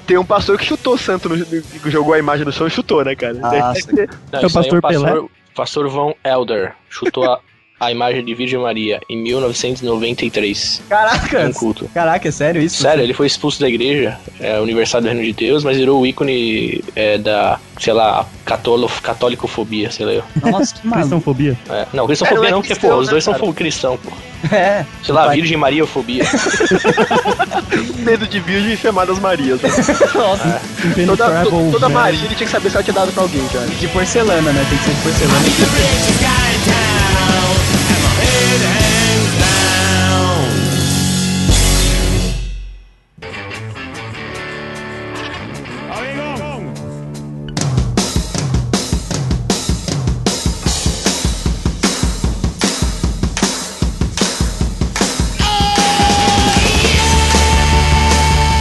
Speaker 4: Tem um pastor que chutou o santo, no, no- jogou a imagem no chão e chutou, né, cara? (laughs)
Speaker 1: Nossa,
Speaker 3: Não,
Speaker 7: Foi o
Speaker 3: isso aí é o
Speaker 7: pastor Pelé?
Speaker 3: pastor, pastor Von Elder. Chutou a, a imagem de Virgem Maria em 1993.
Speaker 1: caraca.
Speaker 3: Um culto.
Speaker 1: Caraca, é sério isso?
Speaker 3: Sério, ele foi expulso da igreja é, universal do Reino de Deus, mas virou o ícone é, da, sei lá, catolo, católicofobia, sei lá. eu.
Speaker 1: Nossa, que maluco.
Speaker 7: Cristãofobia.
Speaker 3: É, não, cristãofobia não,
Speaker 4: É, não é
Speaker 3: porque,
Speaker 4: cristão,
Speaker 3: pô, os
Speaker 4: né,
Speaker 3: dois são
Speaker 4: cara?
Speaker 3: fo- cristão, pô.
Speaker 1: É.
Speaker 3: Sei lá,
Speaker 1: Vai.
Speaker 3: Virgem Mariafobia.
Speaker 4: (laughs) Medo de virgem e femadas Marias. né?
Speaker 1: Nossa.
Speaker 4: Toda,
Speaker 7: Impenetrable
Speaker 4: to- toda
Speaker 7: Man.
Speaker 4: Maria ele tinha que saber se ela tinha dado pra alguém, cara.
Speaker 1: De porcelana, né? Tem que ser de porcelana.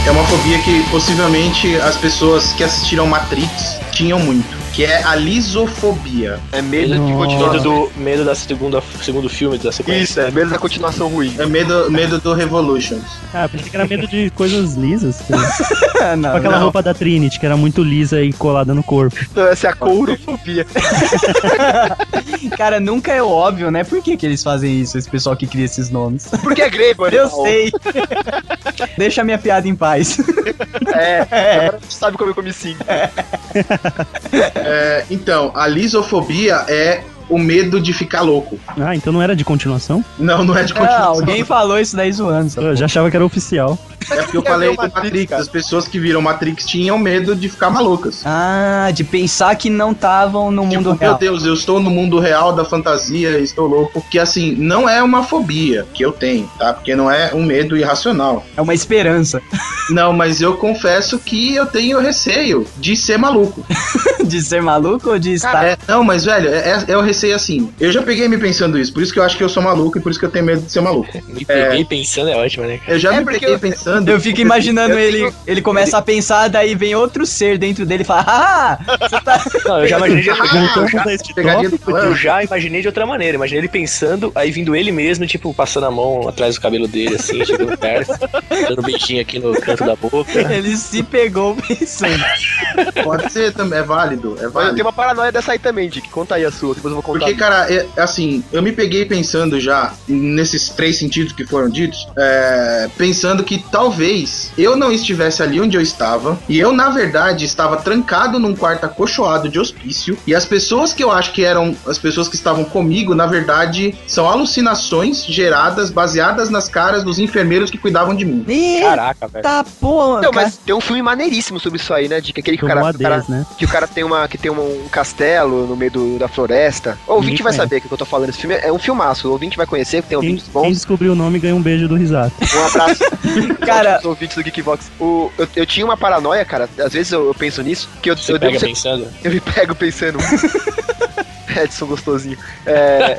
Speaker 2: É uma fobia que possivelmente as pessoas que assistiram Matrix tinham muito. Que é a lisofobia.
Speaker 4: É medo de
Speaker 3: medo,
Speaker 4: continuação.
Speaker 3: do, medo da segunda, segundo filme, da sequência.
Speaker 4: Isso, é medo da continuação ruim.
Speaker 2: É medo, medo do Revolutions.
Speaker 7: Ah, pensei que era medo de coisas lisas. sei lá.
Speaker 1: Ah, (laughs) não,
Speaker 7: Com aquela
Speaker 1: não.
Speaker 7: roupa da Trinity, que era muito lisa e colada no corpo.
Speaker 4: Então, essa é a courofobia.
Speaker 1: Cara, nunca é óbvio, né? Por que, que eles fazem isso, esse pessoal que cria esses nomes?
Speaker 4: Porque é grego,
Speaker 1: Eu
Speaker 4: animal.
Speaker 1: sei. (laughs) Deixa a minha piada em paz.
Speaker 4: É,
Speaker 1: É.
Speaker 4: agora tu sabe como eu comi sim.
Speaker 2: É, então, a lisofobia é o medo de ficar louco.
Speaker 7: Ah, então não era de continuação?
Speaker 2: Não, não é de
Speaker 1: Não,
Speaker 2: continuação.
Speaker 1: alguém falou isso daí zoando.
Speaker 4: Tá
Speaker 1: sabe?
Speaker 7: Eu já achava que era oficial.
Speaker 2: É porque eu
Speaker 4: Quer
Speaker 2: falei
Speaker 4: ver
Speaker 2: do
Speaker 4: o Matrix,
Speaker 2: Matrix.
Speaker 4: cara?
Speaker 2: As pessoas que viram Matrix tinham medo de ficar malucas.
Speaker 1: Ah, de pensar que não estavam no
Speaker 2: Tipo,
Speaker 1: mundo
Speaker 2: meu
Speaker 1: real.
Speaker 2: Deus, eu estou no mundo real da fantasia, estou louco. Que assim, não é uma fobia que eu tenho, tá? Porque não é um medo irracional.
Speaker 1: É uma esperança (laughs)
Speaker 2: Não, mas eu confesso que eu tenho receio de ser maluco.
Speaker 1: de ser maluco ou de estar.
Speaker 2: É, não, mas velho, é, é, eu receio assim. Eu já peguei me pensando isso, por isso que eu acho que eu sou maluco e por isso que eu tenho medo de ser maluco.
Speaker 3: Me peguei pensando, é ótimo, né? cara?
Speaker 2: Eu já
Speaker 4: É,
Speaker 2: me
Speaker 4: porque
Speaker 2: peguei
Speaker 4: eu-
Speaker 2: pensando.
Speaker 1: Eu fico imaginando
Speaker 4: Eu
Speaker 1: ele,
Speaker 4: tenho-
Speaker 1: ele começa a pensar, daí vem outro ser dentro dele e fala: Ah, você tá.
Speaker 3: Não, eu já imaginei de
Speaker 7: Voltamos a este
Speaker 2: Pegadinha do
Speaker 7: tópico.
Speaker 3: Eu
Speaker 2: clã.
Speaker 3: já imaginei de outra maneira. Imaginei ele pensando, aí vindo ele mesmo, tipo, passando a mão atrás do cabelo dele, assim, chegando perto, dando um beijinho aqui no canto da boca.
Speaker 1: (laughs) Ele se pegou pensando.
Speaker 2: Pode ser também, é válido, é
Speaker 4: Mas eu tenho
Speaker 2: válido.
Speaker 4: uma paranoia dessa aí também, Dick. Conta aí a sua, depois eu vou contar.
Speaker 2: Porque, cara, é- assim, eu me peguei pensando já nesses três sentidos que foram ditos, é, pensando que talvez eu não estivesse ali onde eu estava, e eu, na verdade, estava trancado num quarto acolchoado de hospício, e as pessoas que eu acho que eram as pessoas que estavam comigo, na verdade, são alucinações geradas, baseadas nas caras dos enfermeiros que cuidavam de mim.
Speaker 1: Eita
Speaker 3: Caraca, velho.
Speaker 1: porra,
Speaker 4: Então,
Speaker 1: cara.
Speaker 4: mas tem um filme maneiríssimo sobre isso aí, né, Dick? Aquele que o
Speaker 7: Tomou a
Speaker 4: cara, o cara-
Speaker 7: 10, né?
Speaker 4: que o cara tem, uma, que tem uma- um castelo no meio do- da floresta. O ouvinte vai
Speaker 7: conhece.
Speaker 4: saber o que eu tô falando. Esse filme é um filmaço. O ouvinte vai conhecer, tem
Speaker 7: Quem,
Speaker 4: ouvintes bons.
Speaker 7: quem descobriu o nome ganha um beijo do Risato.
Speaker 4: Um abraço.
Speaker 7: (laughs)
Speaker 1: Cara-
Speaker 4: Os ouvintes do Geekbox. O, eu, eu tinha uma paranoia, cara. Às vezes eu, eu penso nisso, que eu,
Speaker 3: Você
Speaker 4: eu, devo
Speaker 3: pega
Speaker 4: ser,
Speaker 3: pensando?
Speaker 4: eu me
Speaker 7: (laughs)
Speaker 4: pego pensando. Edson gostosinho. É...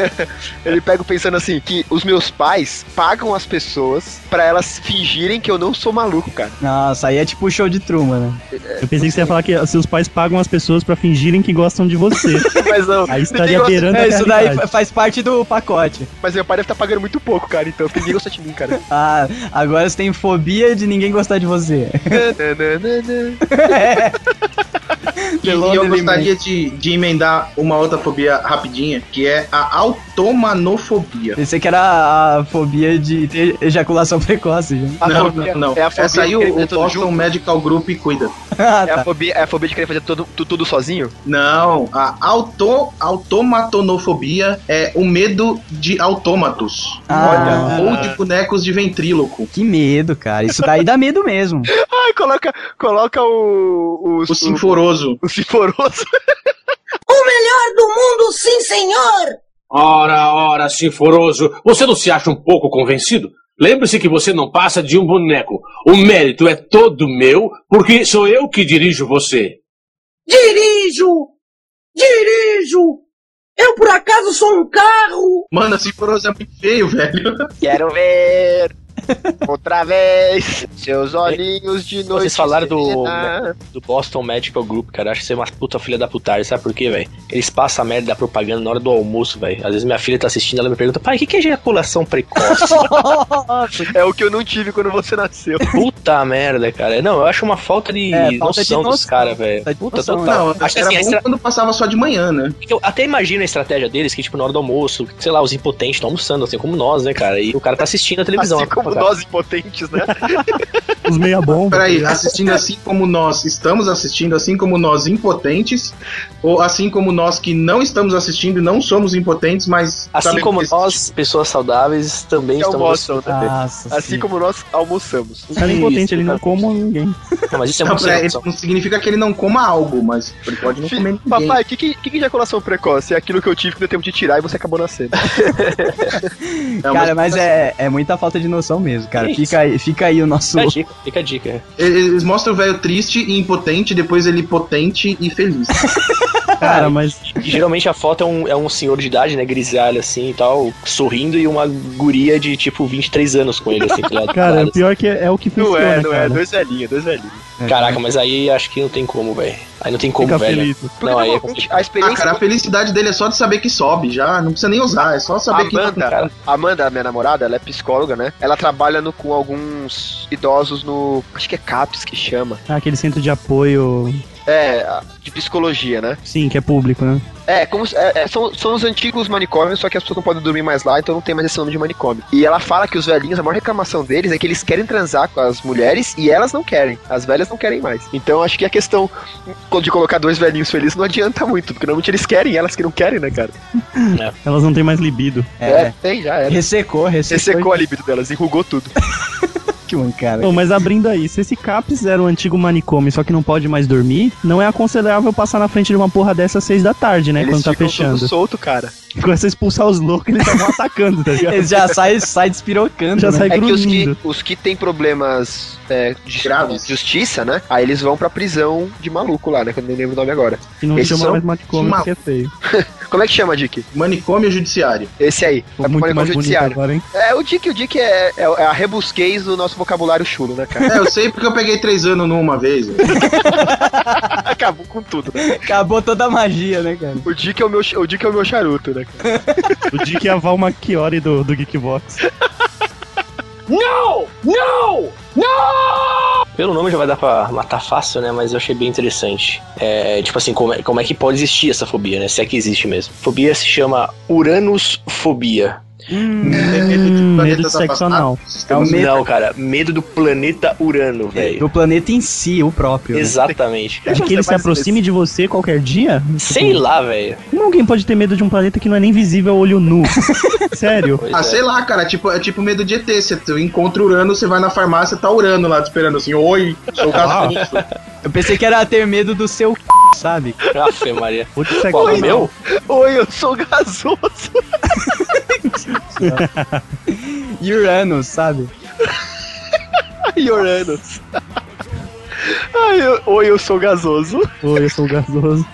Speaker 4: (laughs) eu me pego pensando assim, que os meus pais pagam as pessoas pra elas fingirem que eu não sou
Speaker 7: (laughs)
Speaker 4: maluco, cara.
Speaker 1: Nossa, aí é tipo o show de Truman, né?
Speaker 4: É.
Speaker 7: Eu pensei que você ia falar que seus pais pagam as pessoas pra fingirem que gostam de
Speaker 4: (laughs)
Speaker 7: você.
Speaker 4: Mas não.
Speaker 7: Aí
Speaker 4: ninguém
Speaker 7: estaria
Speaker 4: gosta-
Speaker 7: beirando a
Speaker 1: É, isso daí fa-
Speaker 7: realidade.
Speaker 1: faz parte do pacote.
Speaker 4: Mas meu pai deve estar pagando muito pouco, cara, então porque ninguém gosta de mim, cara.
Speaker 1: Ah, agora você tem fobia de ninguém gostar de você.
Speaker 2: E eu gostaria de, de emendar uma outra fobia rapidinha, que é a automanofobia.
Speaker 1: Pensei que era a fobia de ter ejaculação precoce. Já.
Speaker 4: A
Speaker 2: não,
Speaker 4: fobia-
Speaker 2: não, não.
Speaker 4: é a fobia
Speaker 2: Essa aí
Speaker 4: de
Speaker 2: o,
Speaker 4: querer
Speaker 2: o
Speaker 4: fazer tudo
Speaker 2: Boston
Speaker 4: junto?
Speaker 2: Medical Group cuida.
Speaker 1: (laughs) Ah,
Speaker 4: É a
Speaker 1: tá.
Speaker 4: fobia, é a fobia de querer fazer todo, tu- tudo sozinho?
Speaker 2: Não, a auto, automatonomofobia é o medo de autômatos.
Speaker 1: Ah.
Speaker 2: Olha, ou de bonecos de ventríloco.
Speaker 1: Que medo, cara. Isso daí dá medo mesmo.
Speaker 4: Ai, coloca, coloca o. O,
Speaker 2: O sinforoso.
Speaker 4: o (laughs) sinforoso.
Speaker 9: do mundo, sim, senhor!
Speaker 10: Ora, ora, sinforoso, você não se acha um pouco convencido? Lembre-se que você não passa de um boneco. O mérito é todo meu, porque sou eu que dirijo você.
Speaker 9: Dirijo! Dirijo! Eu por acaso sou um carro?
Speaker 2: Mano, sinforoso é muito feio, (laughs) velho.
Speaker 4: Quero ver. Outra vez. Seus olhinhos de noite.
Speaker 3: falaram do-
Speaker 4: serena.
Speaker 3: do Boston Medical Group, cara. Eu Acho que você é uma puta filha da putagem, sabe por quê, velho? Eles passam a merda da propaganda na hora do almoço, velho. Às vezes minha filha tá assistindo, ela me pergunta, pai, o que que é ejaculação precoce?
Speaker 4: É o que eu não tive quando você nasceu.
Speaker 3: puta merda, cara. Não, eu acho uma falta de
Speaker 1: É, falta de
Speaker 3: noção dos
Speaker 1: noção.
Speaker 3: caras, velho.
Speaker 1: Falta de
Speaker 3: Puta,
Speaker 1: noção,
Speaker 3: total.
Speaker 2: Não,
Speaker 3: Acho que
Speaker 2: era
Speaker 3: assim, a
Speaker 2: bom
Speaker 3: estra-
Speaker 2: quando passava só de manhã, né?
Speaker 3: Porque eu até imagino a estratégia deles, que, tipo, na hora do almoço, sei lá, os impotentes estão almoçando, assim como nós, né, cara? E o cara tá assistindo a televisão.
Speaker 4: Assim
Speaker 3: né,
Speaker 4: como
Speaker 3: cara?
Speaker 4: nós impotentes, (laughs) né?
Speaker 7: Os meia-bomba.
Speaker 3: (laughs)
Speaker 2: Peraí, assistindo assim como nós estamos assistindo, assim como nós impotentes, ou assim como nós que não estamos assistindo e não somos impotentes, mas.
Speaker 3: Assim
Speaker 2: sabemos
Speaker 3: como
Speaker 2: que
Speaker 3: nós, pessoas saudáveis, também
Speaker 4: Que
Speaker 3: estamos.
Speaker 4: almoçam, né?
Speaker 1: Nossa,
Speaker 4: Assim
Speaker 1: sim.
Speaker 4: como nós almoçamos.
Speaker 7: O cara é impotente, ele não
Speaker 3: Isso,
Speaker 7: come ninguém.
Speaker 3: Não, mas isso é
Speaker 2: Não,
Speaker 3: muito
Speaker 2: pra
Speaker 3: certo.
Speaker 2: ele, não significa que ele não coma algo, mas ele pode não
Speaker 4: Fi-
Speaker 2: comer ninguém.
Speaker 4: Papai, o que, que, que que é ejaculação precoce? É aquilo que eu tive que deu tempo de tirar e você acabou nascendo.
Speaker 2: Não,
Speaker 1: Cara, mas é, é muita falta de noção mesmo, cara.
Speaker 3: Que
Speaker 1: Fica aí, fica aí o nosso.
Speaker 3: Fica a dica, fica a dica. é.
Speaker 2: Eles mostram o velho triste e impotente, depois ele potente e
Speaker 7: (laughs)
Speaker 2: feliz.
Speaker 7: Cara, mas
Speaker 3: E geralmente a foto é um, é um senhor de idade, né, grisalho assim e tal, sorrindo, e uma guria de, tipo, 23 anos com ele, assim,
Speaker 1: (laughs)
Speaker 3: tá ligado?
Speaker 7: Cara,
Speaker 3: Claro.
Speaker 7: pior que é, é o que
Speaker 4: (laughs) não
Speaker 7: funciona,
Speaker 4: é, não é.
Speaker 7: cara.
Speaker 4: Dois velhinhos, dois velhinhos.
Speaker 3: Caraca, mas aí acho que não tem como, velho. Aí não tem como,
Speaker 7: Fica
Speaker 3: velho.
Speaker 7: feliz.
Speaker 4: Porque
Speaker 3: Não, aí é
Speaker 4: normalmente
Speaker 3: complicado.
Speaker 4: a
Speaker 2: Ah,
Speaker 4: experiência.
Speaker 2: cara, a felicidade dele é só de saber que sobe, já. Não precisa nem usar, é só saber que.
Speaker 4: Amanda, Amanda, minha namorada, ela é psicóloga, né? Ela trabalha no- com alguns idosos no. Acho que é CAPS que chama.
Speaker 7: Ah, aquele centro de apoio,
Speaker 4: É, de psicologia, né?
Speaker 7: sim, que é público, né?
Speaker 4: É, como se- é, é, são, são os antigos manicômios, só que as pessoas não podem dormir mais lá, então não tem mais esse nome de manicômio. E ela fala que os velhinhos, a maior reclamação deles é que eles querem transar com as mulheres e elas não querem. As velhas não querem mais. Então acho que a questão de colocar dois velhinhos felizes não adianta muito, porque normalmente eles querem e elas que não querem, né, cara?
Speaker 7: Elas não têm mais libido.
Speaker 1: É.
Speaker 4: tem, já era.
Speaker 1: Ressecou,
Speaker 4: Você
Speaker 1: ressecou.
Speaker 4: secou a libido delas, enrugou tudo.
Speaker 1: Que um cara.
Speaker 7: Bom, mas abrindo aí, se esse CAPS era um antigo manicômio, só que não pode mais dormir, não é aconselhável passar na frente de uma porra dessa às seis da tarde, né?
Speaker 4: eles
Speaker 7: quando tá
Speaker 4: ficam
Speaker 7: fechando. (laughs)
Speaker 4: tudo solto, cara.
Speaker 7: Começa a expulsar os loucos, eles estavam atacando, tá ligado?
Speaker 1: Ele já sai, sai despirocando.
Speaker 7: Já
Speaker 1: né?
Speaker 7: sai
Speaker 4: É que os,
Speaker 7: grunhindo.
Speaker 4: que os que têm problemas é, de
Speaker 2: Graves.
Speaker 4: justiça, né? Aí eles vão pra prisão de maluco lá, né? Que eu nem lembro o nome agora.
Speaker 7: Que não
Speaker 4: esses
Speaker 7: chama
Speaker 4: são
Speaker 7: mais manicômio
Speaker 2: uma-
Speaker 7: porque é feio.
Speaker 4: Como é que chama, Dick?
Speaker 2: Manicômio judiciário.
Speaker 4: Esse aí.
Speaker 7: Pô,
Speaker 4: é pro
Speaker 7: muito
Speaker 4: manicômio
Speaker 7: mais bonito
Speaker 4: judiciário.
Speaker 7: agora, hein?
Speaker 4: É, o Dick, o Dick é, é, é a rebusquez do nosso vocabulário chulo, né, cara?
Speaker 2: É, eu sei porque eu peguei três anos numa vez. velho.
Speaker 4: (laughs) Acabou com tudo, né?
Speaker 1: Acabou toda a magia, né, cara?
Speaker 4: O Dick é o meu, ch- o Dick é o meu charuto, né, cara?
Speaker 7: O Dick é a Val Machiori do, do Geekbox.
Speaker 10: Não! Não!
Speaker 3: Pelo nome já vai dar pra matar fácil, né? Mas eu achei bem interessante. É, tipo assim, como é, como é que pode existir essa fobia, né? Se é que existe mesmo. Fobia se chama Uranusfobia.
Speaker 7: (laughs) Hum, medo
Speaker 4: tá
Speaker 7: de sexo anal.
Speaker 2: Então,
Speaker 1: É o medo
Speaker 3: Não, cara, medo do planeta Urano, velho.
Speaker 1: do planeta em si, o próprio. né?
Speaker 3: Exatamente. cara.
Speaker 7: É que ele se
Speaker 4: mais
Speaker 7: aproxime de você qualquer dia? Tipo,
Speaker 3: Sei lá, velho.
Speaker 7: Como alguém pode ter medo de um planeta que não é nem visível a olho
Speaker 4: (laughs)
Speaker 7: nu? Sério?
Speaker 3: Pois
Speaker 2: Ah,
Speaker 3: é.
Speaker 2: sei lá, cara, tipo, é tipo medo de ET. Você tu encontra Urano, você vai na farmácia, tá Urano lá te esperando assim, oi, sou
Speaker 7: Ah,
Speaker 2: Gaspucho.
Speaker 1: Eu pensei que era ter medo do seu c, sabe?
Speaker 3: Afe, Maria.
Speaker 7: Vou te
Speaker 1: é
Speaker 7: sexo
Speaker 3: Fala,
Speaker 7: anal.
Speaker 3: meu?
Speaker 4: Oi, eu sou gasoso. (laughs)
Speaker 1: E Uranus, sabe?
Speaker 4: Ai, Oranos. Ai, eu- oi, eu sou gasoso.
Speaker 7: Oi, eu sou gasoso.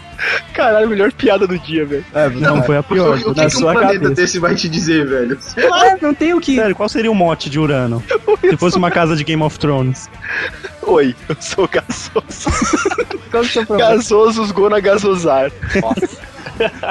Speaker 4: Caralho, melhor piada do dia, velho.
Speaker 1: É,
Speaker 7: Não, foi a pior.
Speaker 2: o que,
Speaker 7: na
Speaker 2: que um
Speaker 7: sua
Speaker 2: planeta
Speaker 7: cabeça.
Speaker 2: desse vai te dizer, velho?
Speaker 1: É, não tem o que.
Speaker 7: Sério, qual seria o mote de Urano? Se fosse uma casa de Game of Thrones.
Speaker 4: Oi, eu sou gasoso.
Speaker 1: Qual que é o seu problema?
Speaker 4: Gasosos gona gasosar.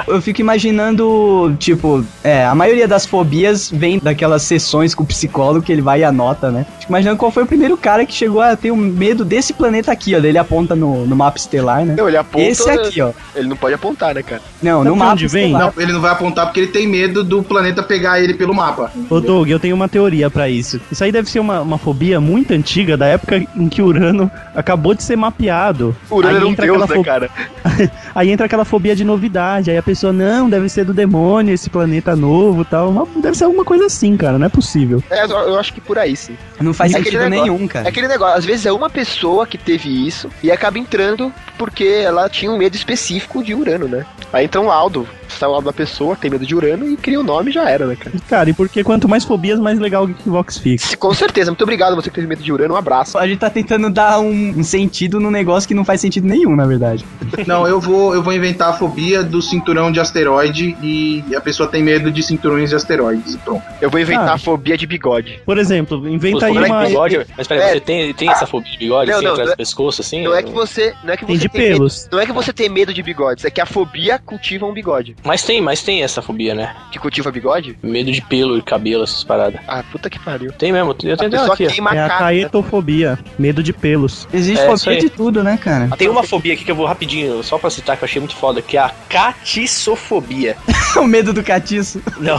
Speaker 1: Eu fico imaginando, tipo, é, a maioria das fobias vem daquelas sessões com o psicólogo que ele vai e anota, né? Fico imaginando qual foi o primeiro cara que chegou a ter um medo desse planeta aqui, ó. Daí Ele aponta no, no mapa estelar, né?
Speaker 4: Não, ele aponta.
Speaker 1: Esse aqui, ó.
Speaker 4: Ele não pode apontar, né, cara?
Speaker 1: Não, no
Speaker 7: de
Speaker 1: mapa
Speaker 7: onde vem?
Speaker 1: estelar.
Speaker 2: Não, ele não vai apontar porque ele tem medo do planeta pegar ele pelo mapa.
Speaker 7: Ô Doug, eu tenho uma teoria pra isso. Isso aí deve ser uma, uma fobia muito antiga, da época em que Urano acabou de ser mapeado.
Speaker 4: Urano
Speaker 7: Aí
Speaker 4: era um
Speaker 7: entra
Speaker 4: deus,
Speaker 7: aquela
Speaker 4: né,
Speaker 7: fo-
Speaker 4: cara?
Speaker 7: (laughs) Aí entra aquela fobia de novidade, aí a pessoa, não, deve ser do demônio, esse planeta novo e tal. Mas Deve ser alguma coisa assim, cara, não é possível.
Speaker 4: É, eu- eu acho que por aí, sim.
Speaker 1: Não faz
Speaker 4: É aquele
Speaker 1: sentido
Speaker 4: negócio.
Speaker 1: nenhum, cara.
Speaker 4: É aquele negócio, às vezes é uma pessoa que teve isso e acaba entrando porque ela tinha um medo específico de Urano, né? Aí então o Aldo, sai o Aldo da pessoa que tem medo de Urano e cria o nome e já era, né, cara?
Speaker 7: E, Cara, e porque quanto mais fobias, mais legal o Geekvox fica.
Speaker 4: (laughs) Com certeza, muito obrigado você que teve medo de Urano, um abraço.
Speaker 1: A gente tá tentando dar um, um sentido num negócio que não faz sentido nenhum, na verdade.
Speaker 2: Não, eu vou, eu vou inventar a fobia do cinturão de asteroide e a pessoa tem medo de cinturões de asteroides. e Pronto.
Speaker 4: Eu vou inventar
Speaker 7: Ah.
Speaker 4: a fobia de bigode.
Speaker 7: Por exemplo,
Speaker 3: Pô,
Speaker 7: inventa aí
Speaker 3: como é que
Speaker 7: uma.
Speaker 3: bigode? Mas peraí,
Speaker 4: É.
Speaker 3: você tem, tem essa fobia de bigode
Speaker 4: Não,
Speaker 3: assim,
Speaker 4: não,
Speaker 3: atrás
Speaker 4: não é-
Speaker 3: do pescoço, assim?
Speaker 4: Não é que você, não é que
Speaker 7: Tem
Speaker 4: você
Speaker 7: de
Speaker 4: tem medo,
Speaker 7: pelos.
Speaker 4: não é que você tem medo de bigodes, é que a fobia cultiva um bigode.
Speaker 3: Mas tem, mas tem essa fobia, né?
Speaker 4: Que cultiva bigode?
Speaker 3: Medo de pelo e cabelo, essas paradas.
Speaker 4: Ah, puta que pariu.
Speaker 3: Tem mesmo, eu
Speaker 4: A
Speaker 3: tenho dela
Speaker 4: pessoa
Speaker 3: aqui, ó.
Speaker 4: queima
Speaker 7: É
Speaker 4: a
Speaker 7: a
Speaker 4: cara. né?
Speaker 7: caetofobia, medo de pelos.
Speaker 1: Existe
Speaker 3: É, isso
Speaker 1: fobia
Speaker 3: aí.
Speaker 1: de tudo, né, cara? (laughs)
Speaker 3: Tem uma fobia aqui que eu vou rapidinho, só pra citar, que eu achei muito foda, que é a catissofobia.
Speaker 1: o medo do catiço.
Speaker 3: Não.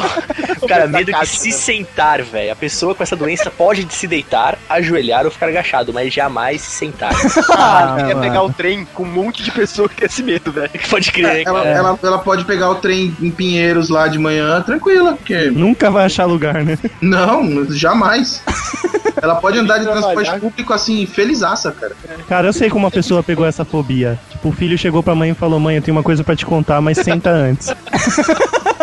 Speaker 3: Cara, medo de
Speaker 4: Cacate,
Speaker 3: se
Speaker 4: né?
Speaker 3: sentar, velho. A pessoa com essa doença pode se deitar, ajoelhar ou ficar agachado, mas jamais se sentar. (laughs)
Speaker 4: Caralho,
Speaker 1: (laughs) Ah,
Speaker 4: quer
Speaker 1: mano.
Speaker 4: pegar o trem com um monte de pessoa que tem esse medo, velho.
Speaker 3: pode crer,
Speaker 2: Ela,
Speaker 3: cara.
Speaker 2: ela, ela pode pegar o trem em Pinheiros lá de manhã, tranquila,
Speaker 7: (laughs)
Speaker 2: porque.
Speaker 7: Nunca vai achar lugar, né?
Speaker 2: Não, jamais. Ela pode andar de transporte
Speaker 4: Trabalhar.
Speaker 2: público assim, felizaça, cara.
Speaker 7: Cara, eu sei como uma pessoa pegou essa fobia. Tipo, o filho chegou pra mãe e falou: Mãe, eu tenho uma coisa pra te contar, mas senta antes.
Speaker 4: (laughs)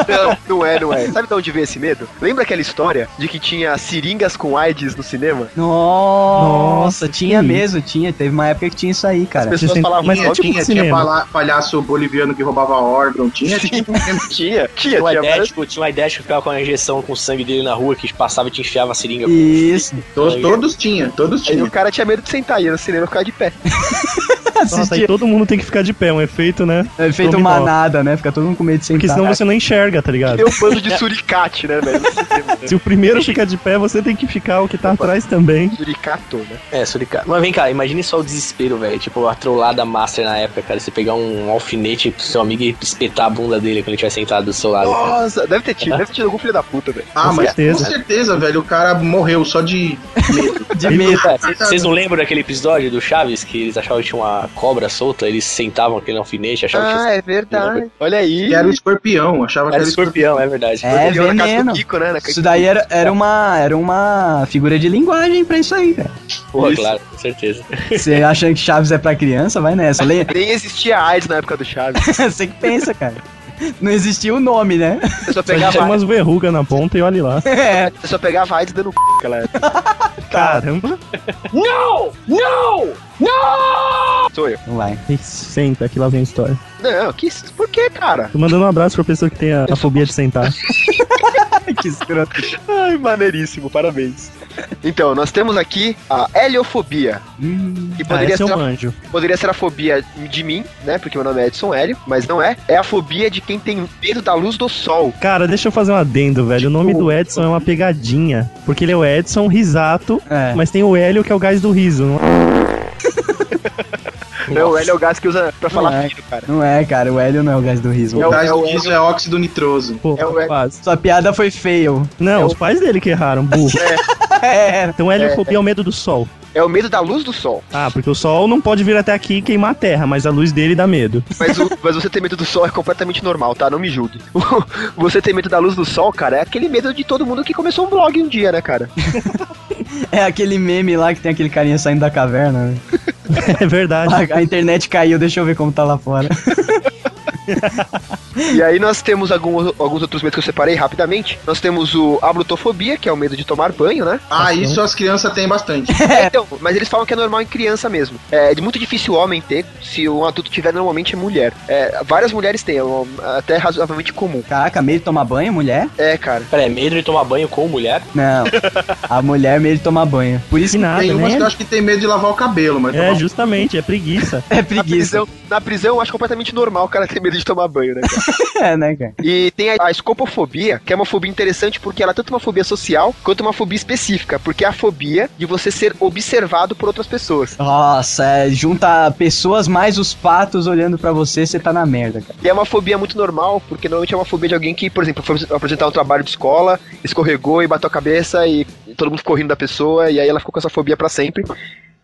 Speaker 4: Não, não é, não é. Sabe de onde veio esse medo? Lembra aquela história de que tinha seringas com AIDS no cinema?
Speaker 1: Nossa,
Speaker 7: Nossa,
Speaker 1: tinha
Speaker 7: que
Speaker 1: mesmo, tinha. Teve uma época que tinha isso aí, cara.
Speaker 4: As pessoas
Speaker 7: Você
Speaker 4: falavam
Speaker 7: mas
Speaker 4: mal.
Speaker 7: é tipo
Speaker 2: tinha,
Speaker 7: de
Speaker 2: tinha
Speaker 7: cinema.
Speaker 2: pala- palhaço boliviano que roubava órgão, tinha, tinha.
Speaker 4: (laughs) Tinha, tinha,
Speaker 3: Tinha um
Speaker 4: tinha várias...
Speaker 3: idético, tinha um idético que ficava com a injeção com o sangue dele na rua, que passava e te enfiava a seringa.
Speaker 1: Isso,
Speaker 2: To- todos tinha, todos
Speaker 4: Aí o
Speaker 2: tinha.
Speaker 4: cara tinha medo de sentar e ia no cinema ficar de pé.
Speaker 7: Nossa, aí
Speaker 1: assistia.
Speaker 7: todo mundo tem que ficar de pé, um efeito, né?
Speaker 1: É feito
Speaker 7: Dominó.
Speaker 1: manada, né? Fica todo mundo com medo de
Speaker 7: Porque
Speaker 1: sentar.
Speaker 7: senão você não enxerga, tá
Speaker 1: Ah,
Speaker 7: ligado?
Speaker 4: Tem um bando de suricate, né, velho? (laughs)
Speaker 7: Se o primeiro fica de pé, você tem que ficar o que tá atrás também.
Speaker 4: Suricato, né?
Speaker 3: É, suricato. Mas vem cá, imagine só o desespero, velho. Tipo, a trollada master na época, cara. Você pegar um alfinete pro seu amigo e espetar a bunda dele quando ele estiver sentado do seu lado. cara.
Speaker 4: Nossa, deve ter tido, deve ter tido algum filho da puta, velho.
Speaker 2: Ah,
Speaker 7: Com
Speaker 2: mas
Speaker 7: certeza.
Speaker 2: com certeza, velho, o cara morreu só de medo.
Speaker 1: De medo.
Speaker 3: É, c- Vocês não lembram daquele episódio do Chaves que eles achavam que tinha uma cobra solta, eles sentavam aquele alfinete, achavam que
Speaker 4: Ah,
Speaker 3: tinha...
Speaker 4: é verdade. Olha aí.
Speaker 2: Que era o escorpião, achava que
Speaker 3: era
Speaker 2: era o
Speaker 3: escorpião, é verdade.
Speaker 1: É
Speaker 4: Ele ia na casa
Speaker 1: veneno.
Speaker 4: do Kiko, né? Na casa
Speaker 1: Isso
Speaker 4: do
Speaker 1: daí era, era, uma, era uma figura de linguagem pra isso aí, cara.
Speaker 3: Pô,
Speaker 4: isso.
Speaker 3: claro, com certeza.
Speaker 1: Você acha que Chaves é pra criança? Vai nessa. Lê.
Speaker 4: (laughs) Kiko. Nem existia AIDS na época do Chaves.
Speaker 1: Você que pensa, cara. Não existia o nome, né? (laughs)
Speaker 4: Você só
Speaker 7: Só
Speaker 4: pegava,
Speaker 7: tinha umas verrugas na ponta e olha
Speaker 3: (laughs)
Speaker 7: lá.
Speaker 1: É.
Speaker 4: você só pegava AIDS dando (laughs) c... naquela época.
Speaker 3: Tá.
Speaker 7: Caramba!
Speaker 4: Sou eu.
Speaker 1: Não vai.
Speaker 7: Ih, Senta, que lá vem a história.
Speaker 4: Não, que isso? Por que, cara?
Speaker 7: Tô mandando um abraço pra pessoa que tem a, a fobia de sentar.
Speaker 4: (laughs)
Speaker 1: Que escroto.
Speaker 4: Ai, maneiríssimo, parabéns. Então, nós temos aqui a heliofobia,
Speaker 1: Hum,
Speaker 4: que
Speaker 7: Ah,
Speaker 4: poderia
Speaker 7: esse
Speaker 4: ser
Speaker 7: eu
Speaker 4: uma
Speaker 7: manjo.
Speaker 4: Poderia ser a fobia de mim, né? Porque meu nome é Edson Hélio, mas não é. É a fobia de quem tem medo da luz do sol.
Speaker 7: Cara, deixa eu fazer um adendo, velho. O nome
Speaker 4: Tipo-
Speaker 7: do Edson é uma pegadinha. Porque ele é o Edson Risato,
Speaker 1: é.
Speaker 7: mas tem o Hélio que é o gás do riso. Não é?
Speaker 4: Não, o Hélio é o gás que usa pra falar
Speaker 1: é.
Speaker 4: filho, cara.
Speaker 1: Não é, cara. O Hélio não é o gás do riso.
Speaker 4: É
Speaker 2: O
Speaker 4: o-
Speaker 2: gás
Speaker 4: é o-
Speaker 2: do diesel é óxido nitroso.
Speaker 7: Pô,
Speaker 4: É o Hélio.
Speaker 7: quase.
Speaker 1: Sua piada foi fail.
Speaker 7: Não,
Speaker 4: É
Speaker 7: os
Speaker 4: o-
Speaker 7: pais dele que erraram,
Speaker 4: (laughs)
Speaker 7: burro.
Speaker 1: É.
Speaker 7: Então heliofobia é o medo do sol.
Speaker 4: É o medo da luz do sol.
Speaker 7: Ah, porque o sol não pode vir até aqui e queimar a terra, mas a luz dele dá medo. (laughs)
Speaker 4: Mas, o- mas você ter medo do sol é completamente normal, tá? Não me julgue. (laughs) você ter medo da luz do sol, cara, é aquele medo de todo mundo que começou um blog um dia,
Speaker 7: (laughs)
Speaker 4: né, cara?
Speaker 1: É aquele meme lá que tem aquele carinha saindo da caverna, né?
Speaker 7: É
Speaker 4: Ah,
Speaker 7: verdade.
Speaker 1: A, a internet caiu, deixa eu ver como tá lá fora.
Speaker 4: E aí nós temos alguns, alguns outros medos que eu separei rapidamente. Nós temos o abrutofobia, que é o medo de tomar banho, né?
Speaker 2: Ah, isso as crianças têm bastante.
Speaker 4: É, então, mas eles falam que é normal em criança mesmo. É é muito difícil o homem ter, se um adulto tiver, normalmente é mulher. É, várias mulheres têm, é um- até razoavelmente comum.
Speaker 1: Caraca, medo de tomar banho, mulher?
Speaker 4: É, cara.
Speaker 3: Peraí, medo de tomar banho com mulher?
Speaker 1: Não. A mulher medo de tomar banho. Por isso
Speaker 7: Que
Speaker 1: que
Speaker 7: nada,
Speaker 2: Tem umas
Speaker 7: né?
Speaker 2: que eu acho que tem medo de lavar o cabelo, mas
Speaker 7: É, justamente, é preguiça.
Speaker 1: é
Speaker 4: Na
Speaker 1: preguiça.
Speaker 4: prisão, na prisão, eu acho completamente normal o cara ter medo de tomar banho, né? cara?
Speaker 1: é, né, cara?
Speaker 4: E tem a, a escopofobia, que é uma fobia interessante porque ela é tanto uma fobia social quanto uma fobia específica, porque é a fobia de você ser observado por outras pessoas.
Speaker 1: Nossa, é, junta pessoas mais os patos olhando pra você, você tá na merda, cara.
Speaker 4: E é uma fobia muito normal, porque normalmente é uma fobia de alguém que, por exemplo, foi apresentar um trabalho de escola, escorregou e bateu a cabeça e todo mundo ficou rindo da pessoa, e aí ela ficou com essa fobia pra sempre.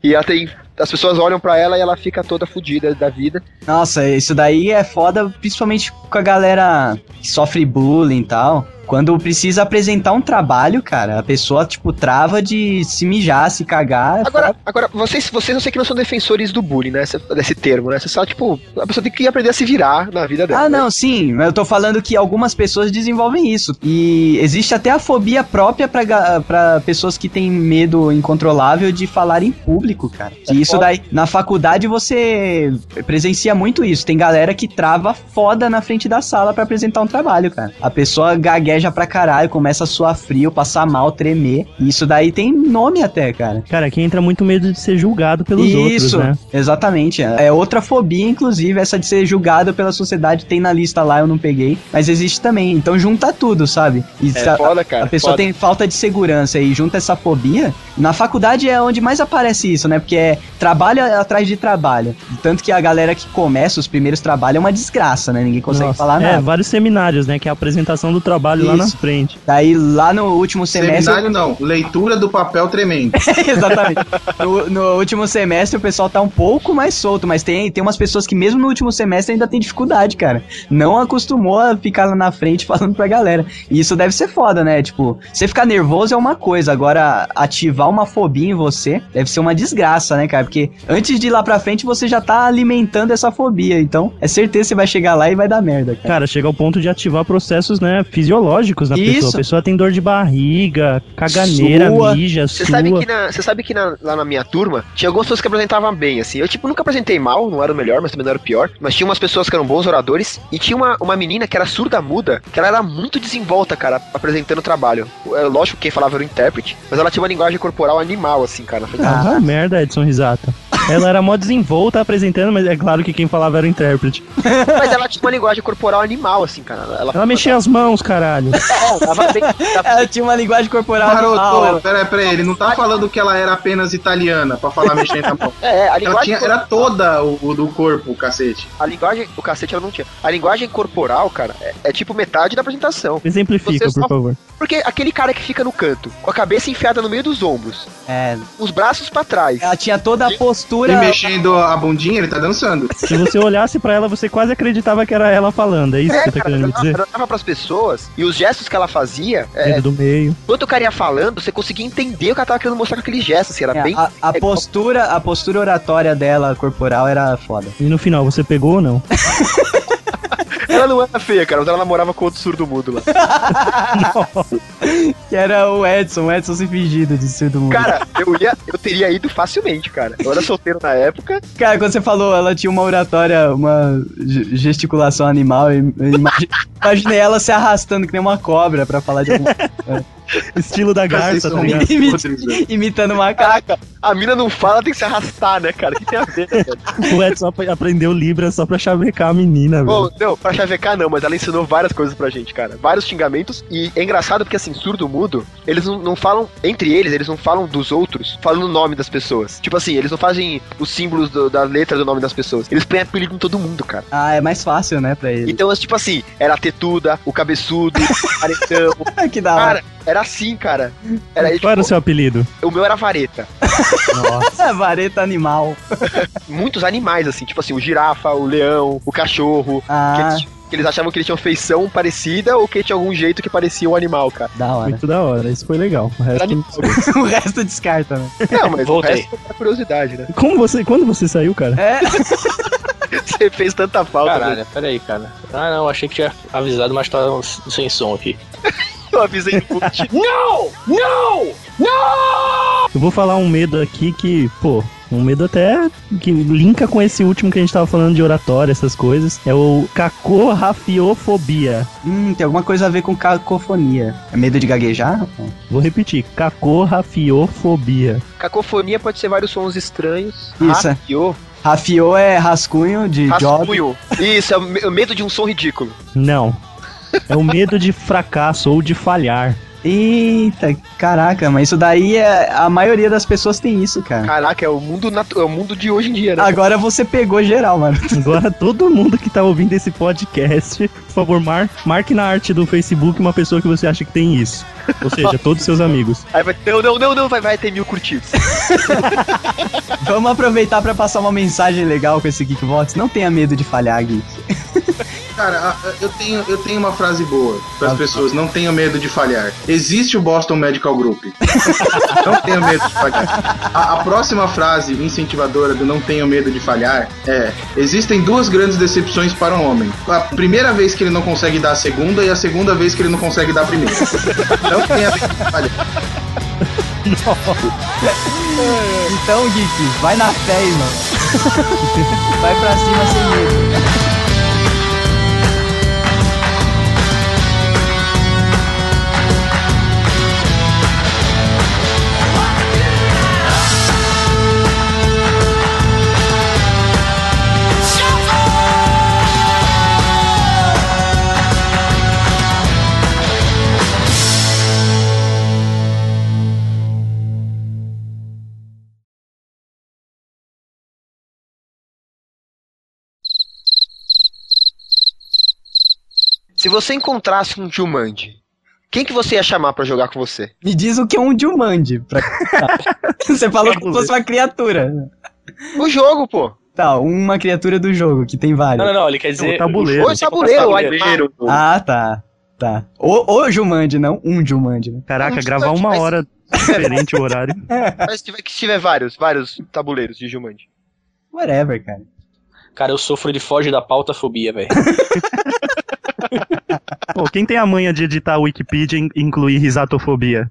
Speaker 4: E ela tem. As pessoas olham pra ela e ela fica toda fodida da vida.
Speaker 1: Nossa, isso daí é foda, principalmente com a galera que sofre bullying e tal. Quando precisa apresentar um trabalho, cara, a pessoa, tipo, trava de se mijar, se cagar. é
Speaker 4: Agora, agora vocês, vocês eu sei que não são defensores do bullying, né? esse- Desse termo, né? Você só, tipo, a pessoa tem que aprender a se virar na vida dela.
Speaker 1: Ah,
Speaker 4: né?
Speaker 1: não, sim, mas eu tô falando que algumas pessoas desenvolvem isso. E existe até a fobia própria pra, ga- pra pessoas que têm medo incontrolável de falar em público, cara. E isso
Speaker 4: É foda.
Speaker 1: daí, na faculdade você presencia muito isso. Tem galera que trava foda na frente da sala pra apresentar um trabalho, cara. A pessoa gagueja pra caralho, começa a suar frio, passar mal, tremer. E isso daí tem nome até, cara.
Speaker 5: Cara, aqui entra muito medo de ser julgado pelos outros,
Speaker 1: Isso,
Speaker 5: né?
Speaker 1: exatamente. É outra fobia, inclusive, essa de ser julgado pela sociedade. Tem na lista lá, eu não peguei. Mas existe também. Então junta tudo, sabe? E
Speaker 4: É
Speaker 1: se a-
Speaker 4: foda, cara.
Speaker 1: a pessoa
Speaker 4: foda.
Speaker 1: tem falta de segurança e junta essa fobia. Na faculdade é onde mais aparece isso, né? Porque é trabalho atrás de trabalho. Tanto que a galera que começa os primeiros trabalhos é uma desgraça, né? Ninguém consegue
Speaker 5: Nossa,
Speaker 1: falar
Speaker 5: é,
Speaker 1: nada.
Speaker 5: vários seminários, né? Que é a apresentação do trabalho lá na
Speaker 1: Isso.
Speaker 5: frente.
Speaker 1: Daí lá no último semestre.
Speaker 2: Seminário não, leitura do papel
Speaker 7: (laughs)
Speaker 2: tremendo.
Speaker 1: (laughs) Exatamente. No, no último semestre o pessoal tá um pouco mais solto, mas tem, tem umas pessoas que mesmo no último semestre ainda tem dificuldade, cara. Não acostumou a ficar lá na frente (laughs) falando pra galera. E isso deve ser foda, né? Tipo, você ficar nervoso é uma coisa, agora ativar uma fobia em você deve ser uma desgraça, né, cara? Porque antes de ir lá pra frente você já tá alimentando essa fobia, então é certeza que você vai chegar lá e vai dar merda, cara.
Speaker 5: Cara, chega ao ponto de ativar processos, né, fisiológicos na pessoa.
Speaker 1: Isso.
Speaker 5: A pessoa tem dor de barriga, caganeira,
Speaker 1: Sua.
Speaker 5: mija,
Speaker 4: Você
Speaker 5: sua.
Speaker 4: sabe que, na, você sabe que na- lá na minha turma tinha algumas pessoas que apresentavam bem, assim. Eu, tipo, nunca apresentei mal, não era o melhor, mas também não era o pior. Mas tinha umas pessoas que eram bons oradores. E tinha uma, uma menina que era surda muda, que ela era muito desenvolta, cara, apresentando o trabalho. É lógico que quem falava era o intérprete, mas ela tinha uma linguagem corporal animal, assim, cara. Eu falei,
Speaker 5: Ah, vai merda, Edson Risata. Ela era mó desenvolta apresentando, mas é claro que quem falava era o intérprete.
Speaker 4: Mas ela tinha uma linguagem corporal animal, assim, cara. Ela,
Speaker 5: Ela mexia as mãos, caralho.
Speaker 4: (laughs) É, ela tava bem-
Speaker 1: (laughs) Ela tinha uma linguagem corporal animal,
Speaker 2: Tá Maroto,
Speaker 1: ela-
Speaker 2: peraí, peraí, ele não tá falando que ela era apenas italiana pra falar mexendo na mão.
Speaker 4: é, a
Speaker 2: Ela
Speaker 4: linguagem
Speaker 2: tinha, era toda o, o do corpo, o cacete.
Speaker 4: A linguagem, o cacete ela não tinha. A linguagem corporal, cara, é, é tipo metade da apresentação.
Speaker 5: Exemplifica,
Speaker 4: Você só-
Speaker 5: por favor.
Speaker 4: Porque aquele cara que fica no canto, com a cabeça enfiada no meio dos ombros,
Speaker 1: É,
Speaker 4: os braços pra
Speaker 5: É
Speaker 4: trás.
Speaker 1: ela tinha toda a postura.
Speaker 2: E mexendo a bundinha, ele tá dançando.
Speaker 5: Se você olhasse pra ela, você quase acreditava que era ela falando. É isso que
Speaker 4: É,
Speaker 5: você tá
Speaker 4: cara,
Speaker 5: querendo
Speaker 4: ela,
Speaker 5: me dizer?
Speaker 4: ela olhava pras pessoas e os gestos que ela fazia, é,
Speaker 5: Dedo do meio.
Speaker 4: enquanto o cara ia falando, você conseguia entender o que ela tava querendo mostrar com aquele gesto, assim, era
Speaker 1: É,
Speaker 4: bem.
Speaker 1: a, a postura, a postura oratória dela, corporal, era foda.
Speaker 5: E no final, você pegou ou não?
Speaker 4: Ela não era feia, cara, mas ela namorava com outro surdo mudo
Speaker 5: (laughs)
Speaker 4: lá.
Speaker 1: Que era o Edson, o Edson se fingindo de ser do mundo. Cara,
Speaker 4: Cara, eu ia, eu teria ido facilmente, cara. Eu era solteiro na época,
Speaker 1: quando você falou, ela tinha uma oratória, uma ge- gesticulação animal, eu imagi- (laughs) imaginei ela se arrastando que nem uma cobra pra falar de alguma
Speaker 5: Estilo da
Speaker 2: Vocês
Speaker 5: garça,
Speaker 2: são
Speaker 5: tá ligado?
Speaker 2: muito
Speaker 1: ligado?
Speaker 2: podres, velho.
Speaker 1: (laughs) imitando uma macaco.
Speaker 4: (laughs) caraca, a mina não fala, tem que se arrastar, né, cara? O que tem a ver, né, cara?
Speaker 5: O Edson ap- aprendeu Libra só pra chavecar a menina, velho.
Speaker 4: Bom, não, pra chavecar não, mas ela ensinou várias coisas pra gente, cara. Vários xingamentos. E é engraçado porque, assim, surdo mudo, eles não, não falam, entre eles, eles não falam dos outros, falando o nome das pessoas. Tipo assim, eles não fazem os símbolos do- da letra do nome das pessoas. Eles põem apelido em todo mundo, cara.
Speaker 1: Ah, é mais fácil, né, pra ele.
Speaker 4: Então, é tipo assim, era a tetuda, o cabeçudo, o paretão.
Speaker 1: (laughs) que da hora.
Speaker 4: Cara, era assim, cara. Era,
Speaker 5: Qual era o
Speaker 4: tipo,
Speaker 5: seu apelido?
Speaker 4: o meu era vareta.
Speaker 1: (laughs) Vareta animal.
Speaker 4: Muitos animais, assim, tipo assim, o girafa, o leão, o cachorro. Que
Speaker 1: Ah,
Speaker 4: eles, que eles achavam que eles tinham feição parecida ou que tinha algum jeito que parecia um animal, cara.
Speaker 1: da hora. (laughs)
Speaker 5: Muito da hora, isso foi legal. O resto-
Speaker 4: Era animal.
Speaker 1: o resto descarta, né?
Speaker 4: Não, mas
Speaker 3: Voltei.
Speaker 4: o resto é curiosidade, né?
Speaker 5: Como você, quando você saiu, cara?
Speaker 1: É,
Speaker 4: (laughs) Você fez tanta falta, né? velho.
Speaker 3: Caralho, peraí, cara. Ah, não, achei que tinha avisado, mas tá sem som aqui.
Speaker 4: Eu avisei (laughs) no monte.
Speaker 5: Eu vou falar um medo aqui que, pô, um medo até que linka com esse último que a gente tava falando de oratória, essas coisas. É o cacorrafiofobia.
Speaker 1: hum, tem alguma coisa a ver com cacofonia. É medo de gaguejar?
Speaker 5: Vou repetir, cacorrafiofobia.
Speaker 4: Cacofonia pode ser vários sons estranhos.
Speaker 1: Isso. é.
Speaker 4: Rapiô
Speaker 1: Rafiô é rascunho de job.
Speaker 4: Rascunho. Isso, é o me- o medo de um som ridículo.
Speaker 7: Não. É o medo de fracasso ou de falhar.
Speaker 1: Eita, caraca, mas isso daí é. A maioria das pessoas tem isso, cara.
Speaker 4: Caraca, é o mundo, natu- é o mundo de hoje em dia, né?
Speaker 1: Agora você pegou geral, mano. (laughs)
Speaker 7: Agora todo mundo que tá ouvindo esse podcast, por favor, mar- marque na arte do Facebook uma pessoa que você acha que tem isso. Ou seja, todos seus amigos.
Speaker 4: Aí vai, não, não, não, não, vai, vai ter mil curtidas.
Speaker 1: Vamos aproveitar pra passar uma mensagem legal com esse Geekbox. Não tenha medo de falhar, Geek.
Speaker 2: Cara, a- a- eu tenho, eu tenho uma frase boa para as pessoas: não tenham medo de falhar. Existe o Boston Medical Group. não tenham medo de falhar. A, a próxima frase incentivadora do não tenham medo de falhar é: existem duas grandes decepções para um homem. A primeira vez que ele não consegue dar a segunda e a segunda vez que ele não consegue dar a primeira. não tenha medo de falhar.
Speaker 1: Então, Geek, vai na fé, irmão. (laughs) vai pra cima sem medo.
Speaker 4: Se você encontrasse um Jumanji, quem que você ia chamar pra jogar com você?
Speaker 1: Me diz o que é um Dilmande. Pra... (laughs) Você falou que fosse uma criatura.
Speaker 4: O jogo, pô.
Speaker 1: Tá, uma criatura do jogo, que tem várias.
Speaker 3: Não, não, não, ele quer dizer.
Speaker 11: o tabuleiro.
Speaker 4: Ou tabuleiro,
Speaker 3: tabuleiro.
Speaker 4: animal.
Speaker 1: Ah, tá. Tá. O, o Jumande, não um Jumande, né?
Speaker 7: Caraca,
Speaker 4: Mas-
Speaker 7: gravar uma
Speaker 4: mas-
Speaker 7: hora diferente o horário.
Speaker 4: Mas se tiver, que se tiver vários, vários tabuleiros de Jumanji.
Speaker 1: Whatever, cara.
Speaker 3: Cara, eu sofro de foge da pauta fobia, velho.
Speaker 7: Pô, quem tem a manha de editar a Wikipedia e in- incluir risatofobia?